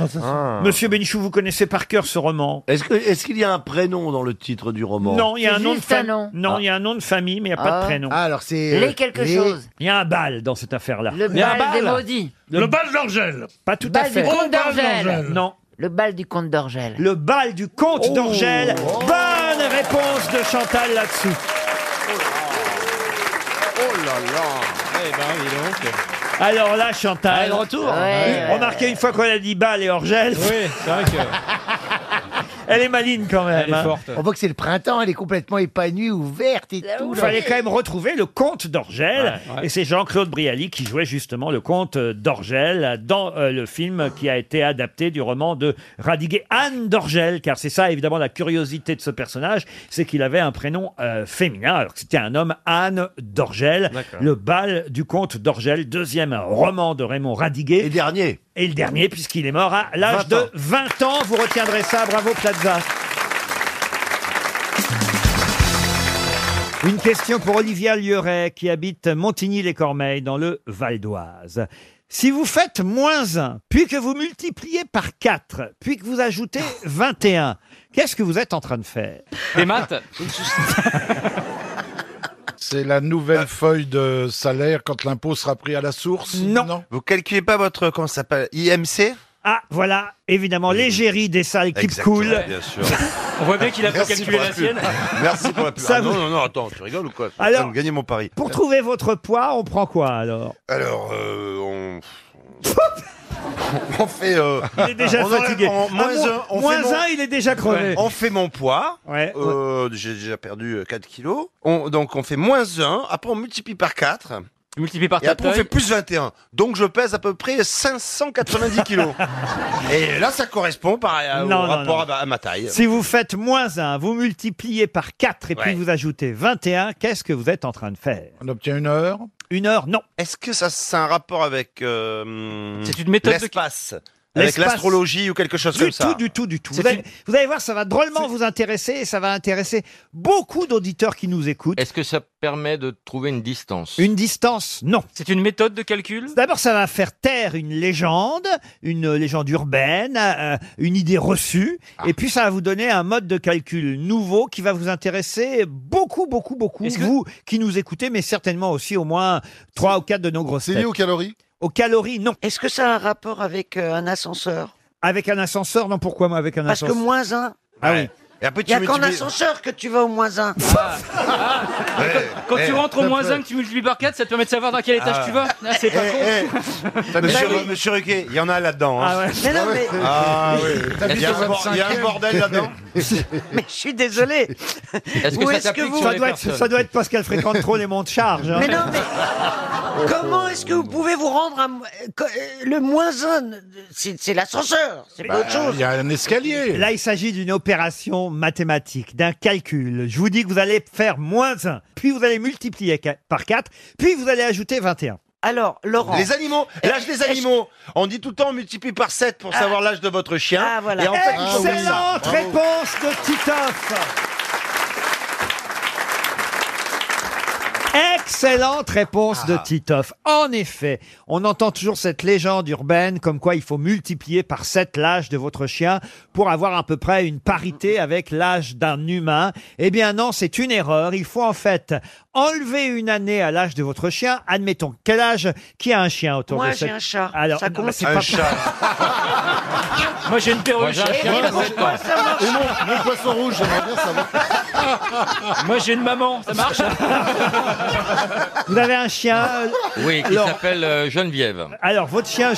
Speaker 9: Ah.
Speaker 1: Monsieur Bénichou, vous connaissez par cœur ce roman
Speaker 9: Est-ce que- est-ce qu'il y a un prénom dans le titre du roman
Speaker 1: Non, il y a un
Speaker 21: C'est
Speaker 1: nom de
Speaker 21: juste un
Speaker 1: famille.
Speaker 21: nom.
Speaker 1: Non, il y a un nom de famille, mais il n'y a pas
Speaker 21: Ah.
Speaker 1: de prénom.
Speaker 21: Ah, alors c'est, Les euh, quelque les- chose.
Speaker 1: Il y a un bal dans cette affaire-là.
Speaker 21: Le
Speaker 1: Il y a un
Speaker 21: bal des
Speaker 1: bal.
Speaker 21: maudits.
Speaker 1: Le, bal d'Orgel. Pas tout à
Speaker 21: Bal
Speaker 1: fait.
Speaker 21: du comte d'Orgel.
Speaker 1: Non.
Speaker 21: Le bal du comte d'Orgel.
Speaker 1: Le bal du comte d'Orgel. Bonne réponse de Chantal là-dessous.
Speaker 8: Oh là là. Eh ben, dis donc.
Speaker 1: Alors là, Chantal.
Speaker 8: Ah, le retour. Ouais, ouais,
Speaker 1: Remarquez une fois qu'on a dit bal et Orgel.
Speaker 8: Oui, c'est vrai que.
Speaker 1: Elle est maligne quand même. hein.
Speaker 4: On voit que c'est le printemps, elle est complètement épanouie, ouverte
Speaker 6: Bah
Speaker 4: et tout.
Speaker 1: Il
Speaker 4: là.
Speaker 1: fallait quand même retrouver le comte d'Orgel. Et c'est Jean-Claude Brialy qui jouait justement le comte euh, d'Orgel dans euh, le film qui a été adapté du roman de Radiguet Anne d'Orgel. Car c'est ça, évidemment, la curiosité de ce personnage, c'est qu'il avait un prénom euh, féminin, alors que c'était un homme, Anne d'Orgel. Le bal du comte d'Orgel, deuxième roman de Raymond Radiguet. Et dernier. Et le dernier, puisqu'il est mort à l'âge
Speaker 9: 20 ans.
Speaker 1: de 20 ans. Vous retiendrez ça. Bravo, Plaza. Une question pour Olivia Lieuret qui habite Montigny-les-Cormeilles dans le Val d'Oise. Si vous faites moins 1, puis que vous multipliez par 4, puis que vous ajoutez 21, qu'est-ce que vous êtes en train de faire
Speaker 12: Des maths
Speaker 25: C'est la nouvelle feuille de salaire quand l'impôt sera pris à la source Non.
Speaker 1: Vous calculez pas votre, comment ça s'appelle, IMC Ah, voilà, évidemment, l'égérie des salles qui coule.
Speaker 6: Bien sûr.
Speaker 12: On voit bien qu'il a pas
Speaker 6: Merci
Speaker 12: calculé
Speaker 6: pour
Speaker 12: la
Speaker 6: pub.
Speaker 12: sienne.
Speaker 6: Merci pour la pub.
Speaker 1: Ça
Speaker 6: Ah non,
Speaker 1: vous-
Speaker 6: non, non, attends, tu rigoles ou quoi Je suis en
Speaker 1: Alors-
Speaker 6: train de gagner mon pari.
Speaker 1: Pour trouver votre poids, on prend quoi alors
Speaker 6: Alors, euh, on... on fait... euh,
Speaker 1: Il est déjà
Speaker 6: on a-
Speaker 1: fatigué.
Speaker 6: on- moins
Speaker 1: Ah, mon-
Speaker 6: un, on
Speaker 1: moins
Speaker 6: fait mon-
Speaker 1: un, il est déjà crevé.
Speaker 6: Ouais. On fait mon poids.
Speaker 1: Ouais.
Speaker 6: Euh, J'ai déjà perdu euh, 4 kilos. On- donc, on fait moins 1. Après, on multiplie par 4.
Speaker 12: Multiplié par
Speaker 6: Et
Speaker 12: ta
Speaker 6: après, on
Speaker 12: taille.
Speaker 6: fait plus 21. Donc, je pèse à peu près 590 kilos. Et là, ça correspond pareil, à- au
Speaker 1: Non, non,
Speaker 6: rapport
Speaker 1: non.
Speaker 6: À, à ma
Speaker 22: euh,
Speaker 6: taille.
Speaker 1: Si vous faites moins 1, vous multipliez par 4 et puis
Speaker 6: Ouais.
Speaker 1: vous ajoutez 21, qu'est-ce que vous êtes en train de faire
Speaker 25: On obtient une heure
Speaker 1: Une heure, non.
Speaker 6: Est-ce que ça c'est un rapport avec euh,
Speaker 12: C'est une méthode de-
Speaker 6: l'espace Avec
Speaker 1: l'espace-
Speaker 6: l'astrologie ou quelque chose
Speaker 1: du
Speaker 6: comme ça.
Speaker 1: tout, du tout, du tout. Vous allez, vous allez voir, ça va drôlement vous intéresser et ça va intéresser beaucoup d'auditeurs qui nous écoutent.
Speaker 22: Est-ce que ça permet de trouver une distance
Speaker 1: Une distance, non.
Speaker 22: C'est une méthode de calcul
Speaker 1: D'abord, ça va faire taire une légende, une légende urbaine, euh, une idée reçue, et puis ça va vous donner un mode de calcul nouveau qui va vous intéresser beaucoup, beaucoup, beaucoup, vous qui nous écoutez, mais certainement aussi au moins trois ou quatre de nos grosses
Speaker 25: C'est lié aux calories
Speaker 1: Aux calories, non.
Speaker 23: Est-ce que ça a un rapport avec euh, un ascenseur
Speaker 1: Avec un ascenseur, non, pourquoi moi avec un
Speaker 23: Parce que
Speaker 1: ascenseur
Speaker 23: moins un.
Speaker 1: Ah oui.
Speaker 23: Il n'y a qu'en ascenseur que tu vas au moins un.
Speaker 22: Quand
Speaker 23: Eh,
Speaker 22: tu rentres au
Speaker 23: le
Speaker 22: moins
Speaker 23: peu.
Speaker 22: 1 que tu multiplies par 4, ça te permet de savoir dans quel étage
Speaker 6: Ah.
Speaker 22: tu vas Ah, C'est pas
Speaker 6: Eh,
Speaker 22: con
Speaker 6: Monsieur, monsieur Ruquier, il y en a là-dedans. hein.
Speaker 22: Ah ouais. Mais non, mais-
Speaker 6: Ah oui.
Speaker 22: T'as
Speaker 6: Il y a
Speaker 22: vu
Speaker 6: un bor- il y a un bordel là-dedans.
Speaker 23: Mais je suis désolé.
Speaker 1: Où est-ce que vous- ça, doit être, ça doit être parce qu'elle fréquente trop les monts de charge. hein.
Speaker 23: Mais non, mais comment est-ce que vous pouvez vous rendre à... mo- co- euh, Le moins un, c'est c'est l'ascenseur, c'est
Speaker 1: Bah.
Speaker 23: pas autre chose.
Speaker 1: un escalier. Là, il s'agit d'une opération mathématique, d'un calcul. Je vous dis que vous allez faire moins 1, puis vous allez multiplier qua- par 4, puis vous allez ajouter 21.
Speaker 23: Alors, Laurent.
Speaker 6: Les animaux, l'âge des animaux. On dit tout le temps on multiplie par 7 pour savoir l'âge de votre chien.
Speaker 23: Ah,
Speaker 6: Et en fait, ils font ça.
Speaker 1: Ah, Excellente
Speaker 6: Bravo.
Speaker 1: réponse de Titoff Excellente réponse
Speaker 23: Ah.
Speaker 1: de Titoff. En effet, on entend toujours cette légende urbaine comme quoi il faut multiplier par 7 l'âge de votre chien pour avoir à peu près une parité avec l'âge d'un humain. Eh bien non, c'est une erreur. Il faut en fait enlever une année à l'âge de votre chien. Admettons, quel âge Qui a un chien autour
Speaker 23: Moi,
Speaker 1: de cette-
Speaker 23: j'ai un chat.
Speaker 1: Alors,
Speaker 23: Ça
Speaker 1: non, bah,
Speaker 23: compte
Speaker 1: c'est
Speaker 23: Un
Speaker 1: pas-
Speaker 23: chat.
Speaker 22: Moi j'ai une perruche.
Speaker 1: Moi, j'ai un chien qui a sept ans. Et
Speaker 22: mon, poisson rouge, j'aimerais bien savoir. Moi j'ai une maman, ça marche
Speaker 1: Vous avez un chien euh,
Speaker 22: Oui, qui
Speaker 1: Laurent.
Speaker 22: s'appelle euh, Geneviève.
Speaker 1: Alors, votre chien.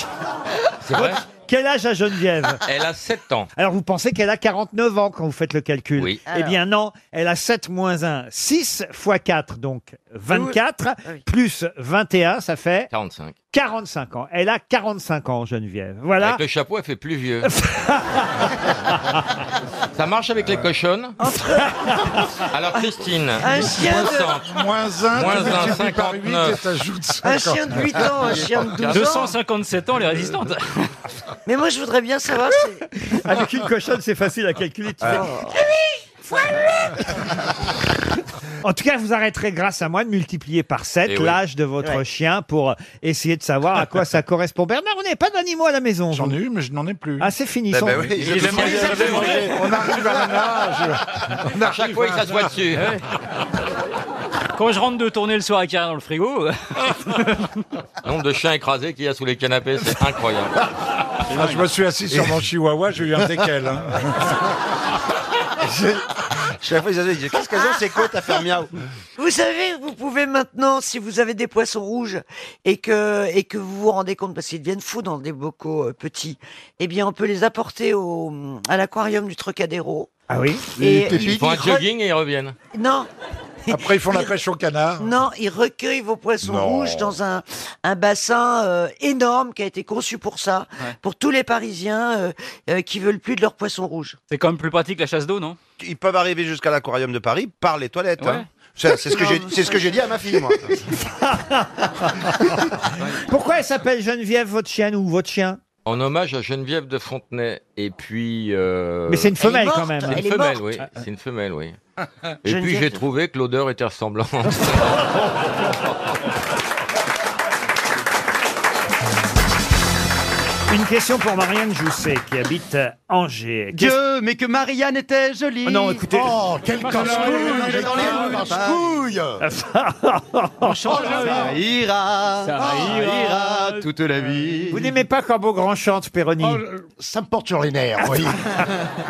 Speaker 22: C'est vrai
Speaker 1: Votre- Quel âge a Geneviève
Speaker 22: Elle a 7 ans.
Speaker 1: Alors, vous pensez qu'elle a 49 ans quand vous faites le calcul
Speaker 22: Oui.
Speaker 1: Eh bien, non, elle a 7 moins 1. 6 fois 4, donc 24, plus 21, ça fait
Speaker 22: 45.
Speaker 1: 45 ans. Elle a 45 ans, Geneviève. Voilà.
Speaker 22: Avec le chapeau, elle fait plus vieux. ça marche avec les cochonnes Alors Christine,
Speaker 12: Un chien de-
Speaker 22: 60.
Speaker 25: Moins un,
Speaker 22: Moins
Speaker 25: tu
Speaker 22: un,
Speaker 25: multiplies par huit et
Speaker 22: 59.
Speaker 25: t'ajoutes
Speaker 23: Un chien de 8 ans, un chien de 12 ans.
Speaker 22: 257 ans, les résistantes.
Speaker 23: Mais moi, je voudrais bien savoir. Ah. c'est-
Speaker 1: Avec une cochonne, c'est facile à calculer. tu sais. En tout cas, vous arrêterez grâce à moi de multiplier par 7
Speaker 22: Eh oui.
Speaker 1: l'âge de votre
Speaker 22: Ouais.
Speaker 1: chien pour euh, essayer de savoir à quoi ça correspond. Bernard, on n'est pas d'animaux à la maison. J'en ai eu, mais je n'en ai plus. Ah, c'est
Speaker 6: Eh
Speaker 1: fini.
Speaker 25: Ah
Speaker 1: sans-
Speaker 25: ben oui, je
Speaker 1: Ils
Speaker 25: le
Speaker 1: sont-
Speaker 25: sais,
Speaker 1: ils
Speaker 25: je le
Speaker 1: sont-
Speaker 25: sais. On arrive à un
Speaker 1: Ah,
Speaker 25: âge.
Speaker 6: Ah,
Speaker 25: On
Speaker 22: À
Speaker 25: arrive
Speaker 22: chaque fois,
Speaker 25: à
Speaker 22: il
Speaker 25: un
Speaker 22: s'assoit
Speaker 25: âge.
Speaker 22: dessus. Quand je rentre de tourner le soir à Carré dans le frigo. Nombre de chiens écrasés qu'il y a sous les canapés, c'est incroyable.
Speaker 25: Ah, je me suis assis sur mon chihuahua, j'ai eu un décal. hein.
Speaker 6: Chaque fois, ils se disent Qu'est-ce qu'elles ont ces côtes à faire miaou
Speaker 23: Vous savez, vous pouvez maintenant, si vous avez des poissons rouges et que, et que vous vous rendez compte, parce qu'ils deviennent fous dans des bocaux euh, petits, eh bien, on peut les apporter au, à l'aquarium du Trocadéro.
Speaker 1: Ah oui
Speaker 23: Et
Speaker 22: Ils font un
Speaker 23: ils re-
Speaker 22: jogging et ils reviennent.
Speaker 23: Non,
Speaker 25: Après, ils font la pêche au canard.
Speaker 23: non, ils recueillent vos poissons
Speaker 25: Non.
Speaker 23: rouges dans un, un bassin euh, énorme qui a été conçu pour ça, pour tous les Parisiens euh, euh, qui veulent plus de leurs poissons rouges.
Speaker 22: C'est quand même plus pratique la chasse d'eau, non
Speaker 6: Ils peuvent arriver jusqu'à l'aquarium de Paris par les toilettes.
Speaker 22: Ouais.
Speaker 6: hein. Ça, C'est ce que j'ai- c'est ce que j'ai dit à ma fille, moi.
Speaker 1: Pourquoi elle s'appelle Geneviève, votre chienne ou votre chien
Speaker 22: En hommage à Geneviève de Fontenay. Et puis. euh,
Speaker 1: Mais c'est une femelle, Elle est quand morte, même.
Speaker 22: C'est
Speaker 1: elle
Speaker 22: une
Speaker 1: est
Speaker 22: femelle,
Speaker 1: morte.
Speaker 22: oui. C'est une femelle, oui. Et
Speaker 1: Geneviève
Speaker 22: puis
Speaker 1: de-
Speaker 22: j'ai trouvé que l'odeur était ressemblante.
Speaker 4: Ah,
Speaker 1: Une question pour Marianne Jousset qui habite euh, Angers.
Speaker 2: Dieu, mais que Marianne était jolie.
Speaker 1: Oh non, écoutez- Oh, quel Ah,
Speaker 2: casse-couille dans les rues, casse-couille
Speaker 1: On
Speaker 2: Ça ira, ça ira toute la vie.
Speaker 1: Vous n'aimez pas quand Beaugrand chante, Péroni
Speaker 33: Oh,
Speaker 1: Ah,
Speaker 2: Ça me porte sur les nerfs, oui.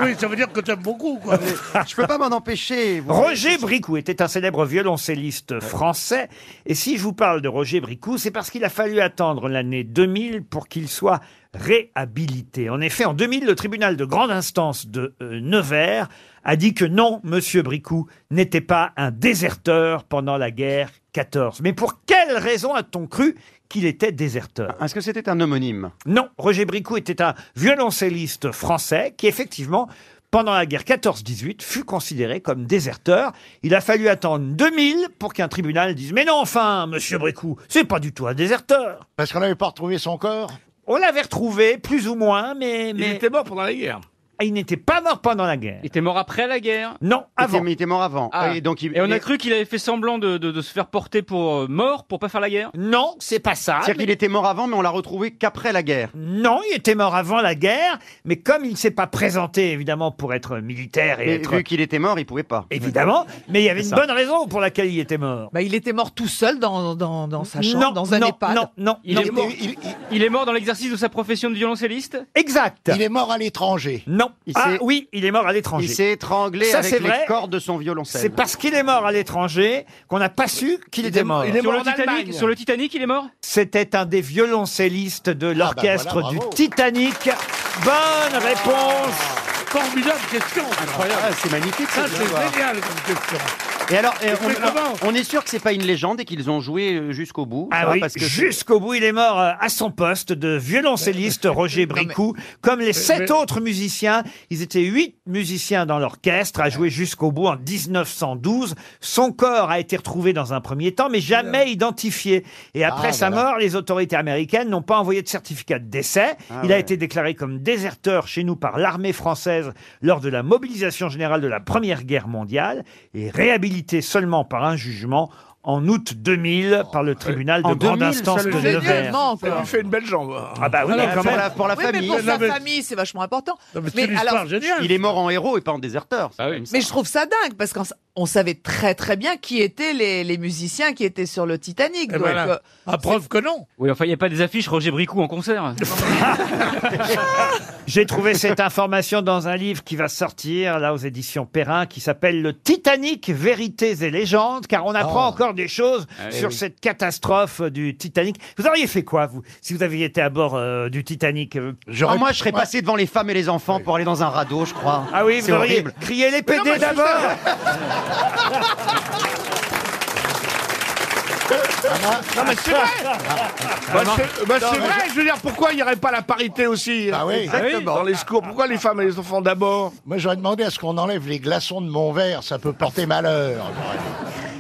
Speaker 34: Oui, ça veut dire que t'aimes beaucoup, quoi.
Speaker 2: Je peux pas m'en empêcher. vous voyez.
Speaker 1: Roger Bricou était un célèbre violoncelliste français. Et si je vous parle de Roger Bricou, c'est parce qu'il a fallu attendre l'année 2000 pour qu'il soit réhabilité. En effet, en 2000, le tribunal de grande instance de euh, Nevers a dit que non, Monsieur Bricou n'était pas un déserteur pendant la guerre 14. Mais pour quelle raison a-t-on cru qu'il était déserteur
Speaker 2: Est-ce que c'était un homonyme
Speaker 1: Non, Roger Bricou était un violoncelliste français qui, effectivement, pendant la guerre 14-18, fut considéré comme déserteur. Il a fallu attendre 2000 pour qu'un tribunal dise Mais non, enfin, monsieur Bricou, c'est pas du tout un déserteur.
Speaker 2: Parce qu'on n'avait pas retrouvé son corps
Speaker 1: On l'avait retrouvé, plus ou moins, mais... Il était
Speaker 9: mort pendant la guerre.
Speaker 1: Il n'était pas mort pendant la guerre.
Speaker 12: Il était mort après la guerre
Speaker 1: Non, avant.
Speaker 12: Il était mort avant.
Speaker 1: Ah, et donc il-
Speaker 12: on a
Speaker 1: et-
Speaker 12: cru qu'il avait fait semblant de, de- de se faire porter pour euh, mort pour pas faire la guerre
Speaker 1: Non, c'est pas ça.
Speaker 12: C'est-à-dire qu'il
Speaker 1: était mort avant, Ah, mais on l'a retrouvé qu'après la guerre. Non, il était mort avant la guerre, mais comme il ne s'est pas présenté, évidemment, pour être militaire et
Speaker 6: Mais
Speaker 1: être...
Speaker 6: vu qu'il était mort, il pouvait pas.
Speaker 1: Évidemment, mais il y avait
Speaker 6: C'est
Speaker 1: une
Speaker 6: ça.
Speaker 1: bonne raison pour laquelle il était mort.
Speaker 3: Bah, il était mort tout seul dans, dans, dans sa chambre,
Speaker 1: Non,
Speaker 3: dans un
Speaker 1: non,
Speaker 3: EHPAD.
Speaker 1: non, non.
Speaker 12: Il, est mort, il, est mort dans l'exercice de sa profession de violoncelliste
Speaker 1: Exact.
Speaker 12: Il est mort à l'étranger.
Speaker 1: Non. ah oui, il est mort à l'étranger.
Speaker 12: Il s'est étranglé
Speaker 1: Ça,
Speaker 6: avec
Speaker 1: c'est
Speaker 6: les
Speaker 1: vrai.
Speaker 6: cordes de son violoncelle.
Speaker 1: C'est parce qu'il est mort à l'étranger qu'on n'a pas su qu'il était mort.
Speaker 12: sur, le Titanic, sur le Titanic, il est mort
Speaker 1: C'était un des violoncellistes de l'orchestre
Speaker 12: voilà,
Speaker 1: du Titanic. Bonne réponse.
Speaker 35: Formidable question. Incroyable.
Speaker 6: Ah, c'est magnifique.
Speaker 35: Ça,
Speaker 6: cette histoire.
Speaker 35: c'est génial comme question.
Speaker 6: Et alors, et
Speaker 35: Mais
Speaker 6: on,
Speaker 35: comment
Speaker 6: on est sûr que c'est pas une légende et qu'ils ont joué euh, jusqu'au bout.
Speaker 1: Ah
Speaker 6: ça,
Speaker 1: oui,
Speaker 6: parce que
Speaker 1: jusqu'au bout, il est mort euh, à son poste de violoncelliste Roger Bricou. Comme les sept autres musiciens, ils étaient huit musiciens dans l'orchestre à jouer jusqu'au bout en 1912. Son corps a été retrouvé dans un premier temps, mais jamais identifié. Et après
Speaker 36: Ah,
Speaker 1: sa
Speaker 36: voilà.
Speaker 1: mort, les autorités américaines n'ont pas envoyé de certificat de décès.
Speaker 36: Ah,
Speaker 1: il a
Speaker 36: ouais.
Speaker 1: été déclaré comme déserteur chez nous par l'armée française lors de la mobilisation générale de la Première Guerre mondiale et réhabilité seulement par un jugement en août 2000 par
Speaker 36: Oh,
Speaker 1: le
Speaker 36: euh,
Speaker 1: tribunal de grande instance de Nevers.
Speaker 9: Ça lui fait une belle jambe.
Speaker 1: Ah bah oui, mais quand même.
Speaker 3: Oui, mais pour sa famille, c'est vachement important.
Speaker 9: mais
Speaker 3: mais, alors,
Speaker 6: Il est mort en héros et pas en déserteur.
Speaker 22: Ah
Speaker 6: c'est quand même ça.
Speaker 3: mais je trouve ça dingue parce qu'on s- on savait très très bien qui étaient les, les musiciens qui étaient sur le Titanic. donc, euh,
Speaker 1: Ah,
Speaker 35: À preuve que non.
Speaker 12: Oui, enfin, il n'y a pas des affiches Roger Bricou en concert.
Speaker 1: J'ai trouvé cette information dans un livre qui va sortir là aux éditions Perrin qui s'appelle Le Titanic, vérités et légendes, car on apprend encore des choses
Speaker 36: Oh. Ah,
Speaker 1: sur
Speaker 36: oui.
Speaker 1: cette catastrophe euh, du Titanic. Vous auriez fait quoi, vous, si vous aviez été à bord euh, du Titanic euh
Speaker 6: Ah, moi, je serais passé devant les femmes et les enfants pour aller dans un radeau, je crois.
Speaker 1: Ah oui,
Speaker 6: c'est
Speaker 1: vous auriez
Speaker 6: horrible.
Speaker 1: crié les
Speaker 6: Mais non, moi,
Speaker 1: PD
Speaker 6: je suis
Speaker 1: d'abord
Speaker 5: Ah,
Speaker 9: Non, mais c'est vrai
Speaker 1: Ah,
Speaker 9: Bah, c'est bah, c'est vrai, je veux dire, pourquoi il n'y aurait pas la parité aussi hein?
Speaker 37: Bah
Speaker 33: Ah oui.
Speaker 9: Exactement. Dans les secours, pourquoi les femmes et les enfants d'abord
Speaker 33: Moi, j'aurais demandé à ce qu'on enlève les glaçons de mon verre, ça peut porter malheur.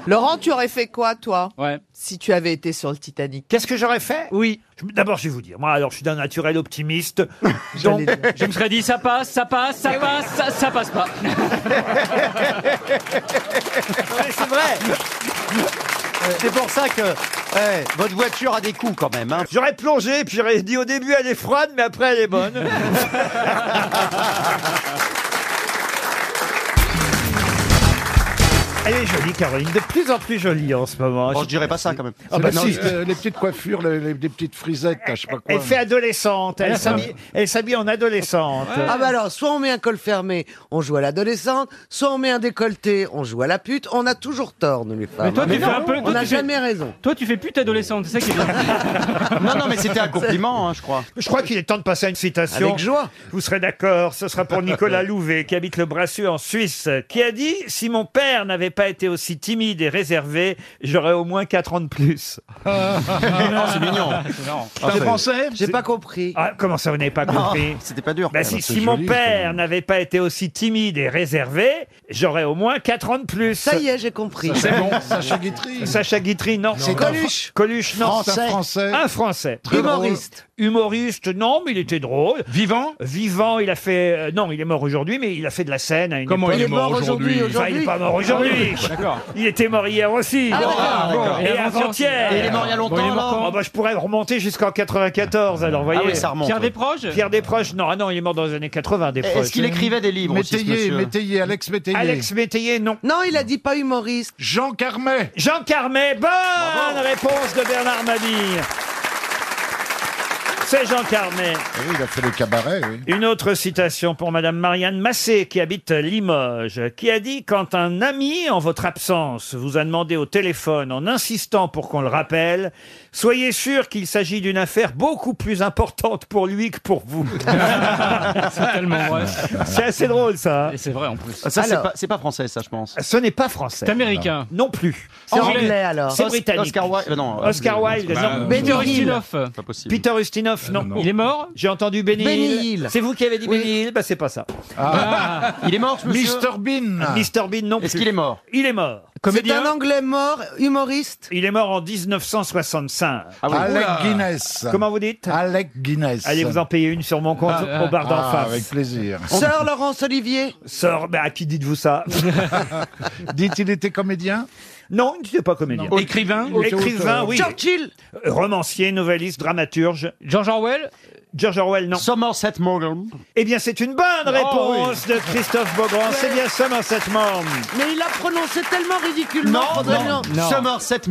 Speaker 3: Laurent, tu aurais fait quoi, toi
Speaker 12: Ouais.
Speaker 3: Si tu avais été sur le Titanic
Speaker 1: Qu'est-ce que j'aurais fait
Speaker 3: Oui.
Speaker 1: Je- D'abord, je vais vous dire. Moi, alors, je suis d'un naturel optimiste.
Speaker 12: Donc, je me serais dit, ça passe, ça passe, ça passe, ça, ça passe pas.
Speaker 6: c'est vrai. C'est pour ça que ouais, votre voiture a des coups quand même. hein.
Speaker 1: J'aurais plongé, puis j'aurais dit au début elle est froide, mais après elle est bonne. Elle est jolie, Caroline, de plus en plus jolie en ce moment.
Speaker 6: Bon, je dirais pas ça quand même.
Speaker 25: Ah bah
Speaker 1: non,
Speaker 25: si,
Speaker 1: je-
Speaker 25: euh, les petites coiffures, les, les- des petites frisettes, là, je sais pas quoi.
Speaker 1: Elle fait adolescente,
Speaker 12: Ah,
Speaker 1: elle
Speaker 25: Ouais.
Speaker 1: s'habille- elle s'habille en adolescente.
Speaker 2: Ah bah alors, soit on met un col fermé, on joue à l'adolescente, soit on met un décolleté, on joue à la pute. On a toujours tort, nous les femmes.
Speaker 12: Mais toi, tu
Speaker 2: Mais
Speaker 12: fais
Speaker 2: non,
Speaker 12: un peu.
Speaker 2: on
Speaker 12: toi,
Speaker 2: n'a
Speaker 12: tu fais-
Speaker 2: jamais raison.
Speaker 12: Toi, tu fais pute adolescente, c'est ça qui est bien.
Speaker 6: Non, non, mais c'était un compliment, hein, je crois.
Speaker 1: Je crois qu'il est temps de passer à une citation.
Speaker 2: Avec joie.
Speaker 1: Vous serez d'accord. Ce sera pour Nicolas Louvet, qui habite le Brassieux en Suisse, qui a dit Si mon père n'avait pas été aussi timide et réservé, j'aurais au moins 4 ans de plus.
Speaker 6: c'est mignon.
Speaker 1: Ah, c'est-
Speaker 2: J'ai pas compris.
Speaker 1: Ah, comment ça, vous n'avez pas
Speaker 6: Non,
Speaker 1: compris
Speaker 6: C'était pas dur. Ah,
Speaker 1: Bah, si, si mon père n'avait pas été aussi timide et réservé, j'aurais au moins 4 ans de plus.
Speaker 2: Ça y est, j'ai compris.
Speaker 25: Sacha Guitry.
Speaker 1: Sacha Guitry, non.
Speaker 25: C'est
Speaker 1: Coluche. Coluche, non.
Speaker 25: Français.
Speaker 1: Un français. Un français. Humoriste. Humoriste, non, mais il était drôle.
Speaker 9: Vivant
Speaker 1: Vivant, il a fait. euh, non, il est mort aujourd'hui, mais il a fait de la scène à une
Speaker 9: Comment
Speaker 1: époque.
Speaker 9: il est Il est mort mort aujourd'hui, aujourd'hui
Speaker 1: Enfin, il est pas mort aujourd'hui.
Speaker 9: Ah oui, d'accord.
Speaker 1: Il était mort hier aussi.
Speaker 9: Ah, d'accord, Ah, d'accord. d'accord.
Speaker 1: Et
Speaker 9: Et
Speaker 1: avant-hier.
Speaker 9: avant-hier. Et il est mort il y a longtemps,
Speaker 1: Bon, il est mort
Speaker 9: alors
Speaker 1: quand Ah, bah, je pourrais remonter jusqu'en 94, alors, voyez.
Speaker 6: Ah oui, ça remonte, Pierre oui. Desproges
Speaker 1: Pierre Desproches, non, ah non, il est mort dans les années 80, Desproges.
Speaker 6: Est-ce qu'il écrivait des livres aussi, ce
Speaker 1: Métayer,
Speaker 6: monsieur
Speaker 1: Métayer, Alex Métayer. Alex Métayer, non.
Speaker 2: Non, il a dit pas humoriste.
Speaker 25: Jean Carmet.
Speaker 1: Jean Carmet, bonne réponse de Bernard Mabille. C'est Jean Carmet.
Speaker 25: Ah oui, il a fait le cabaret, oui.
Speaker 1: Une autre citation pour Madame Marianne Massé, qui habite Limoges, qui a dit Quand un ami, en votre absence, vous a demandé au téléphone en insistant pour qu'on le rappelle, soyez sûr qu'il s'agit d'une affaire beaucoup plus importante pour lui que pour vous.
Speaker 12: C'est tellement vrai.
Speaker 1: C'est assez drôle, ça. hein. Ah,
Speaker 12: Et c'est vrai en plus.
Speaker 6: Ça, c'est
Speaker 1: Alors-
Speaker 6: pas, c'est pas français, ça, je pense.
Speaker 1: Ce n'est pas français.
Speaker 12: C'est américain.
Speaker 1: Non, plus.
Speaker 6: C'est anglais, alors.
Speaker 1: C'est
Speaker 6: Os-
Speaker 1: britannique.
Speaker 6: Oscar Wilde, euh, non,
Speaker 1: Oscar
Speaker 6: anglais,
Speaker 1: Wilde,
Speaker 6: non. Bah,
Speaker 1: non.
Speaker 6: euh, Benny Hill.
Speaker 1: Pas possible. Peter Ustinov, non. Il est mort J'ai entendu Benny,
Speaker 6: Benny
Speaker 1: Hill.
Speaker 6: Hill.
Speaker 1: C'est vous qui avez dit Benny Hill Bah, c'est pas ça.
Speaker 6: Ah. Il est mort, ce monsieur
Speaker 1: Mr. Bean. Mr. Bean, non.
Speaker 6: Est-ce qu'il est mort
Speaker 1: Il est mort.
Speaker 2: C'est un Anglais mort, humoriste.
Speaker 1: Il est mort en 1965.
Speaker 6: Ah
Speaker 25: oui. Alec Oula. Guinness.
Speaker 1: Ah Comment vous dites
Speaker 25: Alec Guinness.
Speaker 1: Allez vous en payer une sur mon compte
Speaker 25: Ah.
Speaker 1: au bar d'en
Speaker 25: Ah,
Speaker 1: face.
Speaker 25: avec plaisir.
Speaker 2: Sœur Laurence Olivier.
Speaker 1: Sœur, ben, à qui dites-vous ça
Speaker 25: Dites, il était comédien
Speaker 1: Non, il n'était pas comédien.
Speaker 25: Non. Écrivain
Speaker 1: Écrivain,
Speaker 25: Auteur.
Speaker 1: oui. Euh,
Speaker 25: Churchill
Speaker 1: Romancier, novelliste, dramaturge. George Orwell George Orwell, non. Somerset Maugham. Eh bien, c'est une bonne réponse de Christophe Beaugrand. C'est bien Somerset Maugham.
Speaker 2: Mais il l'a prononcé tellement ridiculement. faudrait lui en-
Speaker 25: Somerset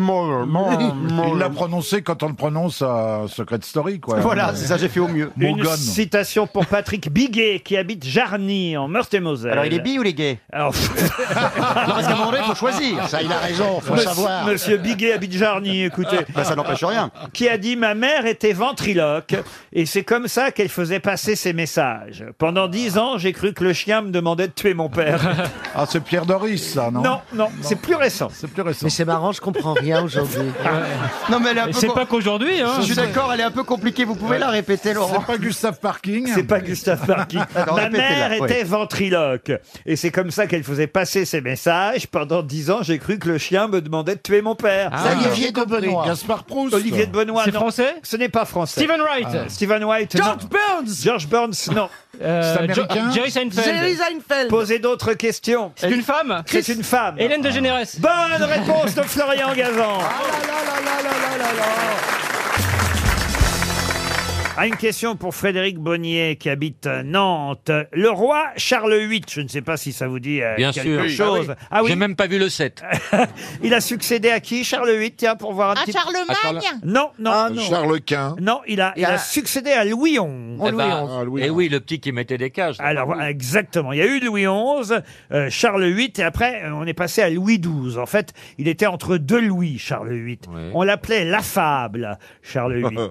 Speaker 25: Maugham. Il l'a prononcé quand on le prononce à Secret Story, quoi.
Speaker 6: Voilà, c'est ça, j'ai fait au mieux.
Speaker 1: Une
Speaker 25: Maugham.
Speaker 1: citation pour Patrick Biguet, qui habite Jarny, en Meurthe-et-Moselle.
Speaker 6: Alors, il est bi ou il est gay
Speaker 1: Alors,
Speaker 6: Non, parce qu'à un moment donné, il faut choisir. Ça, il a raison, faut
Speaker 1: Monsieur-
Speaker 6: savoir.
Speaker 1: Monsieur Biguet habite Jarny, écoutez.
Speaker 6: Bah, ça n'empêche rien.
Speaker 1: Qui a dit Ma mère était ventriloque, et c'est comme ça qu'elle faisait passer ses messages. Pendant dix ans, j'ai cru que le chien me demandait de tuer mon père.
Speaker 25: Ah, c'est Pierre Doris, ça, non
Speaker 1: Non, non, c'est plus récent.
Speaker 25: C'est plus récent.
Speaker 2: Mais c'est marrant, je comprends rien aujourd'hui.
Speaker 6: Non, mais elle est un peu com-
Speaker 9: qu'aujourd'hui,
Speaker 1: hein.
Speaker 2: hein.
Speaker 6: Je suis d'accord, elle est un peu compliquée. Vous pouvez la répéter, Laurent.
Speaker 25: C'est pas Gustave Parking
Speaker 1: C'est pas Gustave Parking.
Speaker 6: Alors,
Speaker 1: Ma
Speaker 6: répétez-la,
Speaker 1: mère
Speaker 6: oui.
Speaker 1: était ventriloque. Et c'est comme ça qu'elle faisait passer ses messages. Pendant dix ans, j'ai cru que le chien me demandait de tuer mon père.
Speaker 25: Ah. Olivier de Benoît. Gaspard Proust.
Speaker 1: Olivier de Benoît.
Speaker 25: C'est
Speaker 1: non.
Speaker 25: français
Speaker 1: Ce n'est pas français.
Speaker 25: Stephen Wright.
Speaker 1: Ah. Stephen Wright. George Burns. George Burns, non.
Speaker 9: Euh, C'est américain Jo- Jerry Seinfeld. Jerry
Speaker 1: Seinfeld. Posez d'autres questions.
Speaker 9: C'est une femme
Speaker 1: C'est une femme.
Speaker 9: Hélène de Généresse.
Speaker 1: Bonne réponse de Florian Gazan. Ah, une question pour Frédéric Bonnier qui habite euh, Nantes. Le roi Charles VIII, je ne sais pas si ça vous dit euh,
Speaker 15: Bien
Speaker 1: quelque
Speaker 15: sûr.
Speaker 1: chose.
Speaker 15: Ah oui. J'ai même pas vu le 7.
Speaker 1: Il a succédé à qui Charles VIII, tiens, pour voir un
Speaker 15: À
Speaker 1: petit
Speaker 15: Charlemagne À Charle-
Speaker 1: Non, Ah, non.
Speaker 25: Charles Quint.
Speaker 1: Non, il a, il a
Speaker 25: Ah.
Speaker 1: succédé à Louis XI.
Speaker 15: Eh ben, eh oui, le petit qui mettait des cages.
Speaker 1: Alors voilà, exactement, il y a eu Louis XI, euh, Charles VIII, et après euh, on est passé à Louis XII. En fait, il était entre deux Louis, Charles VIII. On l'appelait l'affable, Charles VIII.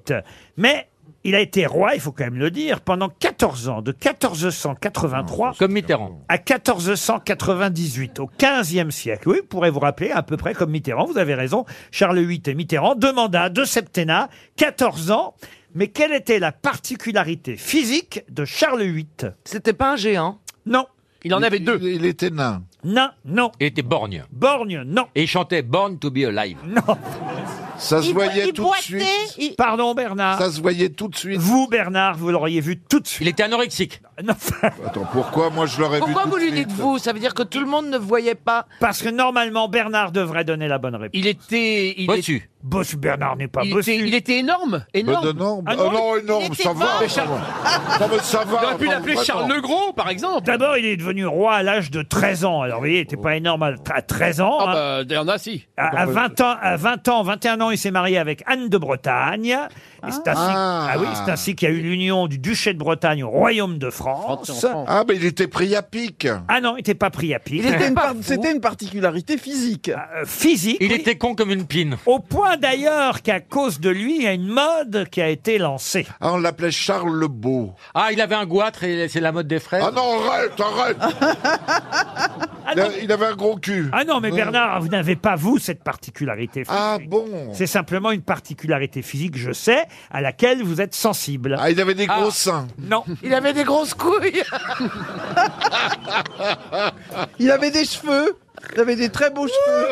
Speaker 1: Mais il a été roi, il faut quand même le dire, pendant 14 ans, de 1483
Speaker 15: Comme Mitterrand.
Speaker 1: à 1498, au 15e siècle. Oui, vous pourrez vous rappeler à peu près comme Mitterrand, vous avez raison, Charles VIII et Mitterrand, deux mandats, deux septennats, 14 ans. Mais quelle était la particularité physique de Charles VIII C'était pas un géant Non.
Speaker 9: Il en avait
Speaker 25: deux. Il était nain.
Speaker 1: Nain, non.
Speaker 15: Il était borgne.
Speaker 1: Borgne, non.
Speaker 15: Et il chantait Born to be alive.
Speaker 1: Non.
Speaker 25: Ça se
Speaker 15: Il-
Speaker 25: voyait
Speaker 15: il
Speaker 25: tout de
Speaker 15: boitait,
Speaker 25: suite.
Speaker 1: Pardon Bernard.
Speaker 25: Ça se voyait tout de suite.
Speaker 1: Vous Bernard, vous l'auriez vu tout de suite.
Speaker 15: Il était anorexique.
Speaker 1: Non.
Speaker 25: Attends, pourquoi moi je l'aurais vu
Speaker 2: Pourquoi
Speaker 25: tout
Speaker 2: vous
Speaker 25: de
Speaker 2: lui
Speaker 25: suite
Speaker 2: dites vous Ça veut dire que tout le monde ne voyait pas.
Speaker 1: Parce que normalement Bernard devrait donner la bonne réponse.
Speaker 9: Il était. Il
Speaker 15: Bossu.
Speaker 1: Bossu Bernard n'est pas
Speaker 9: il
Speaker 1: bossu.
Speaker 9: était, il était énorme.
Speaker 25: Énorme.
Speaker 9: Énorme.
Speaker 25: énorme.
Speaker 9: Ah
Speaker 25: Ah
Speaker 9: non,
Speaker 25: non,
Speaker 9: il- il
Speaker 25: énorme,
Speaker 9: était
Speaker 25: ça
Speaker 9: fort.
Speaker 25: va.
Speaker 9: Mais
Speaker 25: ça
Speaker 9: Charles-
Speaker 25: va. Non, mais ça va.
Speaker 9: On aurait pu
Speaker 25: enfin,
Speaker 9: l'appeler
Speaker 25: vraiment.
Speaker 9: Charles le Gros, par exemple.
Speaker 1: D'abord, il est devenu roi à l'âge de 13 ans. Alors, vous voyez, il n'était pas énorme à à 13 ans. hein.
Speaker 9: Ah bah, il y en a si.
Speaker 1: À, à 20 ans, à 20 ans, 21 ans, il s'est marié avec Anne de Bretagne. Et c'est ainsi,
Speaker 25: Ah.
Speaker 1: ah oui, c'est ainsi qu'il y a eu l'union du duché de Bretagne au royaume de France.
Speaker 25: Ah, mais il était pris à pic.
Speaker 1: Ah non, il n'était pas pris à pied.
Speaker 5: Il était une par- C'était une particularité physique.
Speaker 1: physique.
Speaker 15: Il était con comme une pine.
Speaker 1: Au point d'ailleurs qu'à cause de lui, il y a une mode qui a été lancée.
Speaker 25: Ah, on l'appelait Charles le Beau.
Speaker 15: Ah, il avait un goitre et c'est la mode des fraises.
Speaker 25: Ah non, arrête, arrête Il a- Il avait un gros cul.
Speaker 1: Ah non, mais Bernard, vous n'avez pas, vous, cette particularité physique.
Speaker 25: Ah bon
Speaker 1: C'est simplement une particularité physique, je sais, à laquelle vous êtes sensible.
Speaker 25: Ah, il avait des gros seins.
Speaker 1: Non.
Speaker 2: Il avait des grosses couilles.
Speaker 5: Il avait des cheveux. Il avait des très beaux cheveux.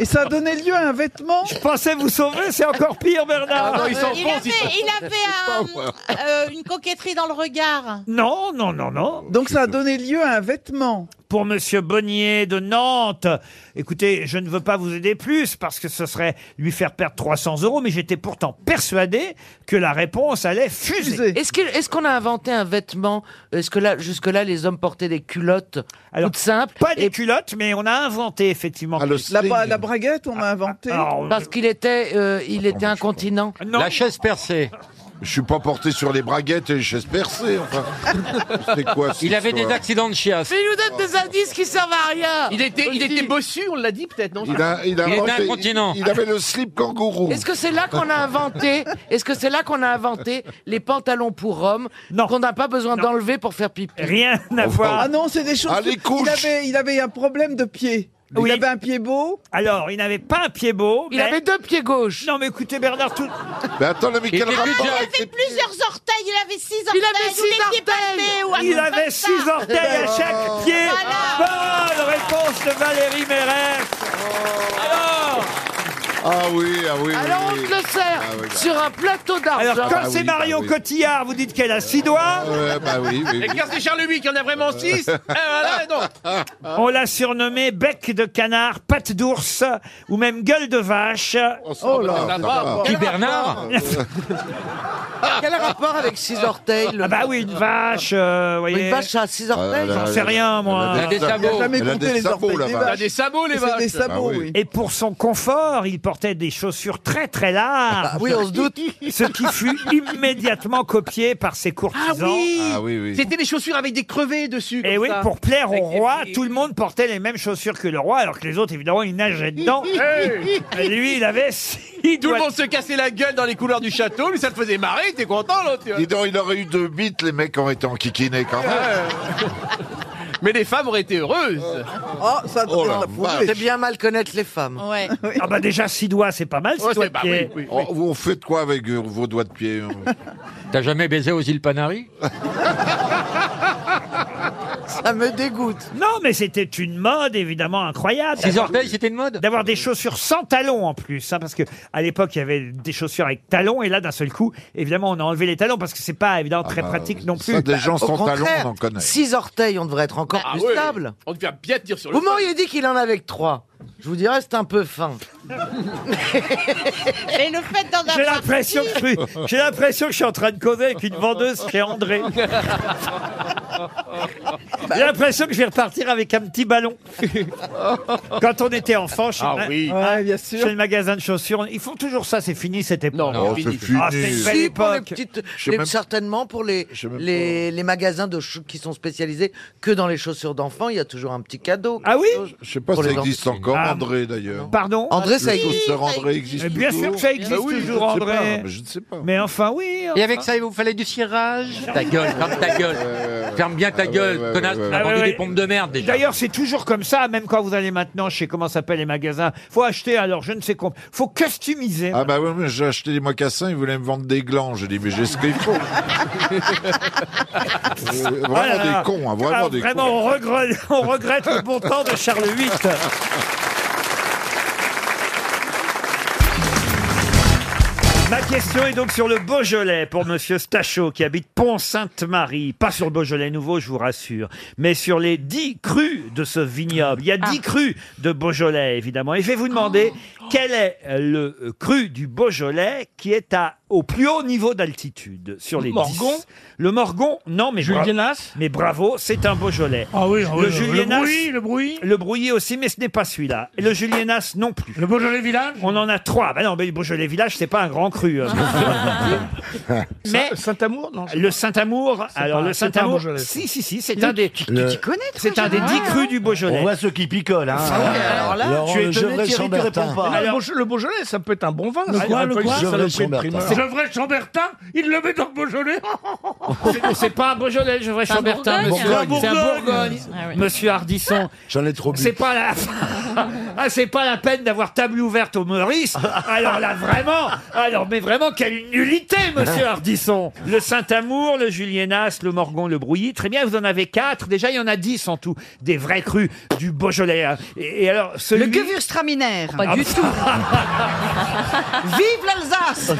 Speaker 5: Et ça donnait lieu à un vêtement.
Speaker 1: Je pensais vous sauver, c'est encore pire,
Speaker 25: Ah
Speaker 1: Bernard.
Speaker 3: il avait, il avait un- euh, une coquetterie dans le regard.
Speaker 1: Non, non, non, non.
Speaker 5: Donc ça a donné lieu à un vêtement.
Speaker 1: Pour Monsieur Bonnier de Nantes, écoutez, je ne veux pas vous aider plus parce que ce serait lui faire perdre 300 euros, mais j'étais pourtant persuadé que la réponse allait fuser.
Speaker 2: Est-ce que- est-ce qu'on a inventé un vêtement euh, Est-ce que là, jusque-là, les hommes portaient des culottes toutes simples
Speaker 1: Pas des culottes, mais on a inventé effectivement.
Speaker 25: Ah,
Speaker 5: La, bra- la braguette, on m'a inventé.
Speaker 2: Parce qu'il était, euh, il était incontinent.
Speaker 15: La chaise percée.
Speaker 25: Je suis pas porté sur les braguettes et les chaises percées, enfin. C'était quoi cette
Speaker 15: Il avait des
Speaker 25: histoire
Speaker 15: accidents de chiasse.
Speaker 2: Mais il nous donne des indices qui servent à rien.
Speaker 9: Il était, il était bossu, on l'a dit peut-être, non
Speaker 25: Il, a, il, a
Speaker 15: Il était
Speaker 25: inventé-
Speaker 15: incontinent.
Speaker 25: il avait le slip kangourou.
Speaker 2: Est-ce que c'est là qu'on a inventé Est-ce que c'est là qu'on a inventé les pantalons pour hommes qu'on n'a pas besoin d'enlever pour faire pipi
Speaker 1: Rien
Speaker 25: Oh,
Speaker 1: à
Speaker 5: Ah non, c'est des choses.
Speaker 2: Ah, les couches.
Speaker 5: il, avait, il avait un problème de pied.
Speaker 1: Oui.
Speaker 5: Il avait un pied beau.
Speaker 1: Alors, il n'avait pas un pied beau.
Speaker 2: Il
Speaker 1: mais-
Speaker 2: avait deux pieds gauches.
Speaker 1: Non, mais écoutez, Bernard, tout.
Speaker 25: Mais attends, mais
Speaker 1: Il
Speaker 25: quel
Speaker 1: était
Speaker 25: rapport
Speaker 1: budget.
Speaker 25: avec les-
Speaker 3: Plusieurs orteils il avait six
Speaker 5: Il
Speaker 3: orteils.
Speaker 5: avait
Speaker 3: ou
Speaker 5: six
Speaker 3: les pieds
Speaker 5: orteils.
Speaker 3: pâtés, ou un
Speaker 1: Il
Speaker 3: truc
Speaker 1: avait
Speaker 3: comme ça.
Speaker 1: six
Speaker 3: Oh.
Speaker 1: orteils à
Speaker 5: Oh.
Speaker 1: chaque pied. Bonne réponse de Valérie Mérès. Alors,
Speaker 25: Ah oui, ah oui.
Speaker 5: Oh. Alors on
Speaker 25: oui,
Speaker 5: te
Speaker 25: oui.
Speaker 5: le sert
Speaker 25: Ah oui, bah.
Speaker 5: sur un plateau d'argent.
Speaker 1: alors quand
Speaker 25: Ah
Speaker 1: c'est
Speaker 25: oui,
Speaker 1: Mario
Speaker 25: bah oui.
Speaker 1: Cotillard, vous dites qu'elle a six doigts.
Speaker 25: Ouais, bah oui, oui, ah,
Speaker 1: Et Eh,
Speaker 25: oui.
Speaker 1: quand
Speaker 6: C'est Charles VIII qui en a vraiment six. Ah, voilà, non.
Speaker 1: On l'a surnommé bec de canard, patte d'ours ou même gueule de vache.
Speaker 5: Oh là, ça va. Guy Bernard
Speaker 2: Quel rapport avec six orteils le-
Speaker 1: Ah bah oui, une vache, euh, vous voyez.
Speaker 2: Une vache à six orteils
Speaker 1: J'en sais rien, moi.
Speaker 2: Elle a des Elle a sabots. jamais Elle a compté des les sabots, orteils la des vache. vaches. Bah
Speaker 6: Elle a des sabots, les C'est vaches. des sabots, Ah oui. oui.
Speaker 1: Et pour son confort, il portait des chaussures très très larges.
Speaker 2: Ah oui, on se doute.
Speaker 1: Ce qui fut immédiatement copié par ses
Speaker 6: Ah
Speaker 1: courtisans.
Speaker 6: oui. C'était des chaussures avec des crevets dessus.
Speaker 1: Et
Speaker 6: comme
Speaker 1: Eh oui,
Speaker 6: ça.
Speaker 1: pour plaire au
Speaker 6: Avec des
Speaker 1: roi,
Speaker 6: petits-
Speaker 1: tout le monde portait les mêmes chaussures que le roi, alors que les autres, évidemment, ils nageaient dedans. Et Lui, il avait six
Speaker 6: Tout
Speaker 1: doigts
Speaker 6: le monde se cassait la gueule dans les couloirs du château, lui ça le faisait marrer, il était content l'autre. tu vois.
Speaker 25: Dis donc, il aurait eu deux bites, les mecs auraient été enquiquinés quand même.
Speaker 6: Euh. Mais les femmes auraient été heureuses.
Speaker 38: Oh, ça
Speaker 25: Oh la vache.
Speaker 2: C'est bien mal connaître les femmes.
Speaker 38: Ouais.
Speaker 1: Ah bah déjà six doigts, c'est pas mal. Six
Speaker 6: Ouais,
Speaker 1: doigts
Speaker 6: c'est-
Speaker 1: de
Speaker 6: bah
Speaker 1: pied.
Speaker 6: oui,
Speaker 25: Oh, vous faites quoi avec euh, Ah, vos doigts de pied hein
Speaker 22: T'as jamais baisé aux îles Canaries
Speaker 2: Ça me dégoûte.
Speaker 1: Non, mais c'était une mode évidemment incroyable.
Speaker 22: Six orteils,
Speaker 1: c'était une mode. D'avoir des chaussures sans talons en plus, hein, parce que à l'époque il y avait des chaussures avec talons et là d'un seul coup, évidemment, on a enlevé les talons parce que c'est pas évidemment très
Speaker 25: bah,
Speaker 1: pratique non plus.
Speaker 25: ça, des gens
Speaker 2: Bah, Au contraire,
Speaker 25: on en connaît.
Speaker 2: Six orteils, on devrait être encore
Speaker 6: Ah
Speaker 2: plus
Speaker 6: ouais.
Speaker 2: stable.
Speaker 6: On devient bien te dire sur le
Speaker 2: Vous m'auriez dit qu'il en avait que trois. Je vous dirais, c'est un peu fin.
Speaker 3: Et le fait d'en avoir
Speaker 1: J'ai l'impression
Speaker 3: six,
Speaker 1: que je suis, j'ai l'impression que je suis en train de causer avec une vendeuse chez André. J'ai l'impression que je vais repartir avec un petit ballon. Quand on était enfant, chez,
Speaker 6: Ah
Speaker 1: le ma-
Speaker 6: oui.
Speaker 1: Ouais, chez le magasin de chaussures, ils font toujours ça, c'est fini cette époque.
Speaker 6: Non,
Speaker 25: Oh, c'est fini.
Speaker 1: Ah, c'est une belle
Speaker 2: Si, pour les
Speaker 1: époque.
Speaker 2: petites-
Speaker 25: Je sais
Speaker 2: les-
Speaker 25: même-
Speaker 2: certainement pour les, les, les magasins de chou- qui sont spécialisés que dans les chaussures d'enfants, il y a toujours un petit cadeau.
Speaker 1: Ah oui
Speaker 25: Je sais pas
Speaker 2: Pour
Speaker 25: si ça
Speaker 2: les
Speaker 25: existe
Speaker 2: enfants.
Speaker 25: encore,
Speaker 2: Ah,
Speaker 25: André d'ailleurs.
Speaker 1: Pardon
Speaker 2: André, ça
Speaker 25: Le
Speaker 2: existe.
Speaker 25: chausseur André existe
Speaker 1: Mais bien
Speaker 25: toujours
Speaker 1: sûr que ça existe
Speaker 25: Ah oui,
Speaker 1: toujours,
Speaker 25: je ne sais
Speaker 1: André.
Speaker 25: pas, mais Je ne sais pas.
Speaker 1: Mais enfin, oui.
Speaker 22: Et
Speaker 1: enfin.
Speaker 22: avec ça, il vous fallait du cirage Ta gueule, ferme ta gueule. Ferme bien ta
Speaker 25: Ah ouais,
Speaker 22: gueule,
Speaker 25: ouais, ouais,
Speaker 22: connasse,
Speaker 25: ouais,
Speaker 22: t'as
Speaker 1: ouais.
Speaker 22: vendu
Speaker 1: Ah ouais,
Speaker 22: des
Speaker 1: ouais.
Speaker 22: pompes de merde déjà.
Speaker 1: D'ailleurs, c'est toujours comme ça, même quand vous allez maintenant chez comment s'appellent les magasins. Faut acheter alors, je ne sais quoi. Faut customiser.
Speaker 25: Ah bah oui, mais j'ai acheté des mocassins, ils voulaient me vendre des glands. J'ai dit, mais j'ai ce qu'il faut. Euh, vraiment
Speaker 1: Ah là là.
Speaker 25: des cons, hein, vraiment
Speaker 1: Ah,
Speaker 25: des
Speaker 1: vraiment,
Speaker 25: cons.
Speaker 1: on regrette, on regrette le bon temps de Charles VIII. Ma question est donc sur le Beaujolais pour Monsieur Stachot qui habite Pont-Sainte-Marie. Pas sur le Beaujolais nouveau, je vous rassure, mais sur les dix crus de ce vignoble. Il y a dix crus de Beaujolais, évidemment. Et je vais vous demander quel est le euh, cru du Beaujolais qui est à, au plus haut niveau d'altitude sur les
Speaker 9: Morgon
Speaker 1: dix. Le Morgon, non, mais bra-
Speaker 9: Julienas
Speaker 1: Mais bravo, c'est un Beaujolais.
Speaker 9: Ah oui, ah oui,
Speaker 1: le
Speaker 9: le
Speaker 1: Julienas,
Speaker 9: Brouilly, le Brouilly
Speaker 1: le Brouilly aussi, mais ce n'est pas celui-là. Et le Julienas non plus.
Speaker 9: Le Beaujolais Village
Speaker 1: On en a trois. Bah non, mais le Beaujolais Village, c'est pas un grand cru. euh. mais
Speaker 6: Saint-Amour Non.
Speaker 1: le Saint-Amour, alors
Speaker 9: pas-
Speaker 1: le
Speaker 9: c'est pas un
Speaker 1: Ah, Saint-Amour,
Speaker 9: Beaujolais.
Speaker 1: si, si, si, c'est un des,
Speaker 37: Le-
Speaker 1: c'est un des dix crus du Beaujolais.
Speaker 37: On voit ceux qui picolent. Hein.
Speaker 9: Ah ouais, alors là,
Speaker 37: Laurent
Speaker 9: tu es
Speaker 37: Le
Speaker 9: étonné,
Speaker 37: Gevrey
Speaker 9: Thierry, tu
Speaker 37: Chambertin.
Speaker 9: réponds
Speaker 6: Mais
Speaker 9: pas.
Speaker 6: non,
Speaker 9: Alors-
Speaker 6: le, Beauj- le Beaujolais, ça peut être un bon vin.
Speaker 9: Le
Speaker 6: ça,
Speaker 9: quoi,
Speaker 6: il a
Speaker 9: le
Speaker 6: pas eu
Speaker 9: quoi
Speaker 6: de
Speaker 37: Gevrey
Speaker 6: saloperie de
Speaker 37: Chambertin.
Speaker 6: primeur.
Speaker 37: C'est-
Speaker 9: Gevrey Chambertin, il le met dans le Beaujolais.
Speaker 1: C'est- C'est pas un Beaujolais, je vois
Speaker 9: C'est un
Speaker 1: Chambertin,
Speaker 9: Bourgogne.
Speaker 1: monsieur.
Speaker 9: C'est un Bourgogne.
Speaker 39: Ah oui.
Speaker 1: Monsieur Hardisson.
Speaker 37: J'en ai trop bu.
Speaker 1: C'est pas la, ah, c'est pas la peine d'avoir table ouverte au Maurice. Alors là, vraiment, alors, mais vraiment, quelle nullité, monsieur Hardisson. Le Saint-Amour, le Julienas, le Morgon, le Brouilly. Très bien, vous en avez quatre. Déjà, il y en a dix en tout. Des vrais crus du Beaujolais. hein. Et, et alors, celui...
Speaker 18: Le Gewürztraminer.
Speaker 1: Ah,
Speaker 18: Vive l'Alsace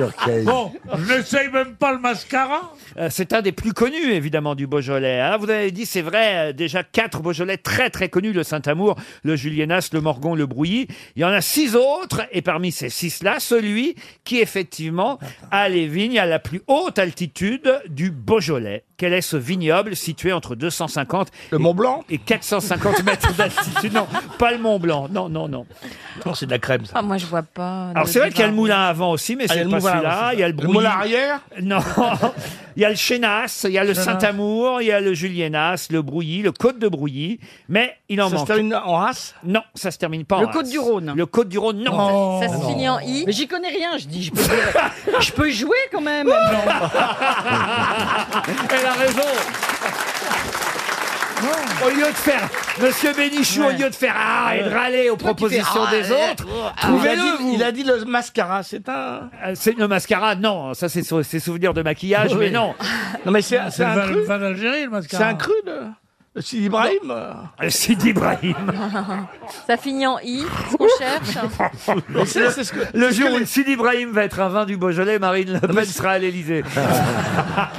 Speaker 9: Bon, je n'essaye même pas le mascara.
Speaker 1: Euh, c'est un des plus connus, évidemment, du Beaujolais. hein. vous avez dit, c'est vrai, euh, déjà quatre Beaujolais très très connus, le Saint-Amour, le Julienas, le Morgon, le Brouilly. Il y en a six autres, et parmi ces six-là, celui qui, effectivement, a les vignes à la plus haute altitude du Beaujolais. Quel est ce vignoble situé entre 250 le Mont Blanc et 450 mètres d'altitude Non, pas le Mont Blanc. Non, non, non.
Speaker 6: c'est de la crème, ça.
Speaker 11: Ah, moi, je vois pas.
Speaker 1: Alors
Speaker 11: de-
Speaker 1: c'est vrai
Speaker 11: de
Speaker 1: qu'il y a le
Speaker 11: vin.
Speaker 1: moulin avant aussi, mais
Speaker 6: Ah, il y
Speaker 1: c'est
Speaker 6: a le
Speaker 1: pas
Speaker 6: moulin
Speaker 1: celui-là.
Speaker 6: avant,
Speaker 1: Il y a le
Speaker 6: Le
Speaker 1: brouilly.
Speaker 6: moulin arrière
Speaker 1: Non. il y a le Chénas, il y a le
Speaker 6: Chénas.
Speaker 1: Saint-Amour, il y a le Julienas, le Brouilly, le Côte de Brouilly. Mais il en
Speaker 6: Ça se
Speaker 1: manque.
Speaker 6: termine en race
Speaker 1: Non, ça se termine pas en
Speaker 11: Le Côte
Speaker 1: race.
Speaker 11: du Rhône.
Speaker 1: Le Côte du Rhône, non.
Speaker 11: Ça
Speaker 18: Oh.
Speaker 11: se finit en I.
Speaker 18: Mais j'y connais rien, je dis, je peux, je peux jouer quand même.
Speaker 1: Elle a raison. Au lieu de faire, monsieur Bénichou, au
Speaker 13: Ouais.
Speaker 1: lieu de faire ah et de râler aux
Speaker 13: Toi qui
Speaker 1: propositions
Speaker 13: fais,
Speaker 1: des
Speaker 13: ah,
Speaker 1: autres,
Speaker 13: ah, il
Speaker 1: trouvez-le,
Speaker 13: a dit-
Speaker 1: vous.
Speaker 13: Il a dit le mascara, c'est un.
Speaker 1: Euh, C'est le mascara, non, ça c'est sou- ses souvenirs de maquillage,
Speaker 13: Oui.
Speaker 1: mais non.
Speaker 13: Non, mais c'est- c'est un cru.
Speaker 9: d'Algérie, le
Speaker 13: C'est un cru de. de Sidi Ibrahim.
Speaker 1: Euh, Sidi Ibrahim.
Speaker 18: Ça finit en I, ce qu'on cherche.
Speaker 1: Le,
Speaker 13: c'est- c'est ce que-
Speaker 1: le
Speaker 13: c'est ce
Speaker 1: jour
Speaker 13: que
Speaker 1: où
Speaker 13: les-
Speaker 1: Sidi Ibrahim va être un vin du Beaujolais, Marine Le Pen sera à l'Elysée.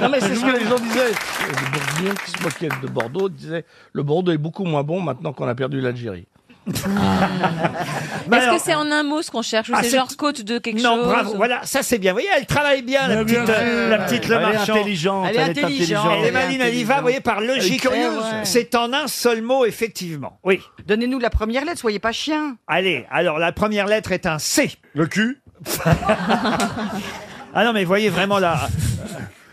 Speaker 13: Non, mais c'est ce que les gens disaient. Les Bourguignons qui se moquaient de Bordeaux disaient le Bordeaux est beaucoup moins bon maintenant qu'on a perdu l'Algérie.
Speaker 18: Est-ce que c'est en un mot ce qu'on cherche ou
Speaker 1: Ah,
Speaker 18: c'est
Speaker 1: c'est-
Speaker 18: genre côte de quelque
Speaker 1: Non,
Speaker 18: chose
Speaker 1: bravo, voilà, ça c'est bien. Vous voyez, elle travaille bien, la
Speaker 13: Mais
Speaker 1: petite, euh,
Speaker 13: bien sûr.
Speaker 1: la petite Le
Speaker 13: Elle est
Speaker 1: Marchand.
Speaker 13: intelligente, Elle est elle est intelligente. intelligente.
Speaker 1: Elle est
Speaker 13: Elle
Speaker 1: Maline
Speaker 13: est
Speaker 1: Aliva, vous voyez, par
Speaker 13: Elle est
Speaker 1: logique. Eh
Speaker 13: curieuse.
Speaker 1: Ouais. C'est en un seul mot, effectivement. Oui.
Speaker 16: Donnez-nous la première lettre, soyez pas chien.
Speaker 1: Allez, alors la première lettre est un C. Le cul Ah non, mais voyez vraiment là.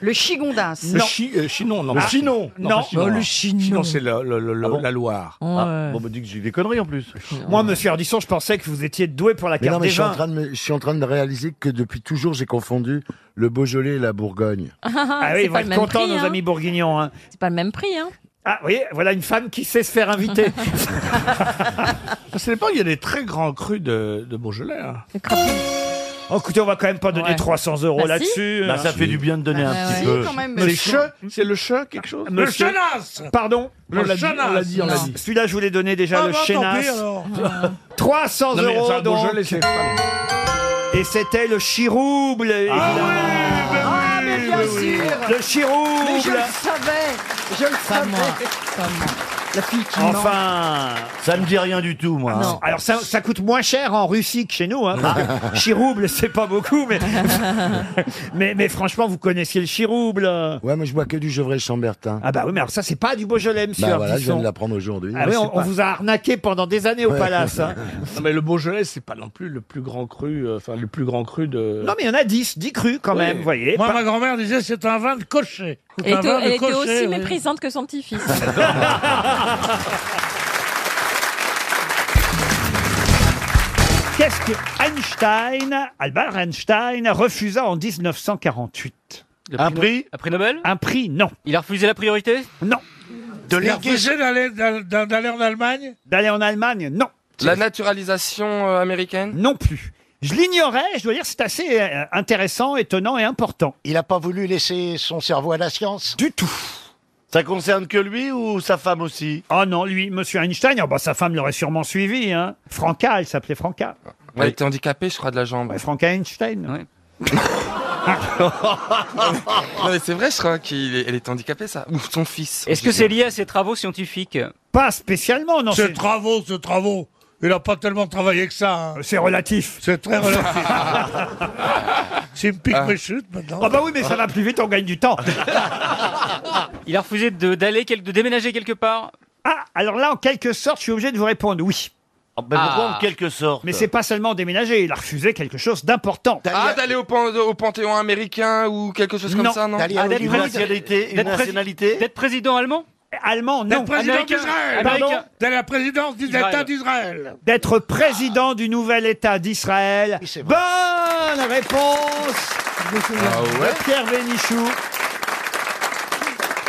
Speaker 16: Le chigondas.
Speaker 13: Le chi, euh, chinon, non.
Speaker 1: Le
Speaker 13: pas-
Speaker 1: chinon. Non.
Speaker 13: pas
Speaker 1: Non, le
Speaker 13: Chinon, c'est le- le- le- la Loire.
Speaker 11: Ah,
Speaker 1: bah,
Speaker 11: bon, me dit que j'ai des conneries en plus.
Speaker 1: Moi, monsieur Ardisson, je pensais que vous étiez doué pour la
Speaker 8: Mais
Speaker 1: carte
Speaker 8: non, mais
Speaker 1: des
Speaker 8: je suis, en
Speaker 1: vins.
Speaker 8: train de me- je suis en train de réaliser que depuis toujours, j'ai confondu le Beaujolais et la Bourgogne.
Speaker 1: Ah oui,
Speaker 18: C'est
Speaker 1: ils vont
Speaker 18: pas le
Speaker 1: être
Speaker 18: même
Speaker 1: contents,
Speaker 18: prix,
Speaker 1: nos
Speaker 18: hein.
Speaker 1: amis bourguignons. hein.
Speaker 18: C'est pas le même prix, hein
Speaker 1: Ah, vous voyez, voilà une femme qui sait se faire inviter.
Speaker 13: Parce qu'à l'époque, il y a des très grands crus de, de Beaujolais. hein.
Speaker 1: Oh, écoutez, on va quand même pas donner
Speaker 13: Ouais.
Speaker 1: 300 euros
Speaker 13: Bah, si.
Speaker 1: là-dessus. hein.
Speaker 13: Bah, ça fait du bien de
Speaker 18: Ah,
Speaker 13: donner Bah, un petit si, peu. quand même.
Speaker 1: Monsieur-
Speaker 13: Les chats, C'est le chat, quelque chose
Speaker 1: Monsieur- Pardon
Speaker 13: On l'a dit, on l'a dit, on l'a dit.
Speaker 1: Celui-là, je vous l'ai donné déjà,
Speaker 13: Ah,
Speaker 1: le
Speaker 13: bah, tant pis,
Speaker 1: chenasse.
Speaker 13: alors.
Speaker 18: Ah.
Speaker 1: 300
Speaker 13: Non, mais
Speaker 1: euros,
Speaker 13: ça,
Speaker 1: donc.
Speaker 13: Beaujolais, c'est pas mal.
Speaker 1: Et c'était le chirouble, évidemment.
Speaker 13: bah
Speaker 17: Ah
Speaker 1: mais
Speaker 17: bien sûr.
Speaker 1: Le chirouble
Speaker 17: Mais je le savais, je le savais.
Speaker 1: La fille qui Enfin
Speaker 11: Ça me dit rien du tout, moi.
Speaker 1: Non. Alors ça, ça coûte moins cher en Russie que chez nous. Hein, parce que chirouble, c'est pas beaucoup, mais... mais mais franchement, vous connaissiez le chirouble.
Speaker 8: Ouais, mais je bois que du Gevrey-Chambertin.
Speaker 1: Ah bah oui, mais alors ça, c'est pas du Beaujolais, monsieur
Speaker 8: Bah voilà, je viens
Speaker 1: Ardisson.
Speaker 8: de l'apprendre aujourd'hui.
Speaker 1: Ah oui, on, on vous a arnaqué pendant des années au
Speaker 8: Ouais.
Speaker 1: palace. hein.
Speaker 13: Non, mais le Beaujolais, c'est pas non plus le plus grand cru, euh, enfin, le plus grand cru de.
Speaker 1: Non mais il y en a 10, 10 crus quand
Speaker 13: Oui.
Speaker 1: même, vous voyez.
Speaker 9: Moi,
Speaker 1: Pas-
Speaker 9: ma grand-mère disait c'est un vin de cocher. C'est
Speaker 18: Elle
Speaker 9: un
Speaker 18: était,
Speaker 9: vin de
Speaker 18: elle était
Speaker 9: cocher,
Speaker 18: aussi
Speaker 9: oui.
Speaker 18: méprisante que son petit-fils.
Speaker 1: Qu'est-ce que Einstein, Albert Einstein, refusa en 1948
Speaker 4: Un prix
Speaker 1: Un prix Nobel Un prix, non. Il a refusé la priorité Non.
Speaker 9: De d'aller d'al- d'al- d'aller en Allemagne
Speaker 1: D'aller en Allemagne Non.
Speaker 4: La naturalisation euh, américaine
Speaker 1: Non plus. Je l'ignorais, je dois dire, c'est assez euh, intéressant, étonnant et important.
Speaker 8: Il n'a pas voulu laisser son cerveau à la science
Speaker 1: Du tout.
Speaker 11: Ça concerne que lui ou sa femme aussi
Speaker 1: Ah non, lui, monsieur Einstein, ah bah, sa femme l'aurait sûrement suivi. Hein. Franca, elle s'appelait Franca.
Speaker 4: Elle était handicapée, je crois, de la jambe.
Speaker 1: Ouais, Franca Einstein.
Speaker 4: non, mais c'est vrai, je crois qu'elle était handicapée, ça. Ou son fils.
Speaker 12: Est-ce que c'est lié à ses travaux scientifiques
Speaker 1: Pas spécialement, non.
Speaker 9: Ses
Speaker 1: c'est-
Speaker 9: travaux, ses travaux. Il n'a pas tellement travaillé que ça. hein.
Speaker 1: C'est relatif.
Speaker 9: C'est très relatif. S'il me pique mes chutes maintenant.
Speaker 1: Ah bah oui, mais ça va plus vite, on gagne du temps.
Speaker 12: Il a refusé de- d'aller, quel- de déménager quelque part
Speaker 1: Ah, alors là, en quelque sorte, je suis obligé de vous répondre oui.
Speaker 11: ben, pourquoi
Speaker 12: Ah.
Speaker 11: en quelque sorte
Speaker 1: Mais c'est pas seulement déménager, il a refusé quelque chose d'important.
Speaker 4: Ah, d'aller au, pan- au Panthéon américain ou quelque chose comme
Speaker 1: Non.
Speaker 4: ça, non
Speaker 1: D'aller à Ah, d'être Hollywood. président-
Speaker 11: Nationalité, une
Speaker 1: d'être prési-
Speaker 11: nationalité
Speaker 12: D'être président allemand
Speaker 1: Allemand, non.
Speaker 9: D'être président
Speaker 12: Américain.
Speaker 9: d'Israël.
Speaker 1: Américain.
Speaker 9: Pardon T'es la présidence des
Speaker 12: Israël.
Speaker 9: États d'Israël.
Speaker 1: D'être président du nouvel État d'Israël. Bonne réponse
Speaker 11: Ah
Speaker 1: de Pierre Bénichou.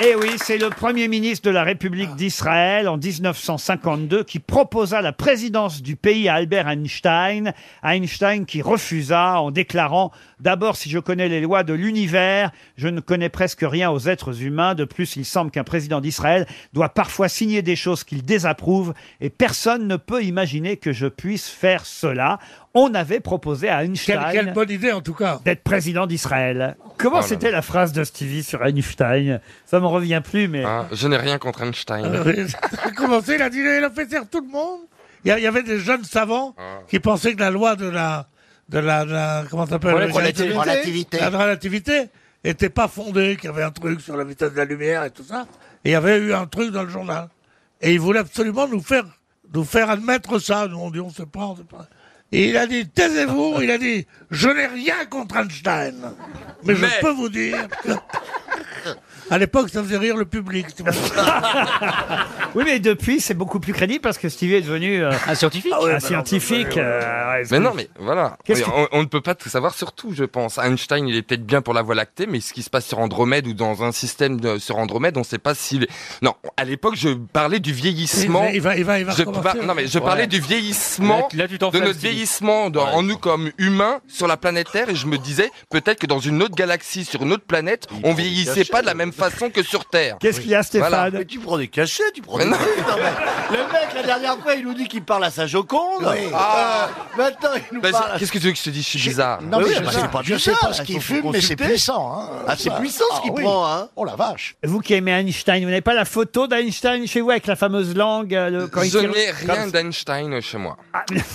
Speaker 1: Eh oui, c'est le premier ministre de la République d'Israël en 1952 qui proposa la présidence du pays à Albert Einstein. Einstein qui refusa en déclarant D'abord, si je connais les lois de l'univers, je ne connais presque rien aux êtres humains. De plus, il semble qu'un président d'Israël doit parfois signer des choses qu'il désapprouve et personne ne peut imaginer que je puisse faire cela. On avait proposé à Einstein
Speaker 9: Quelle, quelle bonne idée en tout cas.
Speaker 1: d'être président d'Israël. Comment
Speaker 4: Oh là
Speaker 1: c'était la phrase de Stevie sur Einstein Ça m'en revient plus, mais...
Speaker 4: Ah, Je n'ai rien contre
Speaker 22: Ah,
Speaker 4: Einstein.
Speaker 9: Il a commencé, il a dit, il a fait taire tout le monde. Il y, a- il y avait des jeunes savants qui pensaient que la loi de la, de la, de la- comment ça s'appelle
Speaker 8: Relativité. Relativité.
Speaker 9: La relativité était pas fondée, qu'il y avait un truc sur la vitesse de la lumière et tout ça. Et il y avait eu un truc dans le journal. Et il voulait absolument nous faire, nous faire admettre ça. Nous, on dit, on sait pas, on sait pas. Et il a dit, taisez-vous, il a dit, je n'ai rien contre Einstein. Mais, je
Speaker 4: Mais-
Speaker 9: peux vous dire que À l'époque, ça faisait rire le public. tu vois.
Speaker 5: Oui, mais depuis, c'est beaucoup plus crédible parce que Stevie est devenu euh,
Speaker 22: Un scientifique.
Speaker 6: Ah,
Speaker 5: un
Speaker 6: bah
Speaker 5: scientifique. euh, ouais,
Speaker 22: mais non, mais voilà.
Speaker 5: Qu'est-ce
Speaker 22: Oui,
Speaker 5: que-
Speaker 22: on, on ne peut pas tout savoir, surtout, je pense. Einstein, il est peut-être bien pour la Voie lactée, mais ce qui se passe sur Andromède ou dans un système de- sur Andromède, on ne sait pas s'il. Non, à l'époque, je parlais du vieillissement.
Speaker 9: Il va- il va- il va
Speaker 22: Je
Speaker 9: recommencer,
Speaker 22: par- Non, mais je parlais
Speaker 9: ouais.
Speaker 22: du vieillissement
Speaker 9: Là, tu- là, tu
Speaker 22: de
Speaker 9: t'enflammes,
Speaker 22: notre
Speaker 9: Sylvie.
Speaker 22: vieillissement de- en nous comme humains sur la planète Terre, et je me disais peut-être que dans une autre galaxie, sur une autre planète, on vieillissait
Speaker 6: cachets,
Speaker 22: pas de
Speaker 5: euh.
Speaker 22: la même façon que sur Terre.
Speaker 1: Qu'est-ce qu'il y a, Stéphane
Speaker 22: Voilà.
Speaker 6: Mais tu prends des cachets, tu prends
Speaker 22: Mais
Speaker 6: des
Speaker 22: non.
Speaker 6: trucs, non, mais Le mec, la dernière fois, il nous dit qu'il parle à sa Joconde.
Speaker 22: Oui.
Speaker 6: Ah. Euh, maintenant, il nous
Speaker 22: Bah,
Speaker 6: parle. à-
Speaker 22: c'est- Qu'est-ce que tu veux que je te dise Je suis bizarre.
Speaker 6: Non, mais
Speaker 22: Oui,
Speaker 6: je
Speaker 22: bah,
Speaker 6: sais
Speaker 22: c'est
Speaker 6: pas,
Speaker 40: Je sais
Speaker 6: bizarre,
Speaker 40: pas ce
Speaker 6: elles
Speaker 40: qu'il
Speaker 6: sont
Speaker 40: fume, mais c'est
Speaker 6: consultées.
Speaker 40: puissant. Hein.
Speaker 6: Ah, c'est
Speaker 40: Ça-
Speaker 6: puissant ce qu'il
Speaker 40: oui.
Speaker 6: prend, hein.
Speaker 40: Oh la vache.
Speaker 5: Vous qui aimez Einstein, vous n'avez pas la photo d'Einstein chez vous avec la fameuse langue euh, le- quand il
Speaker 22: je
Speaker 5: tire-
Speaker 22: n'ai rien
Speaker 5: Comme-
Speaker 22: d'Einstein chez moi.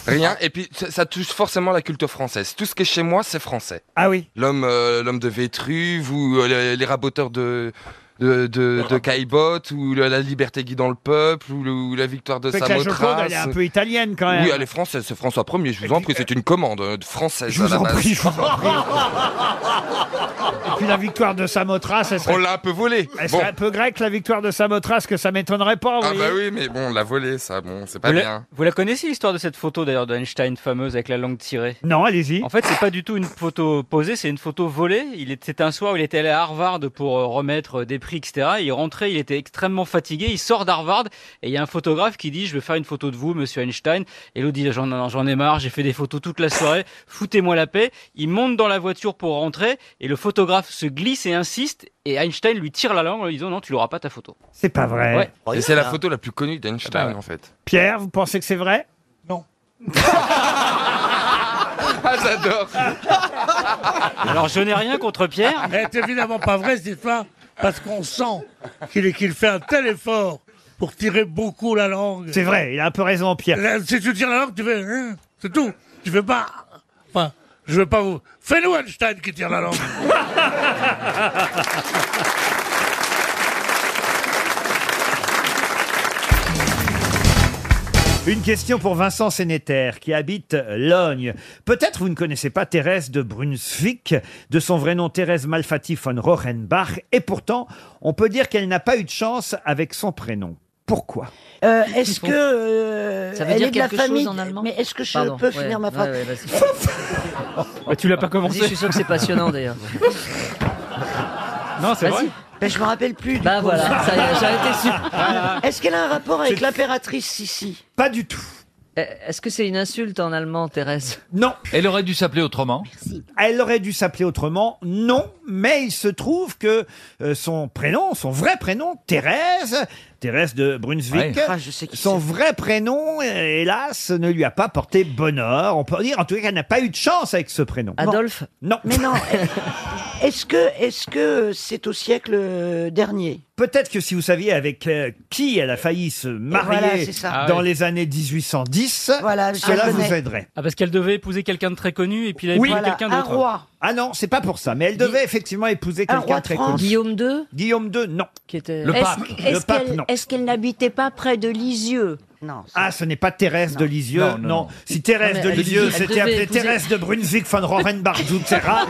Speaker 22: Rien. Et puis, ça, ça touche forcément la culture française. Tout ce qui est chez moi, c'est français.
Speaker 5: Ah oui.
Speaker 22: L'homme euh, l'homme de Vétruve ou euh, les, les raboteurs de. De, de, de Caillebotte, ou le- la liberté guidant le peuple, ou, le- ou la victoire de
Speaker 5: Fait que la Joconde,
Speaker 22: Samothrace.
Speaker 5: elle est un peu italienne quand même.
Speaker 22: Oui, elle est française, c'est François Ier, je vous en prie, c'est une commande euh, française
Speaker 5: Je
Speaker 22: à
Speaker 5: vous
Speaker 22: la
Speaker 5: en
Speaker 22: base.
Speaker 5: prie, je vous en prie. Et puis la victoire de Samothrace, elle serait...
Speaker 22: On l'a un peu volée.
Speaker 5: Elle
Speaker 22: Bon.
Speaker 5: serait un peu grecque, la victoire de Samothrace, que ça m'étonnerait pas, vous
Speaker 22: Ah bah
Speaker 5: voyez.
Speaker 22: oui, mais bon, on l'a volée, ça, bon, c'est pas
Speaker 12: vous,
Speaker 22: bien.
Speaker 12: La, vous la connaissez l'histoire de cette photo d'ailleurs d'Einstein fameuse avec la langue tirée
Speaker 5: Non, allez-y.
Speaker 12: En fait, c'est pas du tout une photo posée, c'est une photo volée. Il était un soir, où il était allé à Harvard pour euh, remettre euh, des prix, etc. Il rentrait, il était extrêmement fatigué. Il sort d'Harvard et il y a un photographe qui dit :« Je vais faire une photo de vous, Monsieur Einstein. » Et l'autre dit :« J'en j'en ai marre, j'ai fait des photos toute la soirée. Foutez-moi la paix. » Il monte dans la voiture pour rentrer et le photographe se glisse et insiste. Et Einstein lui tire la langue en lui disant :« Non, tu l'auras pas ta photo. »
Speaker 5: C'est pas vrai.
Speaker 12: Ouais. Ah bah
Speaker 22: Et c'est la photo la plus connue d'Einstein, en fait.
Speaker 5: Pierre, vous pensez que c'est vrai
Speaker 22: Ah, j'adore
Speaker 12: Alors, je n'ai rien contre Pierre.
Speaker 9: Elle est évidemment pas vraie, cette histoire, parce qu'on sent qu'il qu'il fait un tel effort pour tirer beaucoup la langue.
Speaker 1: C'est vrai, il a un peu raison, Pierre.
Speaker 9: Là, si tu tires la langue, tu fais... hein, c'est tout. Tu fais pas... Enfin, je veux pas vous... Fais-nous Einstein qui tire la langue.
Speaker 1: Une question pour Vincent Sénéter, qui habite Logne. Peut-être vous ne connaissez pas Thérèse de Brunswick, de son vrai nom Thérèse Malfatti von Rohrenbach, et pourtant, on peut dire qu'elle n'a pas eu de chance avec son prénom. Pourquoi
Speaker 23: Euh, est-ce que euh,
Speaker 1: Ça veut
Speaker 23: elle
Speaker 1: dire
Speaker 23: est de la
Speaker 1: quelque chose
Speaker 23: famille
Speaker 1: en allemand
Speaker 23: Mais est-ce que je
Speaker 1: Pardon,
Speaker 23: peux
Speaker 1: ouais,
Speaker 23: finir ma
Speaker 1: ouais,
Speaker 23: phrase
Speaker 1: ouais,
Speaker 12: Bah, tu l'as pas commencé.
Speaker 23: Vas-y, je suis sûr que c'est passionnant, d'ailleurs.
Speaker 12: Non,
Speaker 23: Vas-y. Ben, je me rappelle plus. du
Speaker 18: Bah
Speaker 23: coup.
Speaker 18: voilà, ça y est, j'en étais sûr.
Speaker 23: Est-ce qu'elle a un rapport avec l'impératrice Sissi
Speaker 1: Pas du tout.
Speaker 18: Eh, Est-ce que c'est une insulte en allemand, Thérèse
Speaker 1: Non.
Speaker 15: Elle aurait dû s'appeler autrement.
Speaker 1: Elle aurait dû s'appeler autrement, non, mais il se trouve que euh, son prénom, son vrai prénom, Thérèse, Thérèse de Brunswick,
Speaker 23: Ouais. Ah, je sais qui
Speaker 1: son vrai prénom, euh, hélas, ne lui a pas porté bonheur. On peut dire en tout cas qu'elle n'a pas eu de chance avec ce prénom.
Speaker 23: Adolphe
Speaker 1: Non.
Speaker 23: Mais non. Est-ce que est-ce que c'est au siècle euh, dernier
Speaker 1: Peut-être que si vous saviez avec euh, qui elle a failli se marier
Speaker 23: Voilà, c'est ça. Ah
Speaker 1: dans
Speaker 23: ouais.
Speaker 1: les années 1810,
Speaker 23: Voilà, je
Speaker 1: cela
Speaker 23: la
Speaker 1: vous
Speaker 23: connais.
Speaker 1: aiderait.
Speaker 12: Ah, parce qu'elle devait épouser quelqu'un de très connu et puis elle a épousé quelqu'un d'autre.
Speaker 1: Ah non, c'est pas pour ça. Mais elle devait effectivement épouser quelqu'un de très connu.
Speaker 11: Guillaume II
Speaker 1: Guillaume II, non.
Speaker 11: Qui était... Eh,
Speaker 1: Le pape.
Speaker 11: Est-ce
Speaker 1: Le pape,
Speaker 11: qu'elle-
Speaker 1: non.
Speaker 11: est-ce qu'elle n'habitait pas près de Lisieux
Speaker 23: Non.
Speaker 1: Ah, ce n'est pas Thérèse de Lisieux, non.
Speaker 15: Non, non, non.
Speaker 1: Si Thérèse
Speaker 11: Non,
Speaker 1: de
Speaker 11: mais elle
Speaker 1: Lisieux
Speaker 11: devait- elle
Speaker 1: s'était
Speaker 11: devait
Speaker 1: appelée
Speaker 11: épouser-
Speaker 1: Thérèse de Brunswick von Rohrenbach Zutera,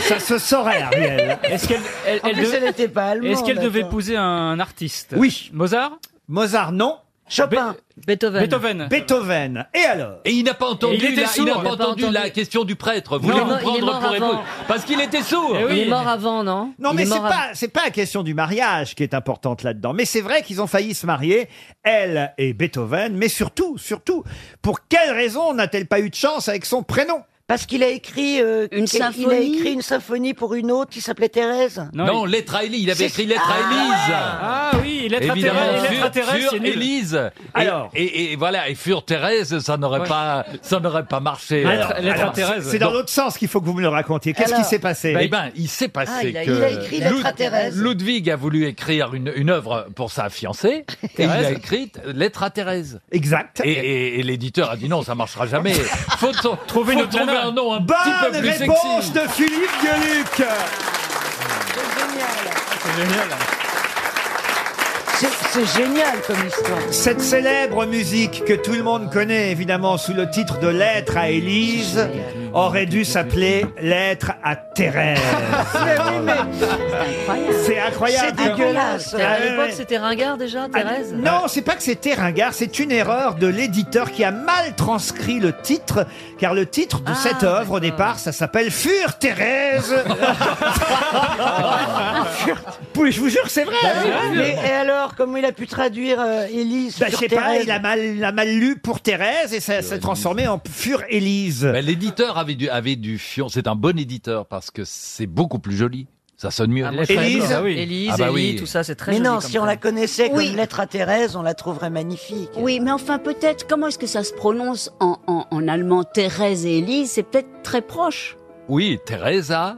Speaker 1: ça se saurait, Ariel.
Speaker 12: Est-ce qu'elle elle-
Speaker 23: En
Speaker 12: elle
Speaker 23: plus,
Speaker 12: devait-
Speaker 23: elle n'était pas allemande.
Speaker 12: Est-ce qu'elle devait
Speaker 23: attends.
Speaker 12: épouser un artiste
Speaker 1: Oui.
Speaker 12: Mozart
Speaker 1: Mozart, non.
Speaker 23: Chopin.
Speaker 11: Beethoven.
Speaker 12: Beethoven.
Speaker 1: Beethoven. Et alors
Speaker 15: Et il n'a pas entendu,
Speaker 12: il était
Speaker 15: la, il n'a
Speaker 12: sourd.
Speaker 15: pas entendu la question du prêtre. Vous voulez
Speaker 12: Non, il
Speaker 15: vous
Speaker 12: est mort- il est
Speaker 15: prendre
Speaker 12: mort
Speaker 15: pour
Speaker 12: avant.
Speaker 15: épouse Parce qu'il était sourd.
Speaker 12: Eh oui.
Speaker 11: Il est mort avant, non
Speaker 1: Non,
Speaker 11: Il
Speaker 1: mais
Speaker 11: est
Speaker 1: c'est
Speaker 11: mort
Speaker 1: pas, c'est pas la question du mariage qui est importante là-dedans. Mais c'est vrai qu'ils ont failli se marier, elle et Beethoven. Mais surtout, surtout, pour quelle raison n'a-t-elle pas eu de chance avec son prénom
Speaker 23: Parce qu'il a écrit euh,
Speaker 11: Une
Speaker 23: qu'il- Il a
Speaker 11: symphonie
Speaker 23: écrit une symphonie pour une autre qui s'appelait Thérèse.
Speaker 15: Non, lettre à Élise. Il avait écrit lettre à Élise.
Speaker 12: Ah oui, lettre à
Speaker 15: Évidemment,
Speaker 12: Thérèse, lettre à
Speaker 15: sur,
Speaker 12: Thérèse,
Speaker 15: sur
Speaker 12: c'est nul.
Speaker 15: Élise. Et-
Speaker 12: Alors.
Speaker 15: Et, et voilà, et fur Thérèse, ça n'aurait
Speaker 12: Ouais.
Speaker 15: pas, ça n'aurait pas marché.
Speaker 1: Alors,
Speaker 15: Euh,
Speaker 1: alors, C'est dans l'autre sens qu'il faut que vous me le racontiez. Qu'est-ce qui
Speaker 23: Alors.
Speaker 1: s'est passé
Speaker 15: Eh ben, il s'est passé
Speaker 23: Ah, il a-
Speaker 15: que
Speaker 23: il a écrit Lettre
Speaker 15: Lud-
Speaker 23: à Thérèse.
Speaker 15: Ludwig a voulu écrire une, une œuvre pour sa fiancée et il a écrit Lettre à Thérèse.
Speaker 1: Exact.
Speaker 15: Et, et- et l'éditeur a dit non, ça marchera jamais. Faut tr-
Speaker 12: Trouver
Speaker 15: faut
Speaker 12: une autre
Speaker 15: trouver
Speaker 12: nana.
Speaker 15: un nom un
Speaker 1: Bonne
Speaker 15: petit peu plus
Speaker 1: réponse
Speaker 15: sexy.
Speaker 1: de Philippe Gueluc
Speaker 12: C'est génial.
Speaker 1: C'est génial comme histoire. Cette célèbre musique que tout le monde connaît évidemment sous le titre de Lettre à Élise aurait dû s'appeler Lettre à Thérèse. C'est incroyable.
Speaker 5: C'est dégueulasse.
Speaker 1: Ah,
Speaker 5: À
Speaker 1: ouais, Ah,
Speaker 5: l'époque,
Speaker 1: ouais.
Speaker 5: c'était ringard déjà, Thérèse
Speaker 1: Non, c'est pas que c'était ringard, c'est une erreur de l'éditeur qui a mal transcrit le titre, car le titre de cette œuvre au départ, ça s'appelle Fur Thérèse. Puis je vous jure, que c'est vrai.
Speaker 23: Bah
Speaker 1: hein.
Speaker 23: oui, mais et alors, comment il a pu traduire euh, Élise
Speaker 1: Bah, je
Speaker 23: sur
Speaker 1: sais pas,
Speaker 23: Thérèse
Speaker 1: il a mal, il a mal lu pour Thérèse et ça s'est transformé en Fur Élise.
Speaker 15: L'éditeur avait du, avait du fion. C'est un bon éditeur parce que c'est beaucoup plus joli. Ça sonne mieux.
Speaker 23: Ah, moi, je serais
Speaker 15: Élise
Speaker 23: d'accord.
Speaker 15: Ah oui.
Speaker 23: Élise,
Speaker 15: Ah bah
Speaker 23: Élie,
Speaker 15: oui.
Speaker 23: tout ça, c'est très Mais joli non, comme si on ça. la connaissait comme lettre à Thérèse, on la trouverait magnifique.
Speaker 11: Oui, mais enfin, peut-être, comment est-ce que ça se prononce en, en- en allemand Thérèse et Élise C'est peut-être très proche.
Speaker 15: Oui, Teresa.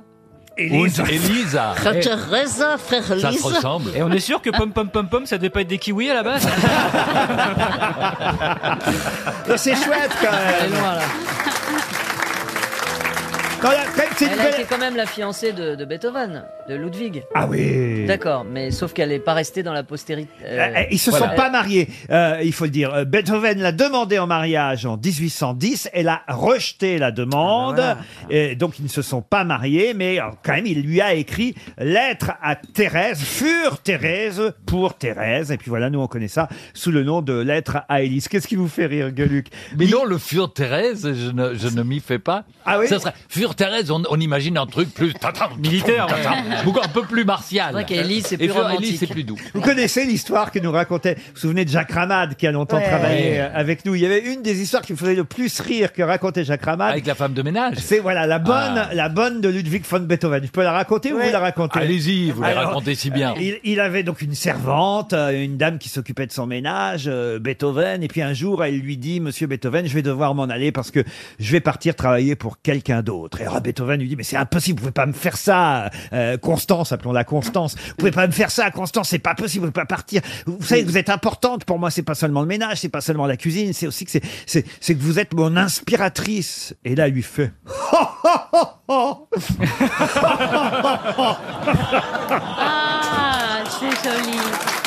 Speaker 15: Elisa. Elisa.
Speaker 11: Frère Teresa, frère
Speaker 15: Ça
Speaker 11: Lisa.
Speaker 15: se ressemble.
Speaker 12: Et on est sûr que pom pom pom pom, ça devait pas être des kiwis à la base
Speaker 11: Ah,
Speaker 1: Non, C'est chouette quand
Speaker 18: Ah,
Speaker 11: Elle
Speaker 1: même.
Speaker 11: est loin, là.
Speaker 1: Non, là, quand même, c'est une
Speaker 18: Elle a
Speaker 1: belle-
Speaker 18: été quand même la fiancée de, de Beethoven, de Ludwig.
Speaker 1: Ah oui.
Speaker 18: D'accord, mais sauf qu'elle n'est pas restée dans la postérité.
Speaker 1: Euh, euh, Ils se sont pas mariés, euh, il faut le dire. Euh, Beethoven l'a demandé en mariage en 1810, elle a rejeté la demande, et donc ils ne se sont pas mariés, mais euh, quand même il lui a écrit lettre à Thérèse, fur Thérèse pour Thérèse, et puis voilà, nous on connaît ça sous le nom de lettre à Élise. Qu'est-ce qui vous fait rire, Gueluc
Speaker 15: Mais non, le Fur Thérèse, je ne, je ne m'y fais pas.
Speaker 1: Ah oui
Speaker 15: Ça serait Fur Thérèse, on, on imagine un truc plus
Speaker 12: Militaire, ouais.
Speaker 15: beaucoup un peu plus martial.
Speaker 18: C'est vrai qu'Élise, c'est
Speaker 15: Et
Speaker 18: plus
Speaker 15: Fur Élise,
Speaker 18: romantique.
Speaker 15: c'est plus doux.
Speaker 1: Vous connaissez l'histoire que nous racontait, vous vous souvenez de Jacques Ramade qui a longtemps
Speaker 15: Ouais.
Speaker 1: travaillé
Speaker 15: Ouais.
Speaker 1: euh, avec nous. Il y avait une des histoires qui me faisait le plus rire que racontait Jacques Ramade.
Speaker 15: Avec la femme de ménage.
Speaker 1: C'est voilà la bonne,
Speaker 15: Ah.
Speaker 1: la bonne de Ludwig von Beethoven. Je peux la raconter ou vous la racontez
Speaker 15: Allez-y, vous la
Speaker 1: Alors,
Speaker 15: racontez si bien.
Speaker 1: euh, Il, il avait donc une servante, euh, une dame qui s'occupait de son ménage, euh, Beethoven. Et puis un jour, elle lui dit, Monsieur Beethoven, je vais devoir m'en aller parce que je vais partir travailler pour quelqu'un d'autre. Et alors, Beethoven lui dit, mais c'est impossible, vous pouvez pas me faire ça, euh, Constance, appelons-la Constance. Vous pouvez pas me faire ça, Constance, c'est pas possible, vous pouvez pas partir. Vous vous savez que vous êtes importante pour moi, c'est pas seulement le ménage, c'est pas seulement la cuisine, c'est aussi que c'est, c'est, c'est que vous êtes mon inspiratrice. Et là, il lui fait.
Speaker 41: Ah,
Speaker 5: Ah, c'est joli.